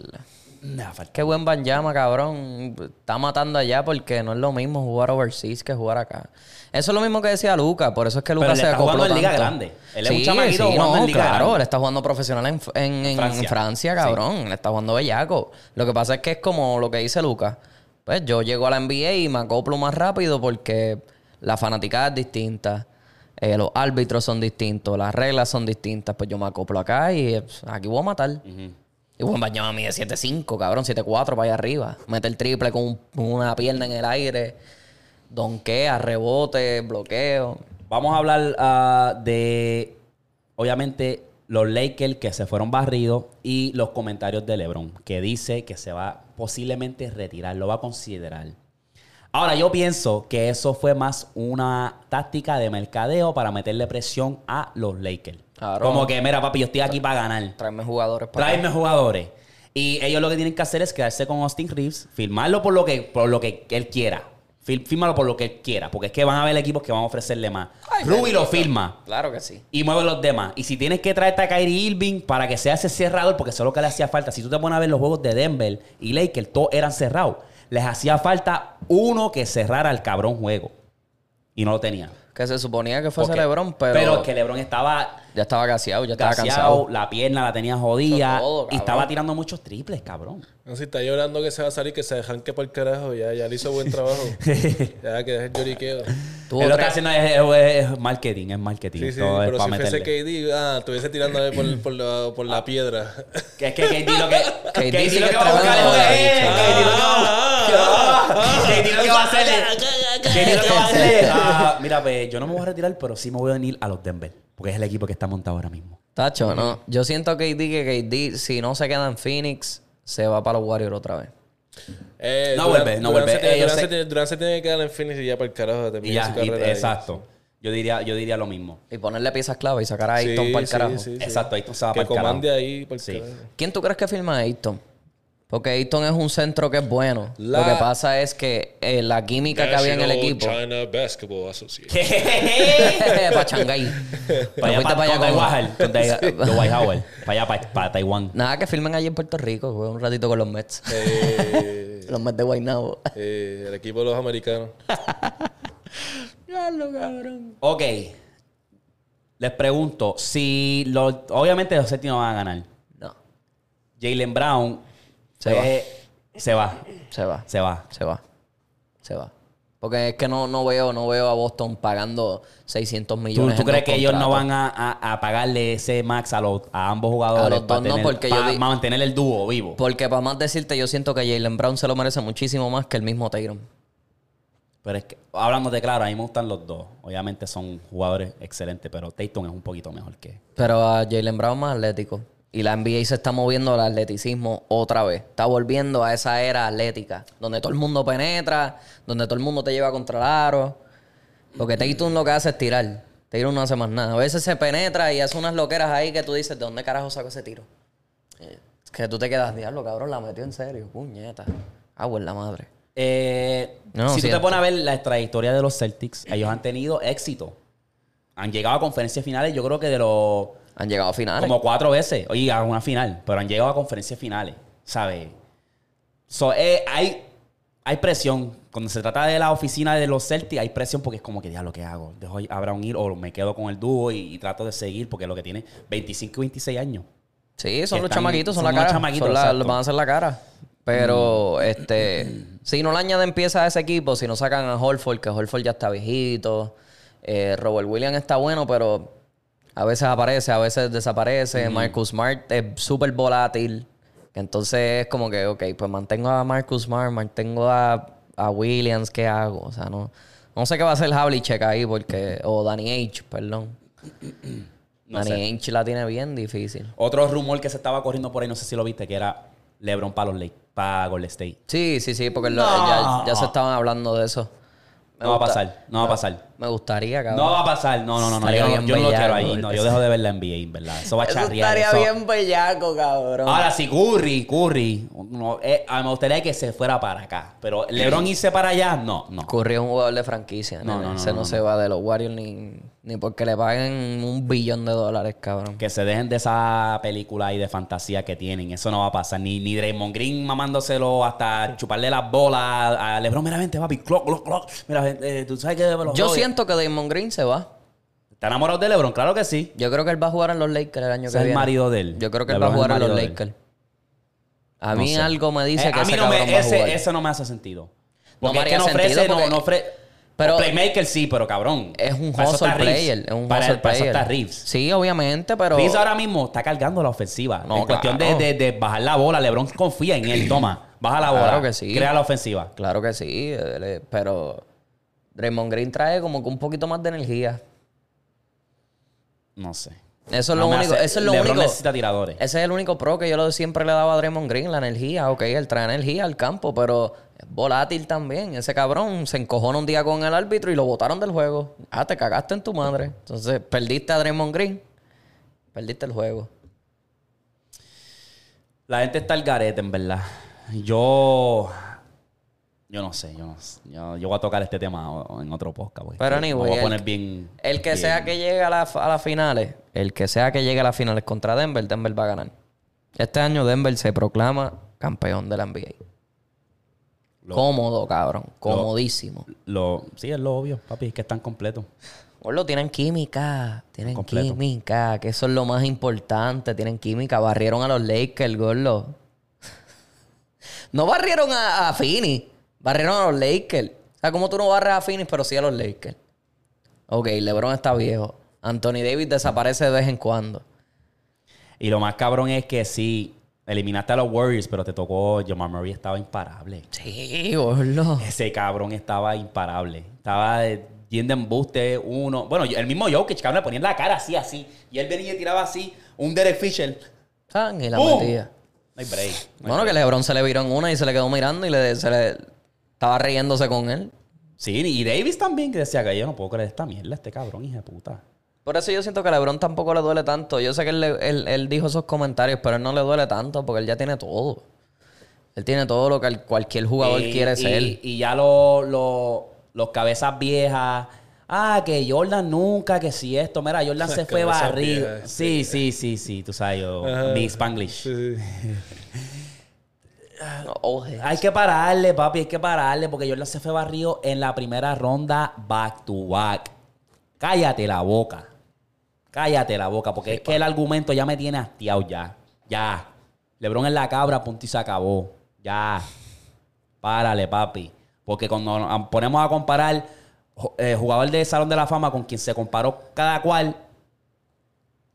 Speaker 3: Le va a faltar.
Speaker 2: Qué buen Banjama, cabrón. Está matando allá porque no es lo mismo jugar overseas que jugar acá. Eso es lo mismo que decía Luca. Por eso es que Luca
Speaker 3: Pero él
Speaker 2: se
Speaker 3: está
Speaker 2: acopló
Speaker 3: jugando en liga
Speaker 2: tanto.
Speaker 3: grande. Él es un chamaquito jugando en liga
Speaker 2: claro.
Speaker 3: grande.
Speaker 2: Él está jugando profesional en, en- en Francia.
Speaker 3: Francia.
Speaker 2: cabrón. Él está jugando bellaco. Lo que pasa es que es como lo que dice Luca. Pues yo llego a la NBA y me acoplo más rápido porque la fanaticada es distinta. eh, los árbitros son distintos, las reglas son distintas. Pues yo me acoplo acá y eh, pues, aquí voy a matar. Y Juan Bañón a mí de 7'5, cabrón, 7'4 para allá arriba. Mete el triple con un- una pierna en el aire. Donquea, rebote, bloqueo.
Speaker 3: Vamos a hablar ah, de, obviamente, los Lakers que se fueron barridos y los comentarios de LeBron, que dice que se va posiblemente retirar, lo va a considerar. Ahora, yo pienso que eso fue más una táctica de mercadeo para meterle presión a los Lakers.
Speaker 2: Claro.
Speaker 3: Como que, mira, papi, yo estoy aquí para ganar.
Speaker 2: Tráeme jugadores para acá.
Speaker 3: Tráeme jugadores. Y ellos lo que tienen que hacer es quedarse con Austin Reeves, firmarlo por lo que, por lo que él quiera. Fir- Fírmalo por lo que él quiera, porque es que van a haber equipos que van a ofrecerle más.
Speaker 2: Ay,
Speaker 3: Ruby
Speaker 2: bendito.
Speaker 3: lo firma
Speaker 2: Claro que sí.
Speaker 3: y mueve los demás. Y si tienes que traerte a Kyrie Irving para que sea ese cerrador, porque eso es lo que le hacía falta. Si tú te pones a ver los juegos de Denver y Lakers, todos eran cerrados. Les hacía falta uno que cerrara el cabrón juego. Y no lo tenía.
Speaker 2: Que se suponía que fuese
Speaker 3: Porque-
Speaker 2: LeBron, pero,
Speaker 3: Pero que LeBron estaba
Speaker 2: ya estaba gaseado, ya estaba
Speaker 3: gaseado,
Speaker 2: cansado.
Speaker 3: la pierna la tenía jodida.
Speaker 2: Eso todo, cabrón.
Speaker 3: y estaba tirando muchos triples, cabrón.
Speaker 4: No, si está llorando que se va a salir, que se dejanque por el carajo. Ya, ya le hizo buen trabajo. ya, que deje el lloriqueo.
Speaker 2: Tuvo
Speaker 3: Él lo que
Speaker 2: tres-
Speaker 3: está haciendo es, es- es marketing, es marketing.
Speaker 4: Sí, sí,
Speaker 3: todo es
Speaker 4: pero
Speaker 3: pa'
Speaker 4: si fuese
Speaker 3: meterle.
Speaker 4: KD, ah, estuviese tirándole por, por la, por la piedra.
Speaker 3: Que es que KD lo que.
Speaker 2: KD
Speaker 3: KD
Speaker 2: sí
Speaker 3: lo
Speaker 2: que
Speaker 3: que va a buscar es
Speaker 2: tremendo
Speaker 3: joder.
Speaker 2: bicho.
Speaker 3: KD lo que va a KD lo que va a hacer es- KD lo que va a hacer es, ah, Mira, pues yo no me voy a retirar, pero sí me voy a venir a los Denver. Porque es el equipo que está montado ahora mismo.
Speaker 2: Tacho, no. Yo siento que KD, que KD, si no se queda en Phoenix, se va para los Warriors otra vez.
Speaker 4: Eh,
Speaker 3: No
Speaker 4: Durant-
Speaker 3: vuelve, no
Speaker 4: Durant
Speaker 3: vuelve.
Speaker 4: se tiene-
Speaker 3: Eh, yo
Speaker 4: Durant
Speaker 3: sé-
Speaker 4: se tiene- Durant se tiene que quedar en Phoenix y ya por el carajo.
Speaker 3: Y
Speaker 4: termina
Speaker 3: ya,
Speaker 4: su
Speaker 3: y-
Speaker 4: carrera ahí.
Speaker 3: exacto. Yo diría, yo diría lo mismo.
Speaker 2: Y ponerle piezas clave y sacar a
Speaker 4: Sí,
Speaker 2: Ayton para el
Speaker 4: sí,
Speaker 2: carajo.
Speaker 4: sí, sí.
Speaker 3: Exacto, ahí tú se va
Speaker 4: Que
Speaker 3: pa'l carajo.
Speaker 4: comande ahí por el
Speaker 3: Sí.
Speaker 4: carajo.
Speaker 2: ¿Quién tú crees que firma a Ayton? Porque Ayton es un centro que es bueno.
Speaker 4: La-
Speaker 2: Lo que pasa es que eh, la química que había en el
Speaker 4: National
Speaker 2: equipo.
Speaker 4: China Basketball Association.
Speaker 2: para Shanghái.
Speaker 3: Para allá,
Speaker 2: No fuiste
Speaker 3: para,
Speaker 2: para allá
Speaker 3: con
Speaker 2: con-
Speaker 3: Dwight Howard, con Dwight- Dwight Howard. Para allá, para, para Taiwán.
Speaker 2: Nada, que filmen allí en Puerto Rico. Juega un ratito con los Mets.
Speaker 4: Eh,
Speaker 2: los Mets de Guaynabo.
Speaker 4: eh, el equipo de los americanos.
Speaker 2: cabrón.
Speaker 3: Ok. Les pregunto, si lo- obviamente los Celtics no van a ganar.
Speaker 2: No,
Speaker 3: Jalen Brown
Speaker 2: Se va.
Speaker 3: va. Se va.
Speaker 2: se va.
Speaker 3: Se va.
Speaker 2: Se va. Se va. Porque es que no, no veo, no veo a Boston pagando 600
Speaker 3: ¿Tú,
Speaker 2: millones.
Speaker 3: tú crees que ellos no van a, a- a pagarle ese max a, los, a ambos jugadores?
Speaker 2: A los dos
Speaker 3: para
Speaker 2: no, porque yo
Speaker 3: para
Speaker 2: vi-
Speaker 3: mantener el dúo vivo.
Speaker 2: Porque para más decirte, yo siento que Jalen Brown se lo merece muchísimo más que el mismo Tyron.
Speaker 3: Pero es que, hablándote claro, a mí me gustan los dos. Obviamente son jugadores excelentes, pero Tatum es un poquito mejor que.
Speaker 2: Pero a Jalen Brown más atlético. Y la NBA se está moviendo al atleticismo otra vez. Está volviendo a esa era atlética. Donde todo el mundo penetra, donde todo el mundo te lleva contra el aro. Porque Tatum lo que hace es tirar. Tatum no hace más nada. A veces se penetra y hace unas loqueras ahí que tú dices, ¿de dónde carajo saco ese tiro? Eh, Que tú te quedas, diablo, cabrón, la metió en serio. Puñeta. Agua en la madre.
Speaker 3: Eh,
Speaker 2: No,
Speaker 3: si tú
Speaker 2: siento.
Speaker 3: te pones a ver la trayectoria de los Celtics, ellos han tenido éxito. han llegado a conferencias finales, yo creo que de los
Speaker 2: Han llegado a finales.
Speaker 3: como cuatro veces. Oye, a una final, pero han llegado a conferencias finales, ¿sabes? So, eh, hay, hay presión. Cuando se trata de la oficina de los Celtics, hay presión porque es como que, ya lo que hago, dejo a Brown ir o me quedo con el dúo y, y trato de seguir porque es lo que tiene 25 y 26 años.
Speaker 2: Sí, son
Speaker 3: que
Speaker 2: los
Speaker 3: están-
Speaker 2: chamaquitos, son,
Speaker 3: son
Speaker 2: la
Speaker 3: unos
Speaker 2: cara.
Speaker 3: chamaquitos,
Speaker 2: Son la-
Speaker 3: exacto. Mm.
Speaker 2: van a ser la cara. Pero, este, si no le añaden piezas a ese equipo, si no sacan a Holford, que Holford ya está viejito, eh, Robert Williams está bueno, pero a veces aparece, a veces
Speaker 3: Mm.
Speaker 2: desaparece. Marcus Smart es súper volátil. Entonces es como que, ok, pues mantengo a Marcus Smart, mantengo a, a Williams, ¿qué hago? O sea, no, no sé qué va a hacer Havlicek ahí, porque, o Danny H, perdón.
Speaker 3: No
Speaker 2: Danny
Speaker 3: sé.
Speaker 2: H la tiene bien difícil.
Speaker 3: Otro rumor que se estaba corriendo por ahí, no sé si lo viste, que era LeBron para los Lake, para Golden State.
Speaker 2: Sí, sí, sí, porque lo-
Speaker 3: No.
Speaker 2: ya, ya se estaban hablando de eso. Me
Speaker 3: No va a
Speaker 2: gusta-
Speaker 3: pasar, no va a pasar.
Speaker 2: Me gustaría, cabrón.
Speaker 3: No va a pasar, no, no, no, no.
Speaker 2: Estaría
Speaker 3: Yo, no-
Speaker 2: bien
Speaker 3: yo no lo quiero
Speaker 2: bellaco,
Speaker 3: ahí, no, yo dejo de ver la NBA, en verdad. Eso va a
Speaker 2: Eso
Speaker 3: charrear.
Speaker 2: estaría
Speaker 3: eso-
Speaker 2: bien bellaco, cabrón.
Speaker 3: Ahora sí, Curry, Curry. No, eh, a- me gustaría que se fuera para acá. Pero LeBron irse para allá, no, no.
Speaker 2: Curry es un jugador de franquicia.
Speaker 3: No,
Speaker 2: nene.
Speaker 3: no, no,
Speaker 2: Ese no,
Speaker 3: no,
Speaker 2: se va de los Warriors ni, ni porque le paguen un billón de dólares, cabrón.
Speaker 3: Que se dejen de esa película y de fantasía que tienen. Eso no va a pasar. Ni, ni Draymond Green mamándoselo hasta chuparle las bolas a LeBron. Mira, vente, papi. Clock, clock, clock. Mira, eh, tú sabes que los
Speaker 2: Yo
Speaker 3: doy.
Speaker 2: siento que Damon Green se va.
Speaker 3: ¿Está enamorado de LeBron? Claro que sí.
Speaker 2: Yo creo que él va a jugar en los Lakers el año
Speaker 3: Ese
Speaker 2: que
Speaker 3: es el
Speaker 2: viene.
Speaker 3: marido de él.
Speaker 2: Yo creo que él va a
Speaker 3: LeBron es el
Speaker 2: jugar en los
Speaker 3: marido de él.
Speaker 2: Lakers. A
Speaker 3: No
Speaker 2: mí
Speaker 3: sé.
Speaker 2: algo me dice
Speaker 3: Eh,
Speaker 2: que
Speaker 3: a mí
Speaker 2: ese
Speaker 3: no me,
Speaker 2: cabrón va a jugar.
Speaker 3: ese, eso no me hace sentido. Porque
Speaker 2: me
Speaker 3: es que
Speaker 2: haría
Speaker 3: no ofrece,
Speaker 2: sentido porque-
Speaker 3: no, ofrece.
Speaker 2: pero-
Speaker 3: Playmaker sí, pero cabrón.
Speaker 2: Es un
Speaker 3: Para eso
Speaker 2: hustle
Speaker 3: está Reeves.
Speaker 2: player. Es un
Speaker 3: Para-
Speaker 2: hustle
Speaker 3: Para eso
Speaker 2: player.
Speaker 3: está Reeves.
Speaker 2: Sí, obviamente, pero...
Speaker 3: Reeves ahora mismo está cargando la ofensiva.
Speaker 2: No,
Speaker 3: en cuestión de,
Speaker 2: claro.
Speaker 3: de- de bajar la bola, LeBron confía en él. Toma, baja la bola.
Speaker 2: Claro que sí.
Speaker 3: Crea la ofensiva.
Speaker 2: Claro que sí, él es- pero Draymond Green trae como que un poquito más de energía.
Speaker 3: No sé.
Speaker 2: Eso es
Speaker 3: No
Speaker 2: lo
Speaker 3: me
Speaker 2: único.
Speaker 3: hace-
Speaker 2: Eso es lo
Speaker 3: LeBron
Speaker 2: único.
Speaker 3: necesita tiradores.
Speaker 2: Ese es el único pro que yo lo- siempre le daba a Draymond Green, la energía. Ok, él trae energía al campo, pero es volátil también. Ese cabrón se encojona un día con el árbitro y lo botaron del juego. Ah, te cagaste en tu madre. Entonces, perdiste a Draymond Green, perdiste el juego.
Speaker 3: La gente está al garete, en verdad. Yo. Yo no sé, yo no sé. Yo, yo voy a tocar este tema o- o en otro podcast. porque
Speaker 2: Pero
Speaker 3: me
Speaker 2: anyway,
Speaker 3: voy a
Speaker 2: el-
Speaker 3: poner bien.
Speaker 2: El que
Speaker 3: bien-
Speaker 2: sea que llegue a, la- a las finales, el que sea que llegue a las finales contra Denver, Denver va a ganar. Este año Denver se proclama campeón de la NBA. Cómodo, cabrón. Comodísimo.
Speaker 3: Lo, sí, es lo obvio, papi, es que están completos.
Speaker 2: Por lo tienen química, tienen
Speaker 3: Completo.
Speaker 2: química, que eso es lo más importante, tienen química, barrieron a los Lakers, gordo. No barrieron a, a Phoenix, barrieron a los Lakers. O sea, como tú no barres a Phoenix, pero sí a los Lakers. Ok, LeBron está viejo. Anthony Davis desaparece de vez en cuando.
Speaker 3: Y lo más cabrón es que sí, eliminaste a los Warriors, pero te tocó. Jamal Murray estaba imparable.
Speaker 2: Sí, gordo.
Speaker 3: Ese cabrón estaba imparable. Estaba de- yendo en buste uno. Bueno, el mismo Jokic, cabrón, le ponían la cara así, así. Y él venía y tiraba así un Derek Fisher.
Speaker 2: Tan y la
Speaker 3: ¡Pum!
Speaker 2: metía.
Speaker 3: No hay break. no hay
Speaker 2: Bueno, que
Speaker 3: break.
Speaker 2: LeBron se le viró en una y se le quedó mirando y le, se le estaba riéndose con él.
Speaker 3: Sí, y Davis también, que decía que yo no puedo creer esta mierda, este cabrón, hija de puta.
Speaker 2: Por eso yo siento que a LeBron tampoco le duele tanto. Yo sé que él, le- él- él dijo esos comentarios, pero él no le duele tanto porque él ya tiene todo. Él tiene todo lo que el- cualquier jugador
Speaker 3: Y-
Speaker 2: quiere
Speaker 3: y-
Speaker 2: ser.
Speaker 3: Y ya los lo, los cabezas viejas. Ah, que Jordan nunca, que si esto. Mira, Jordan
Speaker 4: Esas
Speaker 3: se fue
Speaker 4: cabezas
Speaker 3: barrido.
Speaker 4: viejas,
Speaker 3: Sí, sí, sí, sí. Tú sabes, yo,
Speaker 4: Ajá.
Speaker 3: mi Spanglish.
Speaker 4: Sí, sí.
Speaker 2: Oje.
Speaker 3: Hay que pararle, papi, hay que pararle, porque Jordan se fue barrido en la primera ronda back to back. Cállate la boca. Cállate la boca, porque es que el argumento ya me tiene hastiado ya. Ya. Lebron en la cabra, punto y se acabó. Ya. Párale, papi. Porque cuando nos ponemos a comparar jo- eh, jugador de Salón de la Fama con quien se comparó cada cual,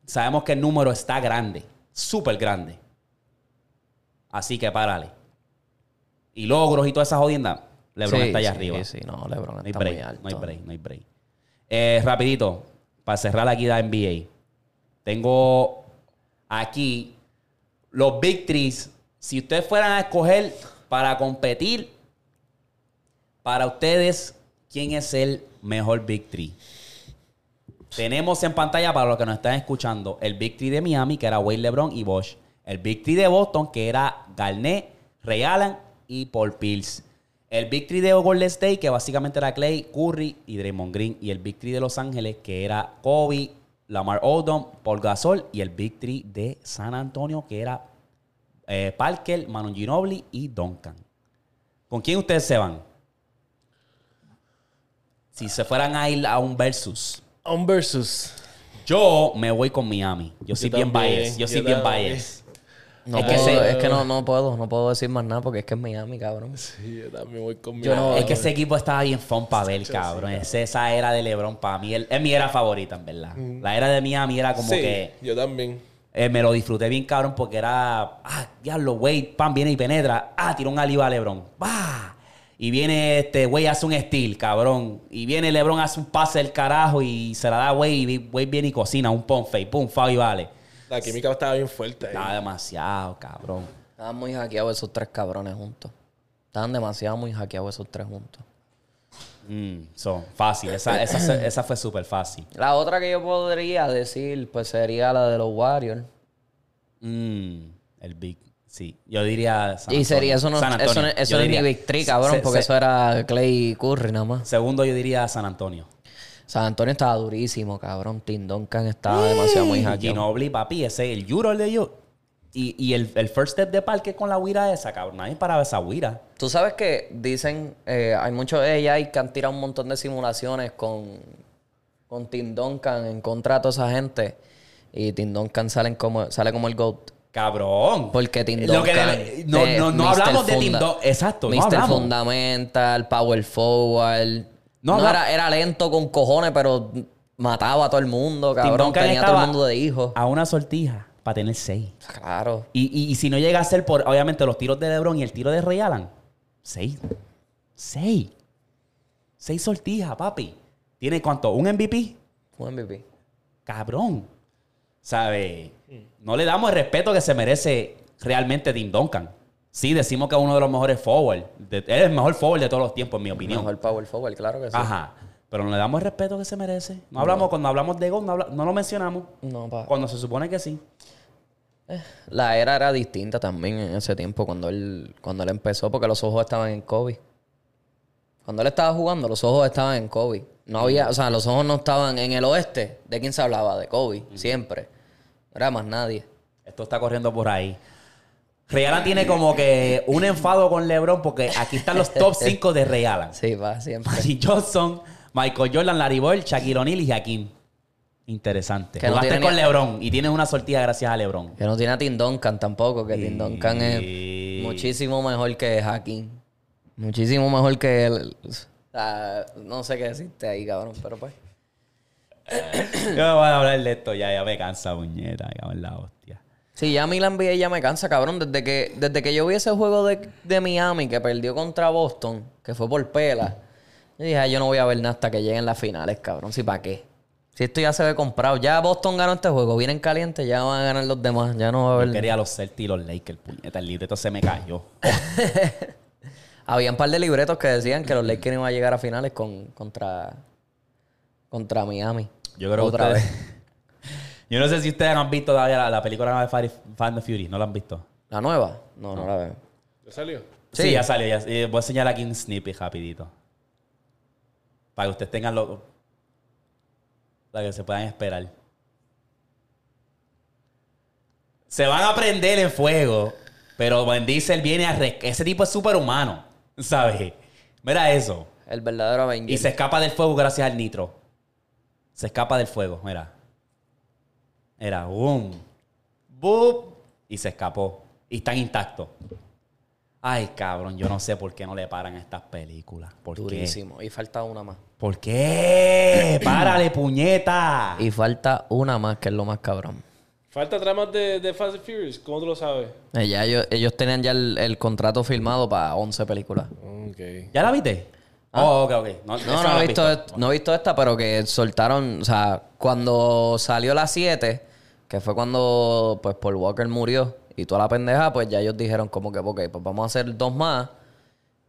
Speaker 3: sabemos que el número está grande. Súper grande. Así que párale. Y logros y toda esa jodienda. Lebron
Speaker 2: Sí,
Speaker 3: está allá
Speaker 2: sí,
Speaker 3: arriba.
Speaker 2: Sí, no, LeBron
Speaker 3: No hay
Speaker 2: está muy
Speaker 3: break,
Speaker 2: alto.
Speaker 3: no hay break, no hay break. Eh, rapidito, para cerrar aquí la NBA. Tengo aquí los Big Threes. Si ustedes fueran a escoger para competir, para ustedes, ¿quién es el mejor Big Three? Tenemos en pantalla, para los que nos están escuchando, el Big Three de Miami, que era Wade LeBron y Bosch. El Big Three de Boston, que era Garnett, Ray Allen y Paul Pierce. El Big Three de Golden State, que básicamente era Clay, Curry y Draymond Green. Y el Big Three de Los Ángeles, que era Kobe, Lamar Odom, Paul Gasol. Y el Big Three de San Antonio, que era eh, Parker, Manon Ginobili y Duncan. ¿Con quién ustedes se van? Si se fueran a ir a un versus.
Speaker 4: Un versus.
Speaker 3: Yo me voy con Miami. Yo soy bien
Speaker 4: también,
Speaker 3: biased. Yo
Speaker 4: yo
Speaker 3: soy bien
Speaker 4: también.
Speaker 3: biased.
Speaker 2: No
Speaker 3: Es que
Speaker 2: puedo,
Speaker 3: se-
Speaker 2: es que no, no puedo, no puedo decir más nada porque es que es Miami, cabrón.
Speaker 4: Sí, yo también voy conmigo.
Speaker 3: Yo no- es que ese equipo estaba bien fun para ver, cabrón. Ese- esa era de LeBron para mí el- es mi era favorita, en verdad. La era de Miami era como
Speaker 4: Sí,
Speaker 3: que
Speaker 4: yo también.
Speaker 3: eh, me lo disfruté bien, cabrón, porque era. Ah, diablo, güey. Pan viene y penetra. Ah, tiró un aliba a LeBron. ¡Bah! Y viene este, güey, hace un steal, cabrón. Y viene LeBron, hace un pase del carajo y se la da, güey. Y güey viene y cocina un pump fake. Pum, fao y vale.
Speaker 4: La química estaba bien fuerte. ahí.
Speaker 3: Estaba demasiado, cabrón.
Speaker 2: Estaban muy hackeados esos tres cabrones juntos. Estaban demasiado muy hackeados esos tres juntos.
Speaker 3: Mm, so, fácil. Esa, esa, se- esa fue súper fácil.
Speaker 2: La otra que yo podría decir, pues sería la de los Warriors.
Speaker 3: Mm, el Big, sí. Yo diría. San
Speaker 2: Y sería, eso
Speaker 3: Antonio.
Speaker 2: no,
Speaker 3: San Antonio.
Speaker 2: eso no, eso
Speaker 3: Yo
Speaker 2: no es ni
Speaker 3: diría-
Speaker 2: Big Three, cabrón,
Speaker 3: se-
Speaker 2: porque
Speaker 3: se-
Speaker 2: eso era Clay y Curry nada más.
Speaker 3: Segundo, yo diría San Antonio.
Speaker 2: San Antonio estaba durísimo, cabrón. Tim Duncan estaba demasiado muy
Speaker 3: Y
Speaker 2: hackeado.
Speaker 3: Mm, Ginobili, papi, ese el Euro el de yo. Y, y el, el first step de parque con la guira esa, cabrón. Nadie paraba esa guira.
Speaker 2: Tú sabes que dicen, eh, hay muchos de AI que han tirado un montón de simulaciones con, con Tim Duncan en contra de toda esa gente. Y Tim Duncan salen como, sale como el GOAT.
Speaker 3: Cabrón.
Speaker 2: Porque Tim
Speaker 3: Eh, Lo que
Speaker 2: Duncan.
Speaker 3: debe- no,
Speaker 2: eh,
Speaker 3: no, no
Speaker 2: Mr.
Speaker 3: hablamos de Tim
Speaker 2: Funda-
Speaker 3: Duncan. Exacto, no
Speaker 2: Mr.
Speaker 3: hablamos.
Speaker 2: Fundamental, Power Forward. No,
Speaker 3: No habla-
Speaker 2: era, era lento con cojones, pero mataba a todo el mundo,
Speaker 3: Tim
Speaker 2: cabrón.
Speaker 3: Duncan
Speaker 2: Tenía a todo
Speaker 3: estaba
Speaker 2: el mundo de hijos.
Speaker 3: A una sortija para tener seis.
Speaker 2: Claro.
Speaker 3: Y, y- y si no llega a ser por, obviamente, los tiros de LeBron y el tiro de Ray Allen, seis. Seis. Seis sortijas, papi. ¿Tiene cuánto? ¿Un MVP?
Speaker 2: Un MVP.
Speaker 3: Cabrón. ¿Sabe? No le damos el respeto que se merece realmente Tim Duncan. Sí, decimos que es uno de los mejores forward. de- él es el mejor forward de todos los tiempos, en mi opinión.
Speaker 2: Mejor Power Forward, claro que sí.
Speaker 3: Ajá. Pero no le damos el respeto que se merece. No hablamos, cuando hablamos de gol, no, habla- no lo mencionamos.
Speaker 2: No, pa.
Speaker 3: Cuando se supone que sí.
Speaker 2: La era era distinta también en ese tiempo cuando él, cuando él empezó, porque los ojos estaban en Kobe. Cuando él estaba jugando, los ojos estaban en Kobe. No había, o sea, los ojos no estaban en el oeste. ¿De quién se hablaba? De Kobe, siempre. No era más nadie.
Speaker 3: Esto está corriendo por ahí. Realan tiene como que un enfado con LeBron porque aquí están los top 5 de Realan.
Speaker 2: Sí, va, siempre.
Speaker 3: Magic Johnson, Michael Jordan, Larry Bird, Shaquille O'Neal y Hakim. Interesante.
Speaker 2: Que no
Speaker 3: Jugaste
Speaker 2: tiene
Speaker 3: con
Speaker 2: ni-
Speaker 3: LeBron y tienes una sortija gracias a LeBron.
Speaker 2: Que no tiene a Tim Duncan tampoco, que Tim Duncan
Speaker 3: Sí.
Speaker 2: es muchísimo mejor que Hacking. Muchísimo mejor que él. Ah, no sé qué decirte ahí, cabrón, pero pues.
Speaker 3: Yo no voy a hablar de esto ya, ya me cansa, puñeta, me cago en la hostia.
Speaker 2: Sí, ya a mí la NBA ya me cansa, cabrón. Desde que, desde que yo vi ese juego de, de Miami que perdió contra Boston, que fue por pela, yo dije, "Ay, yo no voy a ver nada hasta que lleguen las finales, cabrón. ¿Sí para qué? Si esto ya se ve comprado, ya Boston ganó este juego, vienen calientes, ya van a ganar los demás, ya no va a
Speaker 3: Yo
Speaker 2: haber.
Speaker 3: quería los Celtics y los Lakers, puñeta, el libreto se me cayó.
Speaker 2: Había un par de libretos que decían que los Lakers iban a llegar a finales con, contra, contra Miami.
Speaker 3: Yo creo
Speaker 2: Otra
Speaker 3: que
Speaker 2: vez.
Speaker 3: ustedes- Yo no sé si ustedes han visto todavía la, la película nueva de Fire- Fast and Fury, ¿no la han visto?
Speaker 2: ¿La nueva? No, no la veo.
Speaker 4: ¿Ya salió?
Speaker 3: Sí,
Speaker 2: Sí.
Speaker 3: ya salió. Ya, eh, voy a señalar aquí un snippet rapidito. Para que ustedes tengan lo... Para que se puedan esperar. Se van a prender en fuego, pero Van Diesel viene a... res- Ese tipo es superhumano, ¿sabes? Mira eso.
Speaker 2: El verdadero
Speaker 3: Y
Speaker 2: Avenger.
Speaker 3: se escapa del fuego gracias al nitro. Se escapa del fuego, mira. Era boom. Boop. Y se escapó. Y están intactos. Ay, cabrón, yo no sé por qué no le paran a estas películas. ¿Por qué?
Speaker 2: Durísimo. Y falta una más.
Speaker 3: ¿Por qué? ¡Párale, puñeta!
Speaker 2: Y falta una más, que es lo más cabrón.
Speaker 4: Falta tramas de, de Fast and Furious. ¿Cómo tú lo sabes?
Speaker 2: Eh, ya ellos, ellos tenían ya el, el contrato firmado para 11 películas.
Speaker 4: Ok.
Speaker 3: ¿Ya la viste? Oh, ok, ok. No, esa
Speaker 2: No, no,
Speaker 3: la
Speaker 2: he
Speaker 3: he
Speaker 2: visto, est- no he visto esta, pero que soltaron, o sea, cuando salió la 7, que fue cuando, pues, Paul Walker murió y toda la pendeja, pues ya ellos dijeron como que, ok, pues vamos a hacer dos más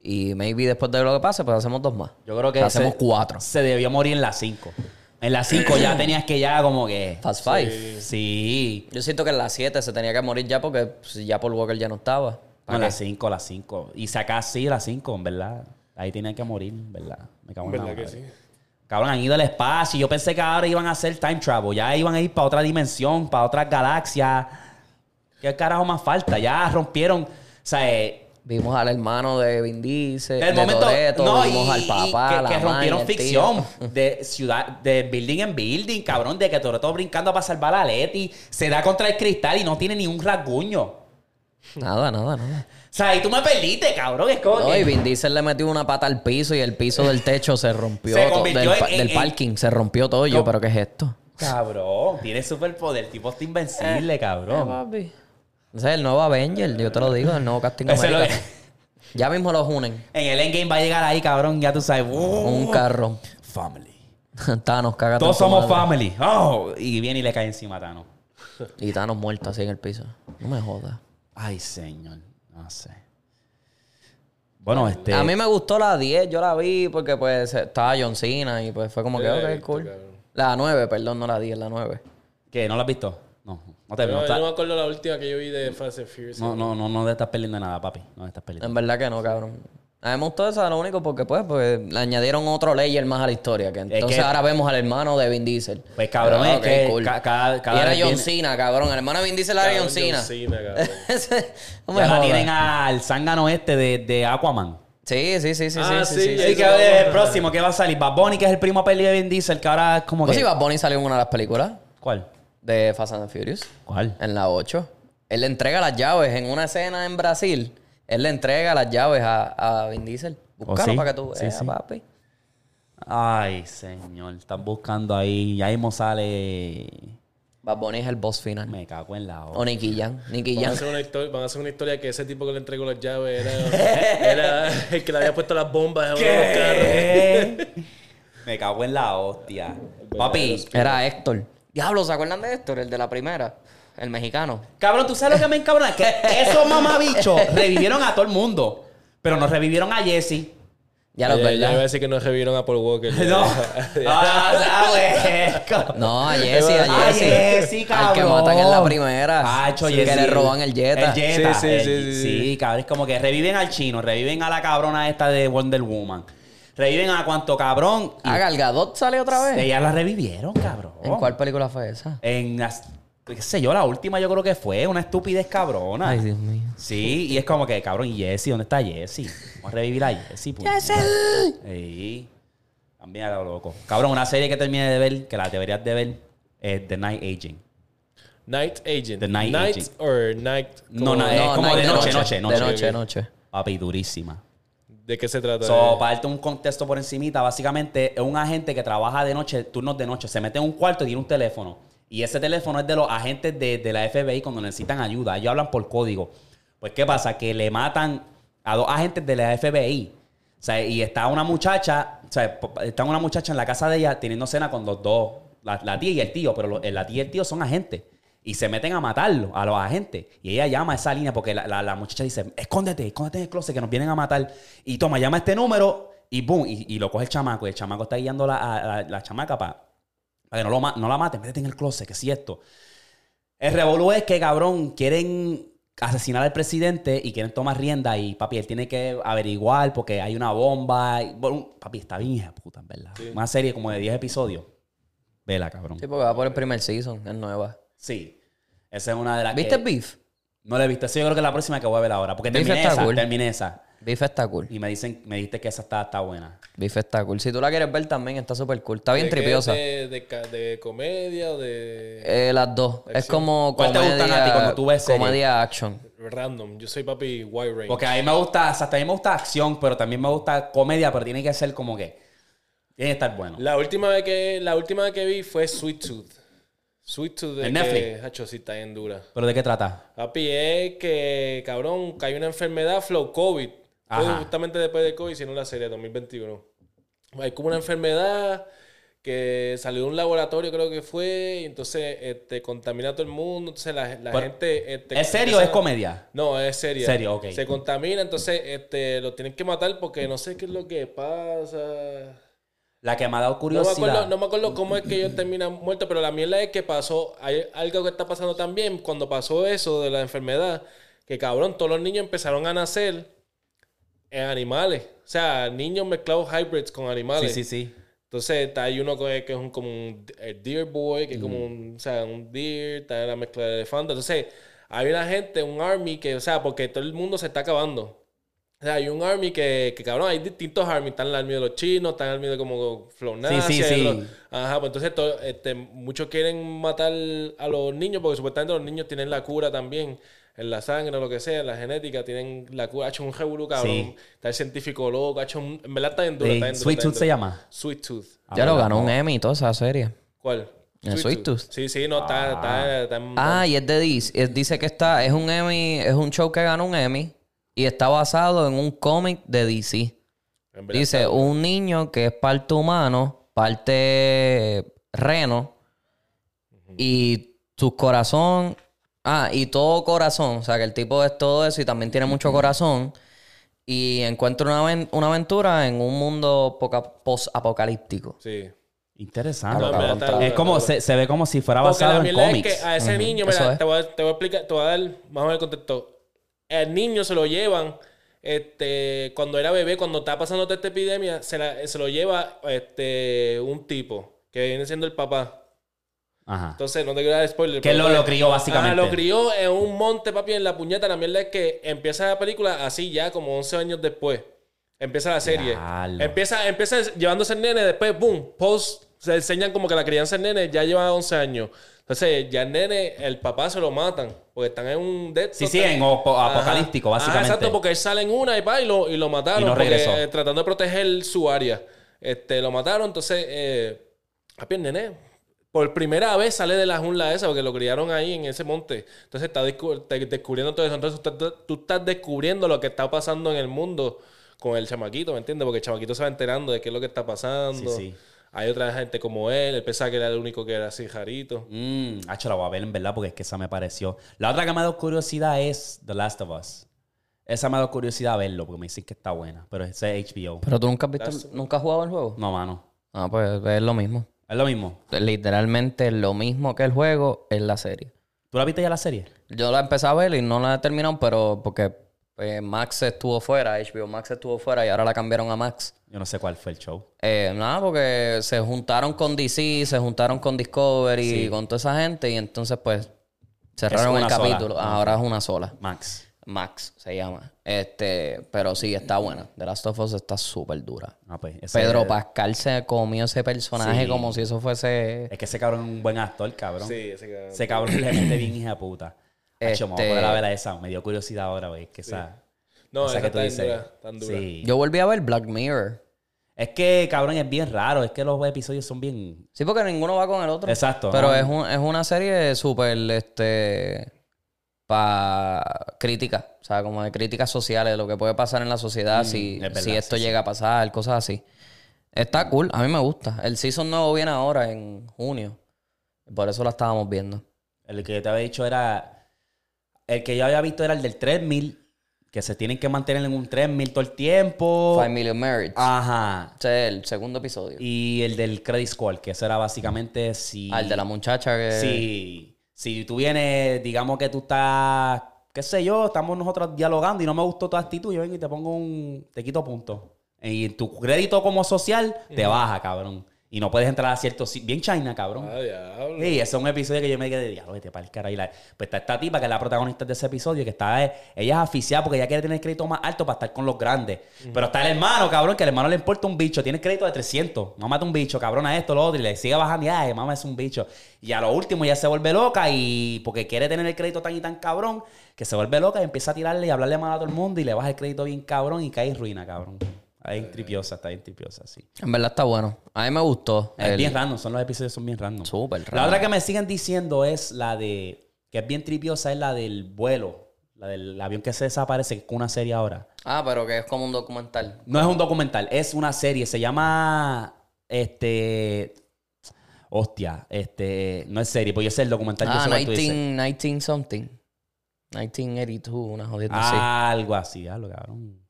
Speaker 2: y maybe después de lo que pase, pues hacemos dos más.
Speaker 3: Yo creo que
Speaker 2: Pues hacemos
Speaker 3: se-
Speaker 2: cuatro.
Speaker 3: Se debió morir en la 5. En la 5 ya tenías que ya como que...
Speaker 2: Fast Five.
Speaker 3: Sí.
Speaker 2: Yo siento que en la 7 se tenía que morir ya porque pues, ya Paul Walker ya no estaba.
Speaker 3: No,
Speaker 2: ¿Para
Speaker 3: la
Speaker 2: qué?
Speaker 3: 5, la 5. Y saca así la 5, en verdad. Ahí tienen que morir, ¿verdad? Me cago en la
Speaker 4: ¿Verdad que
Speaker 3: madre.
Speaker 4: sí?
Speaker 3: Cabrón, han ido al espacio. Yo pensé que ahora iban a hacer time travel. Ya iban a ir para otra dimensión, para otras galaxias. ¿Qué carajo más falta? Ya rompieron. O sea, eh,
Speaker 2: Vimos al hermano de Vin Diesel,
Speaker 3: el
Speaker 2: de
Speaker 3: momento.
Speaker 2: Toretto,
Speaker 3: no, y,
Speaker 2: vimos al
Speaker 3: y
Speaker 2: papá,
Speaker 3: que-
Speaker 2: la
Speaker 3: que,
Speaker 2: madre,
Speaker 3: rompieron
Speaker 2: el tío.
Speaker 3: ficción de ciudad, de building en building, cabrón, de que Toreto brincando para salvar a Leti. Se da contra el cristal y no tiene ni un rasguño. O
Speaker 2: Nada, nada, nada.
Speaker 3: sea, ahí tú me perdiste, cabrón. Es como
Speaker 2: No,
Speaker 3: que-
Speaker 2: y Vin Diesel le metió una pata al piso y el piso del techo se rompió.
Speaker 3: Se
Speaker 2: todo,
Speaker 3: convirtió
Speaker 2: del,
Speaker 3: en-
Speaker 2: pa-
Speaker 3: en-
Speaker 2: del
Speaker 3: en-
Speaker 2: parking, se rompió todo. Yo,
Speaker 3: No.
Speaker 2: ¿pero qué es esto?
Speaker 3: Cabrón, Eh, tiene superpoder. Tipo está invencible, cabrón.
Speaker 2: Ese es el nuevo Avenger, yo te lo digo, el nuevo Casting
Speaker 3: Ese
Speaker 2: América.
Speaker 3: lo-
Speaker 2: Ya mismo los unen.
Speaker 3: En el endgame va a llegar ahí, cabrón. Ya tú sabes. Uh,
Speaker 2: Un carro.
Speaker 3: Family.
Speaker 2: Thanos, cágate.
Speaker 3: Todos
Speaker 2: en tu
Speaker 3: somos
Speaker 2: madre.
Speaker 3: family. Oh, y viene y le cae encima a Thanos.
Speaker 2: Y Thanos muerto así en el piso. No me jodas.
Speaker 3: Ay, señor. No sé. Bueno, este.
Speaker 2: A mí me gustó la 10, yo la vi porque pues estaba John Cena y pues fue como que,
Speaker 4: Yo la he
Speaker 2: ok,
Speaker 4: visto,
Speaker 2: cool.
Speaker 4: cabrón.
Speaker 2: La 9, perdón, no la 10, la 9.
Speaker 3: ¿Qué? ¿No lo has visto? No, no te
Speaker 4: Yo,
Speaker 3: no,
Speaker 4: yo
Speaker 3: está-
Speaker 4: no me acuerdo la última que yo vi de Fast and Furious.
Speaker 3: no, no, no, no te estás perdiendo nada, papi. No te estás perdiendo.
Speaker 2: En verdad que no, cabrón. A mí me gustó esa, lo único porque pues, pues le añadieron otro layer más a la historia. Que entonces
Speaker 3: que-
Speaker 2: ahora vemos al hermano de Vin Diesel.
Speaker 3: Pues, cabrón,
Speaker 2: Ah,
Speaker 3: es
Speaker 2: ok,
Speaker 3: que ca- cada- cada
Speaker 2: y era
Speaker 3: vez
Speaker 2: John
Speaker 3: viene-
Speaker 2: Cena, cabrón. El hermano de Vin Diesel era John Cena.
Speaker 4: cabrón.
Speaker 2: Ese- no me
Speaker 3: Ya la
Speaker 2: jodas.
Speaker 3: tienen al zángano este de, de Aquaman.
Speaker 2: Sí, sí, sí, sí,
Speaker 4: Ah,
Speaker 2: sí,
Speaker 4: sí,
Speaker 2: sí, sí.
Speaker 4: sí.
Speaker 3: Así que a ver, el próximo, ¿qué va a salir? Bad Bunny, que es el primo peli de Vin Diesel, que ahora es como
Speaker 2: ¿Cómo
Speaker 3: que.
Speaker 2: si Pues Bad Bunny salió en una de las películas
Speaker 3: ¿Cuál?
Speaker 2: de Fast and the Furious?
Speaker 3: ¿Cuál?
Speaker 2: En la 8. Él le entrega las llaves en una escena en Brasil. Él le entrega las llaves a, a Vin Diesel. Búscalo
Speaker 3: Oh, sí?
Speaker 2: para que tú
Speaker 3: Sí,
Speaker 2: veas,
Speaker 3: sí.
Speaker 2: papi.
Speaker 3: Ay, señor. Están buscando ahí. Ya mismo sale.
Speaker 2: Bad Bunny es el boss final.
Speaker 3: Me cago en la hora.
Speaker 2: O Nicky Jam. Nicky
Speaker 4: Van a,
Speaker 2: Jam.
Speaker 4: hacer una historia, van a hacer una historia que ese tipo que le entregó las llaves era, era el que le había puesto las bombas a uno de los carros.
Speaker 3: Me cago en la hostia. Papi,
Speaker 2: Era Héctor. Diablo, ¿se acuerdan de Héctor? El de la primera. El mexicano.
Speaker 3: cabrón, ¿tú sabes lo que me encabrona? Que esos mamabichos revivieron a todo el mundo. Pero nos revivieron a Jesse.
Speaker 2: Ya lo
Speaker 4: Ya- ya iba a
Speaker 2: verdad.
Speaker 4: decir que no revivieron a Paul Walker.
Speaker 3: No. Ah, güey.
Speaker 2: No, a Jesse, a
Speaker 3: Ah,
Speaker 2: Jesse.
Speaker 3: Jesse, cabrón.
Speaker 2: Al que matan en la primera.
Speaker 3: Cacho,
Speaker 2: Sí,
Speaker 3: Jesse.
Speaker 2: Que le roban el Jetta.
Speaker 3: El Jetta.
Speaker 4: Sí, sí,
Speaker 3: el-
Speaker 4: sí, sí,
Speaker 3: sí, cabrón. Es como que reviven al chino, reviven a la cabrona esta de Wonder Woman. Reviven a cuanto cabrón. y-
Speaker 2: Ah, Gal Gadot sale otra vez.
Speaker 3: Ella la revivieron, cabrón.
Speaker 2: ¿En cuál película fue esa?
Speaker 3: En las- qué sé yo, la última yo creo que fue una estupidez cabrona.
Speaker 2: Ay, Dios mío.
Speaker 3: Sí, y es como que, cabrón, ¿y Jesse? ¿Dónde está Jesse? Vamos a revivir a Jesse. ¡Jesse! Sí. También a lo loco. Cabrón, una serie que terminé de ver, que la deberías de ver, es The Night Aging.
Speaker 4: Night Agent.
Speaker 3: The Night
Speaker 4: Night
Speaker 3: Agent.
Speaker 4: or Night.
Speaker 3: No, no, eh, es como
Speaker 2: no,
Speaker 3: de noche, noche, noche.
Speaker 2: De noche, noche.
Speaker 3: Papi, durísima.
Speaker 4: ¿De qué se trata?
Speaker 3: So,
Speaker 4: Eh,
Speaker 3: para darte un contexto por encimita, básicamente es un agente que trabaja de noche, turnos de noche, se mete en un cuarto y tiene un teléfono. Y ese teléfono es de los agentes de, de la FBI cuando necesitan ayuda. Ellos hablan por código. Pues, ¿qué pasa? Que le matan a dos agentes de la FBI. O sea, y está una muchacha, o sea, po- está una muchacha en la casa de ella teniendo cena con los dos, la, la tía y el tío, pero lo- eh, la tía y el tío son agentes. Y se meten a matarlo, a los agentes. Y ella llama a esa línea porque la, la- la muchacha dice, escóndete, escóndete en el closet que nos vienen a matar. Y toma, llama a este número y boom, y, y lo coge el chamaco. Y el chamaco está guiando la, a- a la chamaca para que no, lo ma- no la maten, métete en el closet, que si esto. El revolú es que, cabrón, quieren asesinar al presidente y quieren tomar rienda y, papi, él tiene que averiguar porque hay una bomba. y- bueno, papi, está bien, hija de puta, en verdad. Una serie como de 10 episodios. Vela, cabrón.
Speaker 2: Sí, porque va por el primer season, es nueva.
Speaker 3: Sí. Esa es una de las
Speaker 2: ¿Viste
Speaker 3: Ah, que...
Speaker 2: Beef?
Speaker 3: No la he visto. Sí, yo creo que es la próxima que voy a ver ahora. Porque
Speaker 2: Beef
Speaker 3: terminé
Speaker 2: está
Speaker 3: esa,
Speaker 2: cool.
Speaker 3: terminé esa.
Speaker 2: Beef está cool.
Speaker 3: Y me dicen, me dijiste que esa está, está buena.
Speaker 2: Beef está cool. Si tú la quieres ver también, está súper cool. Está
Speaker 4: ¿de
Speaker 2: bien
Speaker 4: qué?
Speaker 2: tripiosa.
Speaker 4: De, de ca- de comedia o de
Speaker 2: Eh, las dos. Es como
Speaker 3: ¿Cuál te
Speaker 2: comedia,
Speaker 3: gustan a ti cuando tú ves series?
Speaker 2: comedia action.
Speaker 4: random? Yo soy papi wide range.
Speaker 3: Porque a mí me gusta, o sea, también me gusta acción, pero también me gusta comedia, pero tiene que ser como que... Tiene que estar bueno.
Speaker 4: La última vez que la última vez que vi fue Sweet Tooth. Sweet Tooth de
Speaker 3: ¿En
Speaker 4: que,
Speaker 3: Netflix?
Speaker 4: Hacho, sí, está bien dura.
Speaker 3: ¿Pero de qué trata?
Speaker 4: Papi, es que, cabrón, que hay una enfermedad, flow COVID. Fue
Speaker 3: Ajá.
Speaker 4: justamente después de COVID, hicieron la serie 2021. Hay como una enfermedad que salió de un laboratorio, creo que fue, y entonces este, contamina a todo el mundo. Entonces la, la
Speaker 3: Pero,
Speaker 4: gente. este,
Speaker 3: ¿Es serio o es
Speaker 4: empieza-
Speaker 3: comedia?
Speaker 4: No, es seria.
Speaker 3: Serio, ok.
Speaker 4: Se contamina, entonces este, lo tienen que matar porque no sé qué es lo que pasa.
Speaker 3: La que me ha dado
Speaker 4: No me,
Speaker 3: curiosidad.
Speaker 4: acuerdo, no me acuerdo cómo es que ellos terminan muertos, pero la mierda es que pasó, hay algo que está pasando también, cuando pasó eso de la enfermedad, que cabrón, todos los niños empezaron a nacer en animales. O sea, niños mezclados hybrids con animales.
Speaker 3: Sí, sí, sí.
Speaker 4: Entonces, está hay uno que que es un, como un el deer boy, que es como un, o sea, un deer, está la mezcla de elefante. Entonces, hay una gente, un army que, o sea, porque todo el mundo se está acabando. O sea, hay un army que, que cabrón, hay distintos army. Están el army de los chinos, están el army de como Flow Nazi,
Speaker 3: sí.
Speaker 4: los- Ajá, pues entonces to- este, muchos quieren matar a los niños porque supuestamente los niños tienen la cura también. En la sangre o lo que sea, en la genética, tienen la cura. Ha hecho un revolú, cabrón.
Speaker 3: Sí.
Speaker 4: Está el científico loco, ha hecho un- En verdad está bien duro,
Speaker 3: Sí,
Speaker 4: está bien duro,
Speaker 3: Sweet
Speaker 4: está
Speaker 3: Tooth
Speaker 4: bien
Speaker 3: se
Speaker 4: duro.
Speaker 3: llama.
Speaker 4: Sweet Tooth.
Speaker 3: Ah,
Speaker 2: Ya lo ganó un e- Emmy y toda esa serie.
Speaker 4: ¿Cuál?
Speaker 2: El Sweet Tooth.
Speaker 4: Sí, sí, no, está, está, está en-
Speaker 2: Ah, y es de Diz. Es- Dice que está, es un Emmy, es un show que ganó un Emmy y está basado en un cómic de DC.
Speaker 4: en verdad
Speaker 2: Dice,
Speaker 4: está-
Speaker 2: un niño que es parte humano, parte reno, y su corazón, ah, y todo corazón, o sea, que el tipo es todo eso y también tiene mucho corazón, y encuentra una, aven- una aventura en un mundo poca- post-apocalíptico.
Speaker 4: Sí.
Speaker 3: Interesante.
Speaker 4: No, en verdad está duro,
Speaker 3: Ah, es
Speaker 4: está
Speaker 3: como,
Speaker 4: duro.
Speaker 3: se, se ve como si fuera
Speaker 4: Porque la
Speaker 3: basado en
Speaker 4: mierda
Speaker 3: cómics.
Speaker 4: es que a ese niño, mira,
Speaker 2: Eso es.
Speaker 4: te, voy a, te voy a explicar, te voy a dar más o menos el contexto. El niño se lo llevan, este, cuando era bebé, cuando está pasando toda esta epidemia, se, la- se lo lleva este, un tipo, que viene siendo el papá.
Speaker 3: Ajá.
Speaker 4: Entonces, no te quiero dar spoiler.
Speaker 3: Que lo-
Speaker 4: pero-
Speaker 3: lo crió, básicamente.
Speaker 4: Ah, lo crió en un monte, papi, en la puñeta. La mierda es que empieza la película así ya, como 11 años después. Empieza la serie.
Speaker 3: Diablo.
Speaker 4: Empieza, empieza llevándose el nene, después, boom, post, se enseñan como que la crianza del nene ya lleva 11 años. Entonces, ya el nene, el papá se lo matan, porque están en un... de estos-
Speaker 3: Sí, sí, en opo- apocalíptico, básicamente.
Speaker 4: exacto, porque él sale en una y, pa, y, lo, y lo mataron.
Speaker 3: Y no
Speaker 4: porque,
Speaker 3: regresó.
Speaker 4: eh, tratando de proteger su área. Este, lo mataron, entonces... Eh, papi, el nene por primera vez sale de la jungla esa, porque lo criaron ahí en ese monte. Entonces está descu- te- descubriendo todo eso. Entonces tú estás, tú estás descubriendo lo que está pasando en el mundo con el chamaquito, ¿me entiendes? Porque el chamaquito se va enterando de qué es lo que está pasando.
Speaker 3: Sí, sí.
Speaker 4: Hay otra gente como él, él pensaba que era el único que era así, jarito.
Speaker 3: Mm, hacho, la voy a ver en verdad porque es que esa me pareció. La otra que me ha dado curiosidad es The Last of Us. Esa me ha dado curiosidad verlo porque me dicen que está buena, pero es de HBO.
Speaker 2: Pero tú nunca has visto, nunca has jugado el juego.
Speaker 3: No, mano.
Speaker 2: Ah, pues es lo mismo.
Speaker 3: Es lo mismo.
Speaker 2: Literalmente lo mismo que el juego es la serie.
Speaker 3: ¿Tú la viste ya la serie?
Speaker 2: Yo la empecé a ver y no la he terminado, pero porque eh, Max estuvo fuera, HBO Max estuvo fuera y ahora la cambiaron a Max.
Speaker 3: Yo no sé cuál fue el show.
Speaker 2: Eh, nada, porque se juntaron con DC, se juntaron con Discovery y con toda esa gente y entonces pues cerraron
Speaker 3: Es
Speaker 2: el
Speaker 3: una sola.
Speaker 2: capítulo. Ahora es una sola.
Speaker 3: Max.
Speaker 2: Max se llama. Este, pero sí, está buena. The Last of Us está súper dura.
Speaker 3: Ah, pues, ese-
Speaker 2: Pedro Pascal se comió ese personaje
Speaker 3: Sí.
Speaker 2: como si eso fuese...
Speaker 3: Es que ese cabrón es un buen actor, cabrón.
Speaker 4: Sí, ese que-
Speaker 3: Ese cabrón le mete bien hija de puta. Hacho, me voy a
Speaker 2: Este-
Speaker 3: poner a ver a esa. Me dio curiosidad ahora, güey. Es que esa.
Speaker 4: No,
Speaker 3: esa
Speaker 4: esa,
Speaker 3: que tú
Speaker 4: está tan
Speaker 3: dices.
Speaker 4: dura, tan dura.
Speaker 3: Sí.
Speaker 2: Yo volví a ver Black Mirror.
Speaker 3: Es que, cabrón, es bien raro. Es que los episodios son bien.
Speaker 2: Sí, porque ninguno va con el otro.
Speaker 3: Exacto, Ah,
Speaker 2: Pero
Speaker 3: ¿no?
Speaker 2: es, un- es una serie súper, este, para crítica. O sea, como de críticas sociales, lo que puede pasar en la sociedad si,
Speaker 3: Mm, es verdad,
Speaker 2: si esto llega a pasar, cosas así. Está cool, a mí me gusta. El season nuevo viene ahora en junio. Por eso la estábamos viendo.
Speaker 3: El que yo te había dicho era. El que yo había visto era el del 3000. Que se tienen que mantener en un 3000 todo el tiempo.
Speaker 2: Five Million Merits.
Speaker 3: Ajá.
Speaker 2: Este es el segundo episodio.
Speaker 3: Oh. Ah. Y el del Credit Score, que eso era básicamente si.
Speaker 2: Al de la muchacha que...
Speaker 3: Si, si tú vienes, digamos que tú estás. Qué sé yo, estamos nosotros dialogando y no me gustó tu actitud, yo vengo y te pongo un. Te quito punto. Y tu crédito como social te baja, cabrón. Y no puedes entrar a ciertos. sit- Bien China, cabrón.
Speaker 4: Ah, diablo.
Speaker 3: Sí, ese es un episodio que yo me quedé, diablo, vete para el carajo. Y la- Pues está esta tipa que es la protagonista de ese episodio, que está, eh, ella es asfixiada porque ella quiere tener crédito más alto para estar con los grandes. Pero está el hermano, cabrón, que al hermano le importa un bicho, tiene crédito de 300. Mamá mata un bicho, cabrón, a esto, lo otro, y le sigue bajando, y ay, mamá es un bicho. Y a lo último ya se vuelve loca y porque quiere tener el crédito tan y tan cabrón, que se vuelve loca y empieza a tirarle y hablarle mal a todo el mundo y le baja el crédito bien cabrón y cae en ruina, cabrón. Está bien tripiosa, está bien tripiosa, sí.
Speaker 2: En verdad está bueno. A mí me gustó.
Speaker 3: Es
Speaker 2: El-
Speaker 3: bien random, son los episodios son bien random.
Speaker 2: Súper
Speaker 3: La
Speaker 2: random.
Speaker 3: otra que me siguen diciendo es la de que es bien tripiosa es la del vuelo, la del avión que se desaparece que es una serie ahora.
Speaker 2: Ah, pero que es como un documental.
Speaker 3: No es un documental, es una serie, se llama este hostia, este no es serie, porque yo sé el documental yo
Speaker 2: Ah,
Speaker 3: sé cuál tú dices.
Speaker 2: 19, 19 something. 1982, una jodida
Speaker 3: Ah,
Speaker 2: así.
Speaker 3: Algo así, algo cabrón.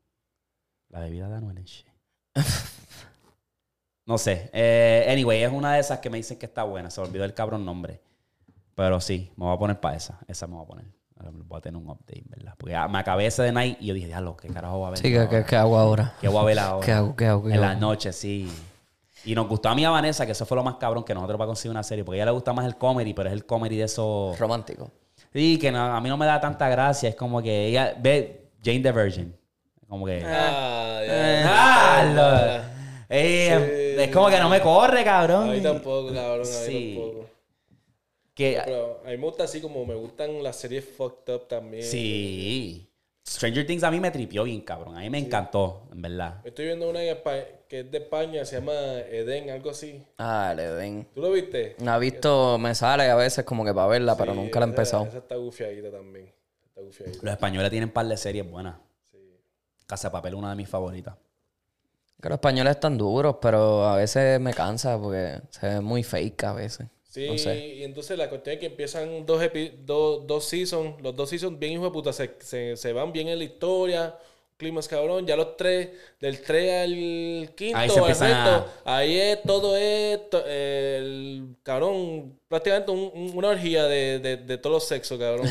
Speaker 3: La bebida de Anuel en shit. No sé. Eh, anyway, es una de esas que me dicen que está buena. Se me olvidó el cabrón nombre. Pero sí, me voy a poner para esa. Esa me voy a poner. Ahora Voy a tener un update, ¿verdad? Porque ah, me acabé ese de Night y yo dije, diablo, ¿qué carajo va a ver?
Speaker 2: Sí, ¿qué, qué, qué hago ahora?
Speaker 3: ¿Qué voy a ver ahora?
Speaker 2: ¿Qué hago? ¿Qué hago? ¿Qué
Speaker 3: en
Speaker 2: hago?
Speaker 3: las noches, sí. Y nos gustó a mí y a Vanessa, que eso fue lo más cabrón que nosotros para conseguir una serie. Porque a ella le gusta más el comedy, pero es el comedy de esos.
Speaker 2: Romántico.
Speaker 3: Sí, que no- a mí no me da tanta gracia. Es como que ella ve Jane the Virgin. Como que.
Speaker 4: Ah,
Speaker 3: Eh,
Speaker 4: ya.
Speaker 3: jalo. Eh, Es como que no me corre,
Speaker 4: A
Speaker 3: cabrón.
Speaker 4: mí tampoco, cabrón. A mí
Speaker 3: ah, Sí.
Speaker 4: tampoco.
Speaker 3: Que,
Speaker 4: Pero a mí me gusta así como me gustan las series fucked up también.
Speaker 3: sí. Stranger Things a mí me tripió bien, cabrón. A mí me encantó, en verdad.
Speaker 4: Estoy viendo una en Espa- que es de España, se llama Eden, algo así.
Speaker 2: Ah, le den.
Speaker 4: ¿Tú lo viste?
Speaker 2: La he visto, me sale a veces como que para verla, pero
Speaker 4: Sí,
Speaker 2: nunca la he
Speaker 4: esa-
Speaker 2: empezado.
Speaker 4: Esa está gufiadita también. Está gufiadita.
Speaker 3: Los españoles tienen un par de series buenas. Casa de Papel, una de mis favoritas.
Speaker 2: Que los españoles están duros, pero a veces me cansa porque se ve muy fake a veces.
Speaker 4: Sí,
Speaker 2: No sé.
Speaker 4: y entonces la cuestión es que empiezan dos, epi- dos, dos seasons, los dos seasons bien hijo de puta, se, se, se van bien en la historia, climas cabrón, ya los tres, del 3 al quinto,
Speaker 3: Ahí
Speaker 4: ahí,
Speaker 3: se empiezan
Speaker 4: ahí es todo esto, el cabrón, prácticamente un- un- una orgía de, de, de todos los sexos, cabrón.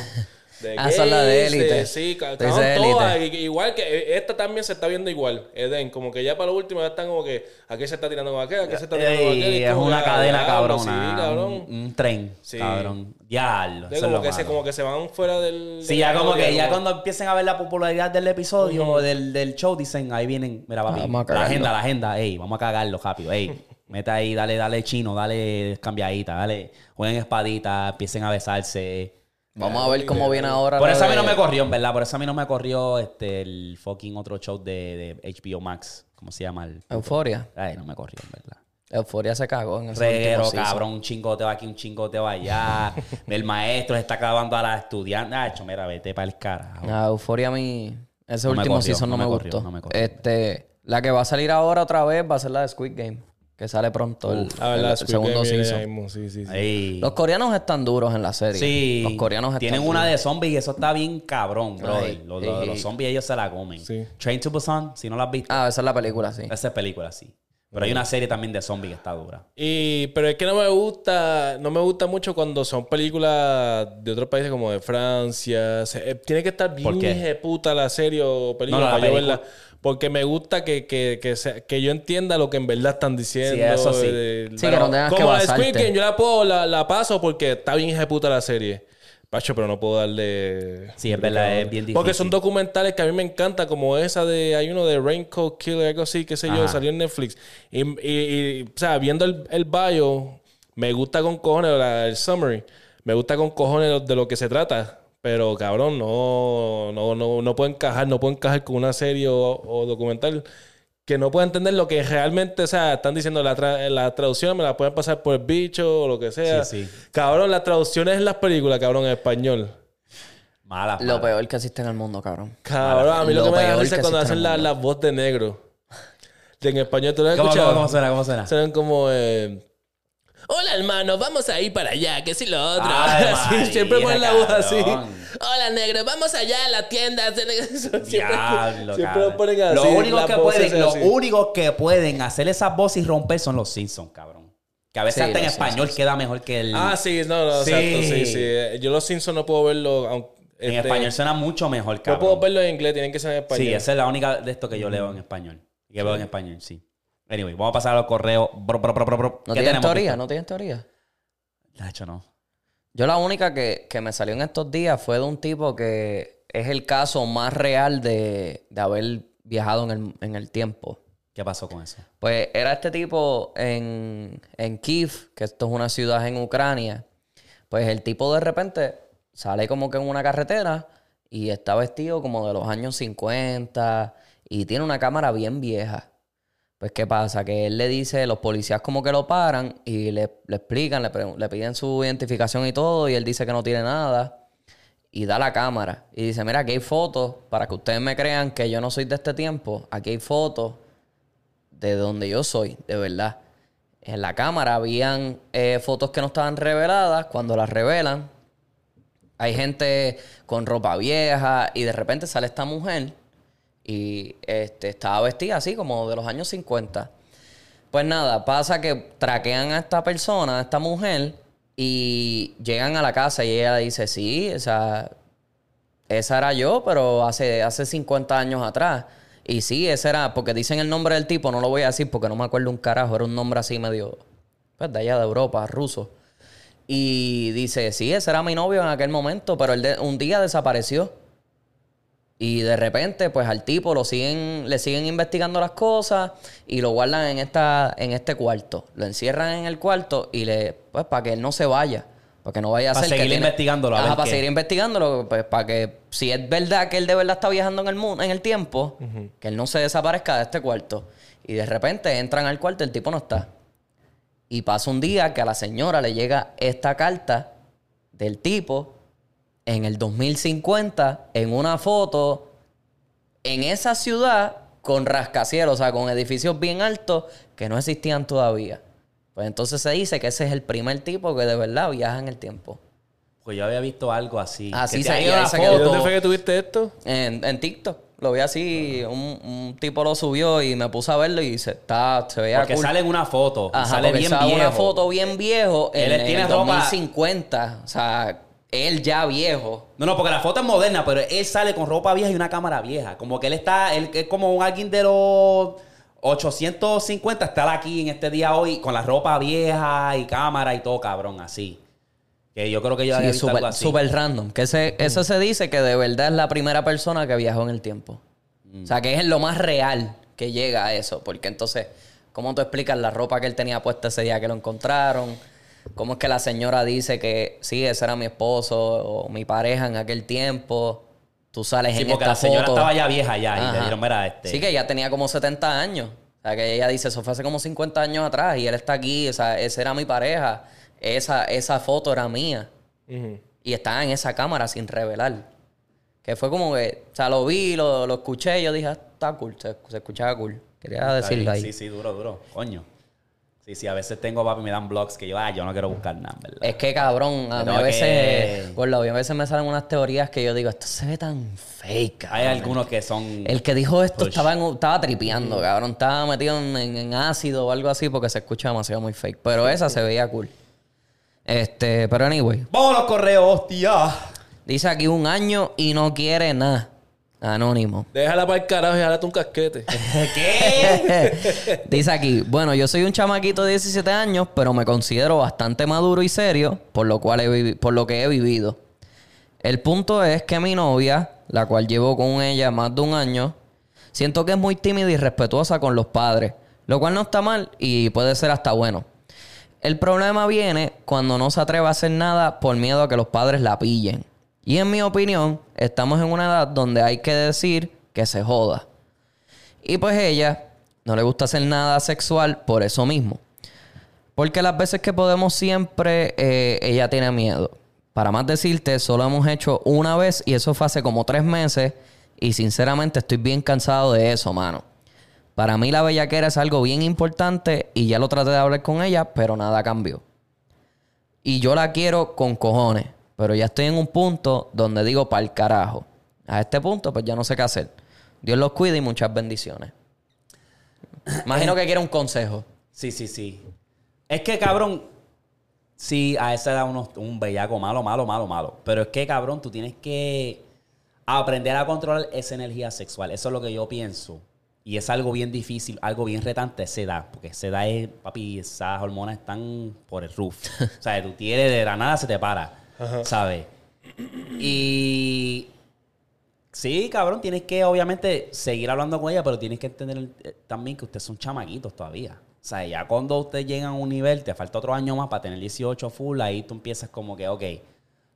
Speaker 4: De
Speaker 2: Ah, son las de
Speaker 4: gays,
Speaker 2: élite.
Speaker 4: Sí, ca-
Speaker 2: Tú dices
Speaker 4: cabrón, todas,
Speaker 2: élite.
Speaker 4: i- igual que eh, esta también se está viendo igual, Eden, como que ya para lo último ya están como que aquí se está tirando con aquel, aquí se está tirando con
Speaker 3: Ey,
Speaker 4: aquel. y
Speaker 3: es
Speaker 4: como
Speaker 3: una
Speaker 4: que,
Speaker 3: cadena
Speaker 4: ah,
Speaker 3: cabrona.
Speaker 4: Sí, cabrón.
Speaker 3: Un, un tren,
Speaker 4: Sí.
Speaker 3: cabrón. Diablo.
Speaker 4: Sí,
Speaker 3: eso es
Speaker 4: como,
Speaker 3: lo
Speaker 4: que se,
Speaker 3: malo.
Speaker 4: como que se van fuera del.
Speaker 3: Sí,
Speaker 4: del
Speaker 3: ya como
Speaker 4: área,
Speaker 3: que ya cuando empiecen a ver la popularidad del episodio o del, del show, dicen, ahí vienen, mira, papi,
Speaker 2: Vamos a
Speaker 3: la
Speaker 2: cagarlo.
Speaker 3: agenda, la agenda, ey, vamos a cagarlo, rápido, ey, mete ahí, dale, dale chino, dale cambiadita, dale, jueguen espadita, empiecen a besarse.
Speaker 2: Vamos a ver cómo viene ahora.
Speaker 3: Por
Speaker 2: la
Speaker 3: eso a mí
Speaker 2: de-
Speaker 3: no me corrió, en verdad, por eso a mí no me corrió este, el fucking otro show de, de HBO Max, ¿cómo se llama? El...
Speaker 2: Euforia.
Speaker 3: Ay, no me corrió, en verdad.
Speaker 2: Euforia se cagó en ese
Speaker 3: Reguero,
Speaker 2: último season.
Speaker 3: cabrón, un chingoteo aquí, un chingoteo allá. el maestro se está acabando a la estudiante. Ah, cho, mira, vete para el carajo.
Speaker 2: La Ah, euforia a mí. Ese
Speaker 3: No me
Speaker 2: último
Speaker 3: corrió,
Speaker 2: season no,
Speaker 3: no
Speaker 2: me,
Speaker 3: me corrió,
Speaker 2: gustó.
Speaker 3: no me corrió.
Speaker 2: Este, la que va a salir ahora otra vez va a ser la de Squid Game. Que sale pronto el,
Speaker 4: Ah,
Speaker 2: el
Speaker 4: verdad, Squid
Speaker 2: segundo
Speaker 4: Game viene
Speaker 2: season.
Speaker 4: ahí mismo, Sí, sí, sí.
Speaker 3: Ey.
Speaker 2: Los coreanos están duros en la serie.
Speaker 3: Sí.
Speaker 2: Los coreanos están
Speaker 3: Tienen una de zombies y eso está bien cabrón, bro.
Speaker 2: Ay, eh,
Speaker 3: los, los-
Speaker 2: ey,
Speaker 3: los
Speaker 2: ey.
Speaker 3: zombies ellos se la comen.
Speaker 4: Sí.
Speaker 3: Train to Busan, si no la has visto.
Speaker 2: Ah, esa es la película, sí.
Speaker 3: Esa es película, sí. Pero hay una serie también de zombies que está dura.
Speaker 4: Y, pero es que no me gusta, no me gusta mucho cuando son películas de otros países como de Francia. O sea, eh, tiene que estar bien
Speaker 3: ¿Por qué?
Speaker 4: hija de puta la serie o película
Speaker 3: No, la
Speaker 4: para yo
Speaker 3: película.
Speaker 4: verla. Porque me gusta que, que, que, se- que yo entienda lo que en verdad están diciendo.
Speaker 3: Sí, eso sí.
Speaker 4: eh,
Speaker 2: Sí,
Speaker 4: pero
Speaker 2: que no tengas que
Speaker 4: como la de Squid
Speaker 2: basarte.
Speaker 4: Game, yo la puedo, la, la paso porque está bien hija de puta la serie. Pacho, pero no puedo darle.
Speaker 3: Sí, es verdad, es bien
Speaker 4: Porque
Speaker 3: difícil.
Speaker 4: son documentales que a mí me encanta, como esa de. Hay uno de Raincoat Killer, algo así, qué sé yo,
Speaker 3: Ajá.
Speaker 4: salió en Netflix. Y, y- y, o sea, viendo el, el bio, me gusta con cojones, la- el summary, me gusta con cojones lo- de lo que se trata. Pero cabrón, no, no, no, no puedo encajar, no puedo encajar con una serie o, o documental que no pueda entender lo que realmente, o sea, están diciendo la, tra- la traducción, me la pueden pasar por el bicho o lo que sea.
Speaker 3: Sí, sí.
Speaker 4: Cabrón, las traducciones en las películas, cabrón, en español.
Speaker 3: Mala.
Speaker 2: Lo peor que existe en el mundo, cabrón.
Speaker 4: Cabrón, a mí
Speaker 2: Lo
Speaker 4: lo, que me da
Speaker 2: peor
Speaker 4: risa
Speaker 2: que
Speaker 4: es cuando
Speaker 2: existe en
Speaker 4: hacen
Speaker 2: el
Speaker 4: la,
Speaker 2: mundo.
Speaker 4: la voz de negro. Que en español tú lo has
Speaker 3: ¿Cómo,
Speaker 4: escuchado.
Speaker 3: cómo, cómo suena? ¿Cómo suena?
Speaker 4: Suenan como. eh, Hola hermano, vamos a ir para allá, que si lo otro.
Speaker 3: Ay,
Speaker 4: Así,
Speaker 3: María,
Speaker 4: siempre ponen la voz así.
Speaker 3: cabrón.
Speaker 4: Hola negro, vamos allá a la tienda. Siempre-
Speaker 3: Diablo,
Speaker 4: siempre
Speaker 3: cabrón.
Speaker 4: lo ponen así.
Speaker 3: Los únicos
Speaker 4: la
Speaker 3: que
Speaker 4: voz es
Speaker 3: pueden, los
Speaker 4: así.
Speaker 3: únicos que pueden hacer esas voces y romper son los Simpsons, cabrón. Que a veces
Speaker 2: Sí,
Speaker 3: hasta en
Speaker 2: los
Speaker 3: español queda mejor que el.
Speaker 4: Ah, sí, no, no,
Speaker 3: Sí.
Speaker 4: exacto, sí, sí. Eh, Yo los Simpsons no puedo verlo. aunque-
Speaker 3: en
Speaker 4: este,
Speaker 3: español suena mucho mejor,
Speaker 4: No
Speaker 3: cabrón.
Speaker 4: puedo verlo en inglés, tienen que ser en español.
Speaker 3: Sí, esa es la única de esto que yo leo en español. Que veo en español, sí. Anyway, vamos a pasar a los correos. Bro, bro, bro, bro, bro.
Speaker 2: ¿No tienen teoría?
Speaker 3: Víctor?
Speaker 2: ¿No tienen teoría?
Speaker 3: Nacho, no.
Speaker 2: Yo la única que, que me salió en estos días fue de un tipo que es el caso más real de, de haber viajado en el, en el tiempo.
Speaker 3: ¿Qué pasó con eso?
Speaker 2: Pues era este tipo en, en Kiev, que esto es una ciudad en Ucrania. Pues el tipo de repente sale como que en una carretera y está vestido como de los años 50 y tiene una cámara bien vieja. Pues ¿qué pasa? Que él le dice, los policías como que lo paran y le, le explican, le, pregun- le piden su identificación y todo y él dice que no tiene nada y da la cámara y dice, mira, aquí hay fotos, para que ustedes me crean que yo no soy de este tiempo, aquí hay fotos de donde yo soy, de verdad. En la cámara habían eh, fotos que no estaban reveladas, cuando las revelan, hay gente con ropa vieja y de repente sale esta mujer y este, estaba vestida así como de los años 50. Pues nada, pasa que traquean a esta persona, a esta mujer, y llegan a la casa y ella dice, sí, o sea, Esa era yo, pero hace, hace 50 años atrás. Y sí, esa era, porque dicen el nombre del tipo, no lo voy a decir porque no me acuerdo un carajo, era un nombre así medio, pues de allá de Europa, ruso. Y dice, sí, ese era mi novio en aquel momento, pero él de- un día desapareció. Y de repente, pues al tipo lo siguen, le siguen investigando las cosas y lo guardan en, esta, en este cuarto. Lo encierran en el cuarto y le, pues, para que él no se vaya. Para que no vaya a
Speaker 3: Para
Speaker 2: ser que
Speaker 3: seguir
Speaker 2: tiene-
Speaker 3: investigándolo, a
Speaker 2: Ajá,
Speaker 3: ver
Speaker 2: para
Speaker 3: qué.
Speaker 2: seguir investigándolo, pues, para que si es verdad que él de verdad está viajando en el mundo, en el tiempo, que él no se desaparezca de este cuarto. Y de repente entran al cuarto y el tipo no está. Y pasa un día que a la señora le llega esta carta del tipo en el 2050 en una foto en esa ciudad con rascacielos, o sea, con edificios bien altos que no existían todavía. Pues entonces se dice que ese es el primer tipo que de verdad viaja en el tiempo.
Speaker 3: Porque Pues yo había visto algo así.
Speaker 2: Así
Speaker 3: Que te
Speaker 2: se-
Speaker 3: ha ido
Speaker 2: y ahí
Speaker 3: la
Speaker 2: se
Speaker 4: ¿Y
Speaker 2: quedó
Speaker 3: foto.
Speaker 4: dónde fue que tuviste esto?
Speaker 2: En, en TikTok. Lo vi así, un, un tipo lo subió y me puse a verlo y se, está, se veía
Speaker 3: Porque
Speaker 2: cool.
Speaker 3: sale en una foto. y
Speaker 2: Ajá,
Speaker 3: sale
Speaker 2: porque
Speaker 3: bien
Speaker 2: sale
Speaker 3: viejo.
Speaker 2: una foto bien viejo en,
Speaker 3: Él
Speaker 2: en
Speaker 3: tiene
Speaker 2: el
Speaker 3: ropa-
Speaker 2: 2050. O sea, él ya viejo.
Speaker 3: No, no, porque la foto es moderna, pero él sale con ropa vieja y una cámara vieja. Como que él está, él es como un alguien de los 850, estar aquí en este día hoy con la ropa vieja y cámara y todo, cabrón, así. Que yo creo que yo había
Speaker 2: Sí,
Speaker 3: visto algo
Speaker 2: súper
Speaker 3: así.
Speaker 2: súper random. Que ese, eso se dice que de verdad es la primera persona que viajó en el tiempo. O sea, que es en lo más real que llega a eso. Porque entonces, ¿cómo tú explicas la ropa que él tenía puesta ese día que lo encontraron? ¿Cómo es que la señora dice que sí, ese era mi esposo o mi pareja en aquel tiempo? Tú sales
Speaker 3: Sí,
Speaker 2: en
Speaker 3: porque
Speaker 2: esta
Speaker 3: la señora
Speaker 2: foto.
Speaker 3: estaba ya vieja ya y le
Speaker 2: Ajá.
Speaker 3: dieron, mira, este.
Speaker 2: Sí, que ya tenía como 70 años. O sea, que ella dice, eso fue hace como 50 años atrás y él está aquí, o sea, esa era mi pareja, esa, esa foto era mía.
Speaker 4: Ujú.
Speaker 2: Y estaba en esa cámara sin revelar. Que fue como que, o sea, lo vi, lo, lo escuché y yo dije, ah, está cool, se, se escuchaba cool. Quería
Speaker 3: Está
Speaker 2: decirlo
Speaker 3: bien,
Speaker 2: ahí.
Speaker 3: Sí, sí, duro, duro. Coño. Sí, sí, a veces tengo papi, me dan blogs que yo, ah, yo no quiero buscar nada, en ¿verdad?
Speaker 2: Es que cabrón, a mí
Speaker 3: No,
Speaker 2: a
Speaker 3: que-
Speaker 2: veces, gordo, a mí a veces me salen unas teorías que yo digo, esto se ve tan fake. cabrón".
Speaker 3: Hay algunos que son.
Speaker 2: El que dijo esto
Speaker 3: Push.
Speaker 2: estaba, en- estaba tripeando, cabrón. Estaba metido en, en- en ácido o algo así porque se escucha demasiado muy fake. Pero esa se veía cool. Este, pero anyway.
Speaker 3: ¡Vamos a los correos, hostia!
Speaker 2: Dice aquí un año y no quiere nada. Anónimo.
Speaker 4: Déjala para el carajo y jálate un casquete.
Speaker 3: ¿Qué?
Speaker 2: Dice aquí, bueno, yo soy un chamaquito de 17 años, pero me considero bastante maduro y serio, por lo, cual he vivi- por lo que he vivido. El punto es que mi novia, la cual llevo con ella más de un año, siento que es muy tímida y respetuosa con los padres, lo cual no está mal y puede ser hasta bueno. El problema viene cuando no se atreve a hacer nada por miedo a que los padres la pillen. Y en mi opinión, estamos en una edad donde hay que decir que se joda. Y pues ella no le gusta hacer nada sexual por eso mismo. Porque las veces que podemos siempre, eh, ella tiene miedo. Para más decirte, solo hemos hecho una vez y eso fue hace como tres meses. Y sinceramente estoy bien cansado de eso, mano. Para mí la bellaquera es algo bien importante y ya lo traté de hablar con ella, pero nada cambió. Y yo la quiero con cojones, pero ya estoy en un punto donde digo pa'l carajo. A este punto pues ya no sé qué hacer. Dios los cuide y muchas bendiciones. Imagino que quiere un consejo.
Speaker 3: Sí, sí, sí. Es que, cabrón, sí, a esa edad uno un bellaco malo, malo, malo, malo. Pero es que, cabrón, tú tienes que aprender a controlar esa energía sexual. Eso es lo que yo pienso. Y es algo bien difícil, algo bien retante a esa edad. Porque a esa edad es, papi, esas hormonas están por el roof. o sea, tú tienes de la nada, se te para. ¿Sabes? Y Sí, cabrón, tienes que obviamente seguir hablando con ella, pero tienes que entender eh, también que ustedes son chamaquitos todavía. O sea, ya cuando ustedes llegan a un nivel, te falta otro año más para tener 18 full, ahí tú empiezas como que, ok,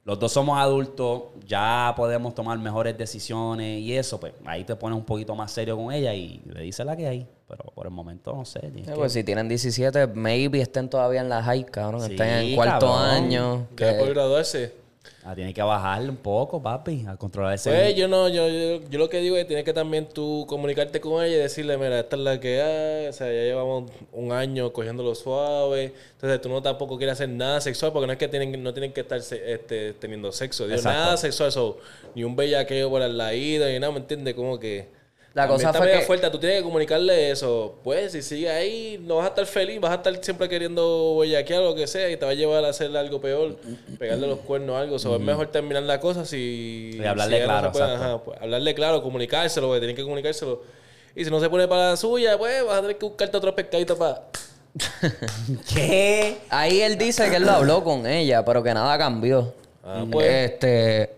Speaker 3: los dos somos adultos, ya podemos tomar mejores decisiones y eso, pues ahí te pones un poquito más serio con ella y le dices la que hay. Pero por el momento, no sé. tienes
Speaker 2: Eh,
Speaker 3: que-
Speaker 2: pues si tienen 17, maybe estén todavía en la high, cabrón.
Speaker 3: Sí,
Speaker 2: estén en cuarto
Speaker 3: cabrón.
Speaker 2: año.
Speaker 4: Queda
Speaker 2: que-
Speaker 4: por graduarse.
Speaker 3: ah, tienes que bajarle un poco, papi, a controlar ese...
Speaker 4: Pues yo no, yo, yo, yo lo que digo es que tienes que también tú comunicarte con ella y decirle, mira, esta es la que hay, o sea, ya llevamos un año cogiéndolo suave, entonces tú no tampoco quieres hacer nada sexual porque no es que tienen, no tienen que estar se- este, teniendo sexo, digo,
Speaker 3: Exacto.
Speaker 4: nada sexual, eso, ni un bellaqueo por la ida, ni nada, ¿me entiendes? Como que...
Speaker 2: La
Speaker 4: También
Speaker 2: cosa
Speaker 4: está
Speaker 2: fue
Speaker 4: mega
Speaker 2: que-
Speaker 4: fuerte, tú tienes que comunicarle eso. Pues si sigue ahí, no vas a estar feliz, vas a estar siempre queriendo bellaquear o lo que sea y te va a llevar a hacer algo peor, pegarle los cuernos o algo. O sea, es mejor terminar la cosa si.
Speaker 3: Y hablarle
Speaker 4: si ella se
Speaker 3: claro, exacto.
Speaker 4: ajá, pues, hablarle claro, comunicárselo, porque tienen que comunicárselo. Y si no se pone para la suya, pues vas a tener que buscarte otro pescadito para.
Speaker 3: ¿Qué?
Speaker 2: Ahí él dice que él lo habló con ella, pero que nada cambió.
Speaker 4: Ah, pues.
Speaker 2: Este.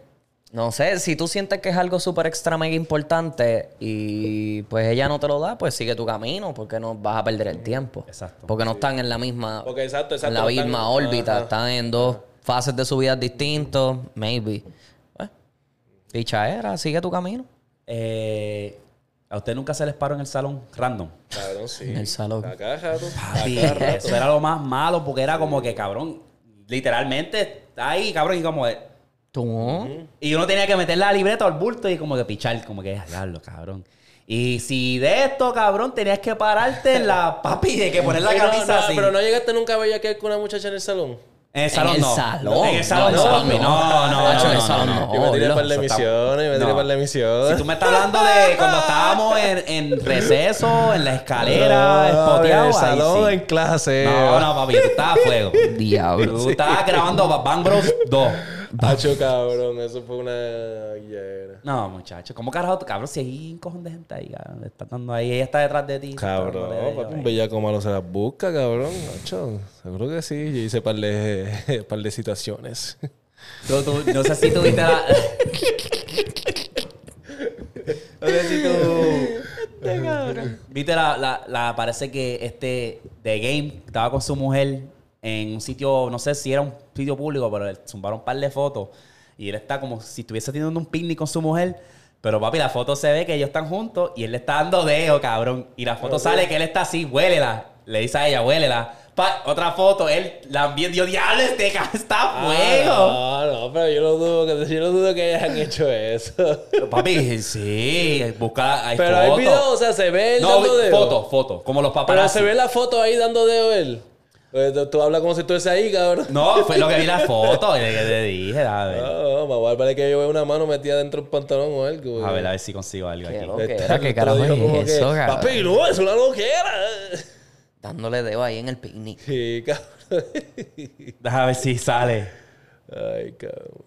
Speaker 2: No sé, si tú sientes que es algo súper extra mega importante y pues ella no te lo da, pues sigue tu camino porque no vas a perder el tiempo.
Speaker 1: Exacto.
Speaker 2: Porque no están en la misma.
Speaker 4: Porque exacto, exacto,
Speaker 2: En la
Speaker 4: no
Speaker 2: misma
Speaker 4: están-
Speaker 2: órbita.
Speaker 4: ajá.
Speaker 2: Están en dos fases de su vida distintos. Maybe. Bueno, dicha era, sigue tu camino.
Speaker 3: Eh, ¿A usted nunca se les paró en el salón random?
Speaker 4: Cabrón, sí.
Speaker 2: En el salón.
Speaker 4: Acá, rato.
Speaker 3: Papi,
Speaker 4: Acá, rato.
Speaker 3: eso era lo más malo porque era como que, cabrón, literalmente está ahí, cabrón, y como... de-
Speaker 2: Tú.
Speaker 3: Y uno tenía que meter la libreta al bulto y como que pichar, como que, "Ah, diablo, cabrón. Y si de esto, cabrón, tenías que pararte en la papi de que poner la
Speaker 4: Y no,
Speaker 3: camisa
Speaker 4: no,
Speaker 3: así.
Speaker 4: Pero no llegaste nunca a bellaquear con una muchacha en el salón.
Speaker 3: En el salón
Speaker 2: en el
Speaker 3: no.
Speaker 2: salón.
Speaker 3: En el salón no. papi. No, no,
Speaker 2: Nacho, en el
Speaker 3: no, no,
Speaker 2: salón
Speaker 3: no.
Speaker 2: no.
Speaker 4: yo me tiré
Speaker 2: loco,
Speaker 4: para la
Speaker 3: eso está-
Speaker 4: emisión, yo me tiré
Speaker 3: No.
Speaker 4: para la
Speaker 3: Si
Speaker 4: emisión.
Speaker 3: tú me estás hablando de cuando estábamos en, en receso, en la escalera, espoteado,
Speaker 4: en
Speaker 3: ahí
Speaker 4: el salón,
Speaker 3: sí.
Speaker 4: en clase.
Speaker 3: No, no, papi, tú estabas a fuego.
Speaker 2: Diablo.
Speaker 3: Tú estabas grabando Bad Bang Bros 2.
Speaker 4: Hacho, cabrón, eso fue una guillera.
Speaker 3: No, muchacho, ¿cómo carajo? tú- Cabrón, si hay un cojón de gente ahí, cabrón, le está dando ahí, ella está detrás de ti.
Speaker 4: Cabrón,
Speaker 3: dándole de
Speaker 4: papi, un
Speaker 3: ello,
Speaker 4: bellaco malo se las busca, cabrón. Hacho, seguro que sí. Yo hice par de, par de situaciones.
Speaker 3: Tú- tú- no sé si tuviste la. no sé si tú. Viste la, la, la- Parece que este. The Game estaba con su mujer en un sitio. No sé si era un sitio público, pero le zumbaron un par de fotos. Y él está como si estuviese teniendo un picnic con su mujer. Pero papi, la foto se ve que ellos están juntos y él le está dando dedo, cabrón. Y la foto sale que él está así, huélela. Le dice a ella, huélela. Pa- otra foto, él la envió, Dios, diablo, este ca- está a fuego.
Speaker 4: Ah, no, no, pero yo no dudo que, yo no dudo que hayan hecho eso.
Speaker 3: Papi, sí, busca hay
Speaker 4: Pero hay
Speaker 3: fotos.
Speaker 4: videos, o sea, se ve el
Speaker 3: no,
Speaker 4: dando
Speaker 3: vi-
Speaker 4: dedo.
Speaker 3: fotos, fotos, como los
Speaker 4: Pero
Speaker 3: paparazzi.
Speaker 4: se ve la foto ahí dando dedo él. Pues, tú- Tú hablas como si tú eres ahí, cabrón.
Speaker 3: No, fue lo que vi la foto, y le, le dije, a ver,
Speaker 4: No, más vale parece que yo veo una mano metida dentro del pantalón o algo. güey.
Speaker 3: a ver, a ver si consigo algo
Speaker 2: Qué
Speaker 3: aquí.
Speaker 2: loco.
Speaker 4: Este,
Speaker 2: Era, ¿qué
Speaker 4: el otro
Speaker 2: carajo
Speaker 4: dijo
Speaker 2: es
Speaker 4: como
Speaker 2: eso, cabrón?
Speaker 4: Papi, no, es una loquera.
Speaker 2: Dándole dedo ahí en el picnic.
Speaker 4: Sí, cabrón.
Speaker 3: Déjame ver si sale.
Speaker 4: Ay, cabrón.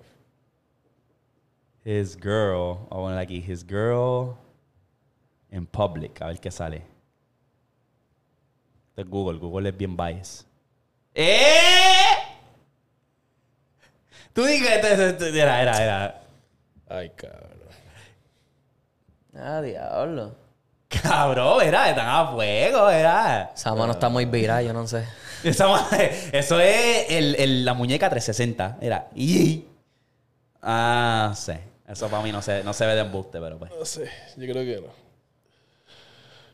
Speaker 3: His girl, I wanna like it, his girl in public, a ver qué sale. De Google, Google es bien biased. ¡Eh! Tú dijiste, era, era, era.
Speaker 4: Ay, cabrón.
Speaker 2: Ah, diablo.
Speaker 3: Cabrón, era, están a fuego, era.
Speaker 2: Esa mano está muy viral, yo no sé.
Speaker 3: Esa madre- eso es el- el- la muñeca 360. Era. y- Ah, no sé. Eso para mí no se, no se ve de embuste, pero pues.
Speaker 4: No sé, yo creo que no.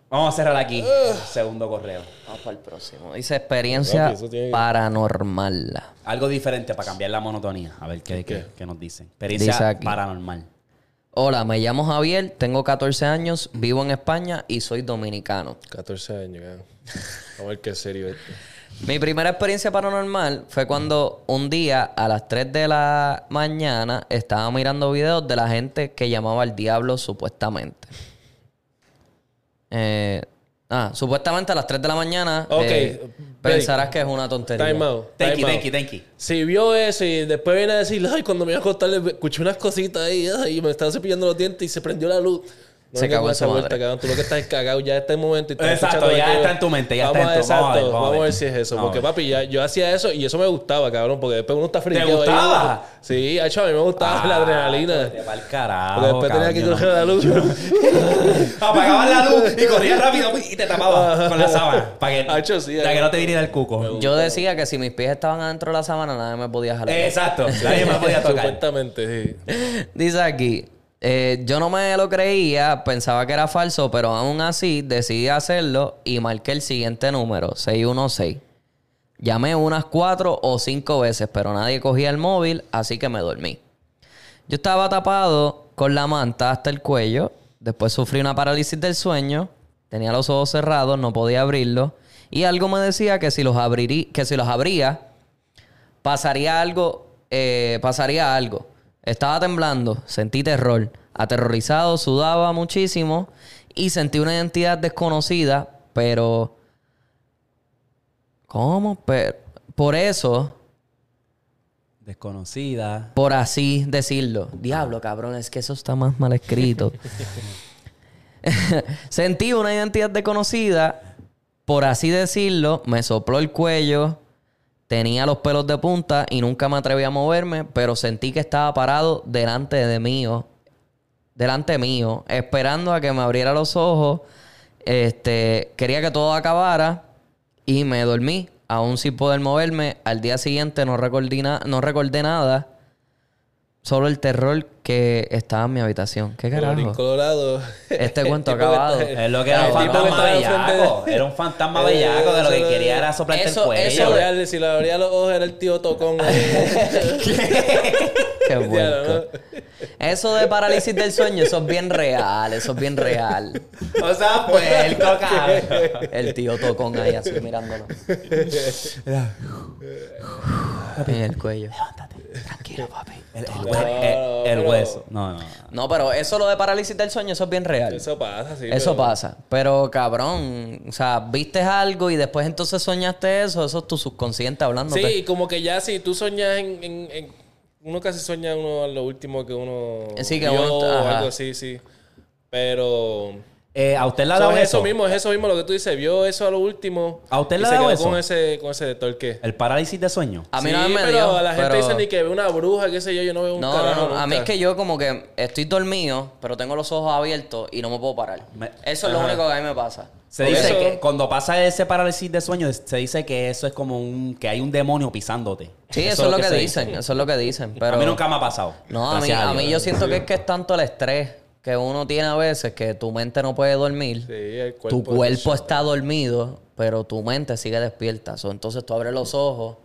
Speaker 3: Vamos a cerrar aquí. Segundo correo.
Speaker 2: Vamos para el próximo. Dice experiencia
Speaker 4: Papi, eso tiene que-
Speaker 2: paranormal.
Speaker 3: Algo diferente para cambiar la monotonía. A ver qué, qué- qué nos dicen. Experiencia
Speaker 2: Dice aquí.
Speaker 3: paranormal.
Speaker 2: Hola, me llamo Javier, tengo 14 años, vivo en España y soy dominicano.
Speaker 4: 14 años, cabrón. Vamos a ver qué serio este.
Speaker 2: Mi primera experiencia paranormal fue cuando un día a las 3 de la mañana estaba mirando videos de la gente que llamaba al diablo supuestamente. Eh, ah, supuestamente a las 3 de la mañana
Speaker 4: Ok,
Speaker 2: eh,
Speaker 4: break.
Speaker 2: pensarás que es una tontería.
Speaker 4: Time out.
Speaker 3: Thank
Speaker 4: time
Speaker 3: you,
Speaker 4: out.
Speaker 3: thank you, thank you.
Speaker 4: Si vio eso y después viene a decir, ay, cuando me iba a acostar, le- escuché unas cositas ahí ay, y me estaba cepillando los dientes y se prendió la luz.
Speaker 2: Se
Speaker 4: venga
Speaker 2: cagó
Speaker 4: con
Speaker 2: en
Speaker 4: esa
Speaker 2: su
Speaker 4: vuelta,
Speaker 2: madre.
Speaker 4: cabrón. Tú lo que estás es cagado ya está el momento. Y estás
Speaker 3: Exacto,
Speaker 4: escuchando
Speaker 3: ya
Speaker 4: aquello.
Speaker 3: está en tu mente, ya está
Speaker 4: Vamos
Speaker 3: en tu-
Speaker 4: a-
Speaker 3: vamos a ver,
Speaker 4: exacto,
Speaker 3: vamos a
Speaker 4: Vamos a
Speaker 3: ver.
Speaker 4: ver si es eso.
Speaker 3: Vamos a
Speaker 4: porque,
Speaker 3: ver.
Speaker 4: papi, ya, yo hacía eso y eso me gustaba, cabrón. Porque después uno está frío.
Speaker 3: gustaba? Ah,
Speaker 4: Sí, hecho, a mí me gustaba Ah, la adrenalina.
Speaker 3: Te va el
Speaker 4: Porque
Speaker 3: carajo.
Speaker 4: después tenía que
Speaker 3: cabrón,
Speaker 4: coger la luz.
Speaker 3: ¿no? Apagaban la luz y corrías rápido pues, y te tapabas con la sábana. Para que,
Speaker 4: Ah, yo sí,
Speaker 3: para
Speaker 4: ahí.
Speaker 3: que no te viniera el cuco.
Speaker 2: Yo decía que si mis pies estaban adentro de la sábana nadie me podía jalar.
Speaker 4: Eh,
Speaker 3: Exacto. Nadie me podía tocar.
Speaker 4: Supuestamente, sí.
Speaker 2: Dice aquí, eh, yo no me lo creía, pensaba que era falso, pero aún así decidí hacerlo y marqué el siguiente número, 616. Llamé unas cuatro o cinco veces, pero nadie cogía el móvil, así que me dormí. Yo estaba tapado con la manta hasta el cuello, después sufrí una parálisis del sueño, tenía los ojos cerrados, no podía abrirlos, y algo me decía que si los, abrirí, que si los abría, pasaría algo, eh, pasaría algo. Estaba temblando, sentí terror, aterrorizado, sudaba muchísimo y sentí una identidad desconocida, pero... ¿Cómo? Pero- por eso,
Speaker 3: Desconocida.
Speaker 2: por así decirlo. Diablo, cabrón, es que eso está más mal escrito. Sentí una identidad desconocida, por así decirlo, me sopló el cuello, tenía los pelos de punta y nunca me atreví a moverme, pero sentí que estaba parado delante de mío, delante mío, esperando a que me abriera los ojos. Este, quería que todo acabara y me dormí, aún sin poder moverme. Al día siguiente no recordé, na- no recordé nada, solo el terror que estaba en mi habitación. ¿Qué
Speaker 4: Colorín
Speaker 2: carajo?
Speaker 4: Colorado.
Speaker 2: Este cuento
Speaker 4: El tipo que
Speaker 2: acabado.
Speaker 4: está-
Speaker 3: Es lo que era un
Speaker 4: el tipo
Speaker 3: fantasma
Speaker 4: que estaba enfrente
Speaker 3: bellaco.
Speaker 4: de-
Speaker 3: Era un fantasma bellaco que lo que
Speaker 4: Eso-
Speaker 3: quería era soplarte el
Speaker 2: eso-
Speaker 4: Eso,
Speaker 3: cuello.
Speaker 4: real, si le abría los ojos era el tío Tocón.
Speaker 2: Qué
Speaker 4: Ya,
Speaker 2: puerco.
Speaker 4: ¿no?
Speaker 2: Eso de parálisis del sueño, eso es bien real, eso es bien real.
Speaker 3: O sea, puerco, cabrón.
Speaker 2: El tío tocón ahí así mirándonos. En el cuello. Tranquilo, papi.
Speaker 3: El, el-
Speaker 4: No,
Speaker 3: el- el
Speaker 4: pero-
Speaker 3: hueso. No, no. no.
Speaker 2: No, pero eso lo de parálisis del sueño, eso es bien real.
Speaker 4: Eso pasa, sí.
Speaker 2: Eso
Speaker 4: pero-
Speaker 2: pasa. Pero cabrón, o sea, viste algo y después entonces soñaste eso, eso es tu subconsciente hablándote.
Speaker 4: Sí, como que ya si tú soñas en, en- en- Uno casi sueña uno a lo último que uno.
Speaker 2: Sí, que
Speaker 4: vio
Speaker 2: uno-
Speaker 4: o
Speaker 2: ajá.
Speaker 4: algo así, sí. Pero.
Speaker 3: Eh, ¿A
Speaker 2: Ah,
Speaker 3: usted le ha
Speaker 4: so,
Speaker 3: dado
Speaker 4: es eso
Speaker 3: eso?
Speaker 4: mismo, es eso mismo lo que tú dices. Vio eso a lo último.
Speaker 3: ¿A usted
Speaker 4: y
Speaker 3: le ha
Speaker 4: se
Speaker 3: dado
Speaker 4: quedó
Speaker 3: eso?
Speaker 4: Con ese, con ese torque.
Speaker 3: ¿El parálisis de sueño?
Speaker 2: A mí
Speaker 4: Sí,
Speaker 2: no me
Speaker 4: pero
Speaker 2: dio,
Speaker 4: la gente
Speaker 2: pero-
Speaker 4: dice ni que ve una bruja, qué sé yo, yo no veo un
Speaker 2: No, no,
Speaker 4: carajo
Speaker 2: no. A mí es
Speaker 4: nunca.
Speaker 2: que yo como que estoy dormido, pero tengo los ojos abiertos y no me puedo parar.
Speaker 3: Me-
Speaker 2: Eso es lo único que a mí me pasa.
Speaker 3: Se
Speaker 2: Porque-
Speaker 3: dice
Speaker 4: eso-
Speaker 3: que cuando pasa ese parálisis de sueño, se dice que eso es como un... que hay un demonio pisándote.
Speaker 2: Sí, eso, es lo que,
Speaker 3: se dice.
Speaker 2: dicen, eso es lo que dicen. Pero...
Speaker 3: A mí nunca me ha pasado.
Speaker 2: No, a mí,
Speaker 3: Gracias
Speaker 2: a mí
Speaker 3: Dios.
Speaker 2: yo siento que es que es tanto el estrés que uno tiene a veces que tu mente no puede dormir.
Speaker 4: Sí, el
Speaker 2: tu
Speaker 4: cuerpo-
Speaker 2: cuerpo está dormido, pero tu mente sigue despierta. So, entonces tú abres los ojos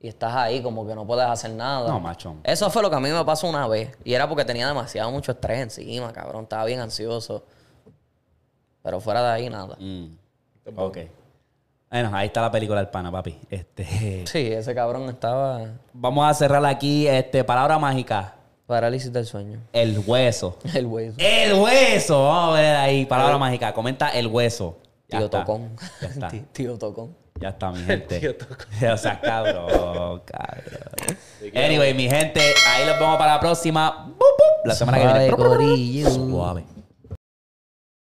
Speaker 2: y estás ahí como que no puedes hacer nada.
Speaker 3: No, macho.
Speaker 2: Eso fue lo que a mí me pasó una vez. Y era porque tenía demasiado mucho estrés encima, cabrón. Estaba bien ansioso. Pero fuera de ahí, nada.
Speaker 3: Mm. Ok. Bueno, ahí está la película del pana, papi. Este,
Speaker 2: Sí, ese cabrón estaba...
Speaker 3: vamos a cerrar aquí. Este, palabra mágica.
Speaker 2: Parálisis del sueño.
Speaker 3: El hueso.
Speaker 2: El hueso.
Speaker 3: El hueso. Vamos a ver ahí.
Speaker 2: Eh.
Speaker 3: Palabra mágica. Comenta el hueso. Ya
Speaker 2: Tío
Speaker 3: está.
Speaker 2: Tocón.
Speaker 3: Ya está.
Speaker 2: Tío- Tío Tocón.
Speaker 3: Ya está, mi gente.
Speaker 4: Tío Tocón.
Speaker 3: o sea, cabrón, cabrón. Anyway, mi gente, ahí los vemos para la próxima. Bup, bup. La semana que
Speaker 2: Suave,
Speaker 3: viene.
Speaker 2: gorillo.
Speaker 3: Suave.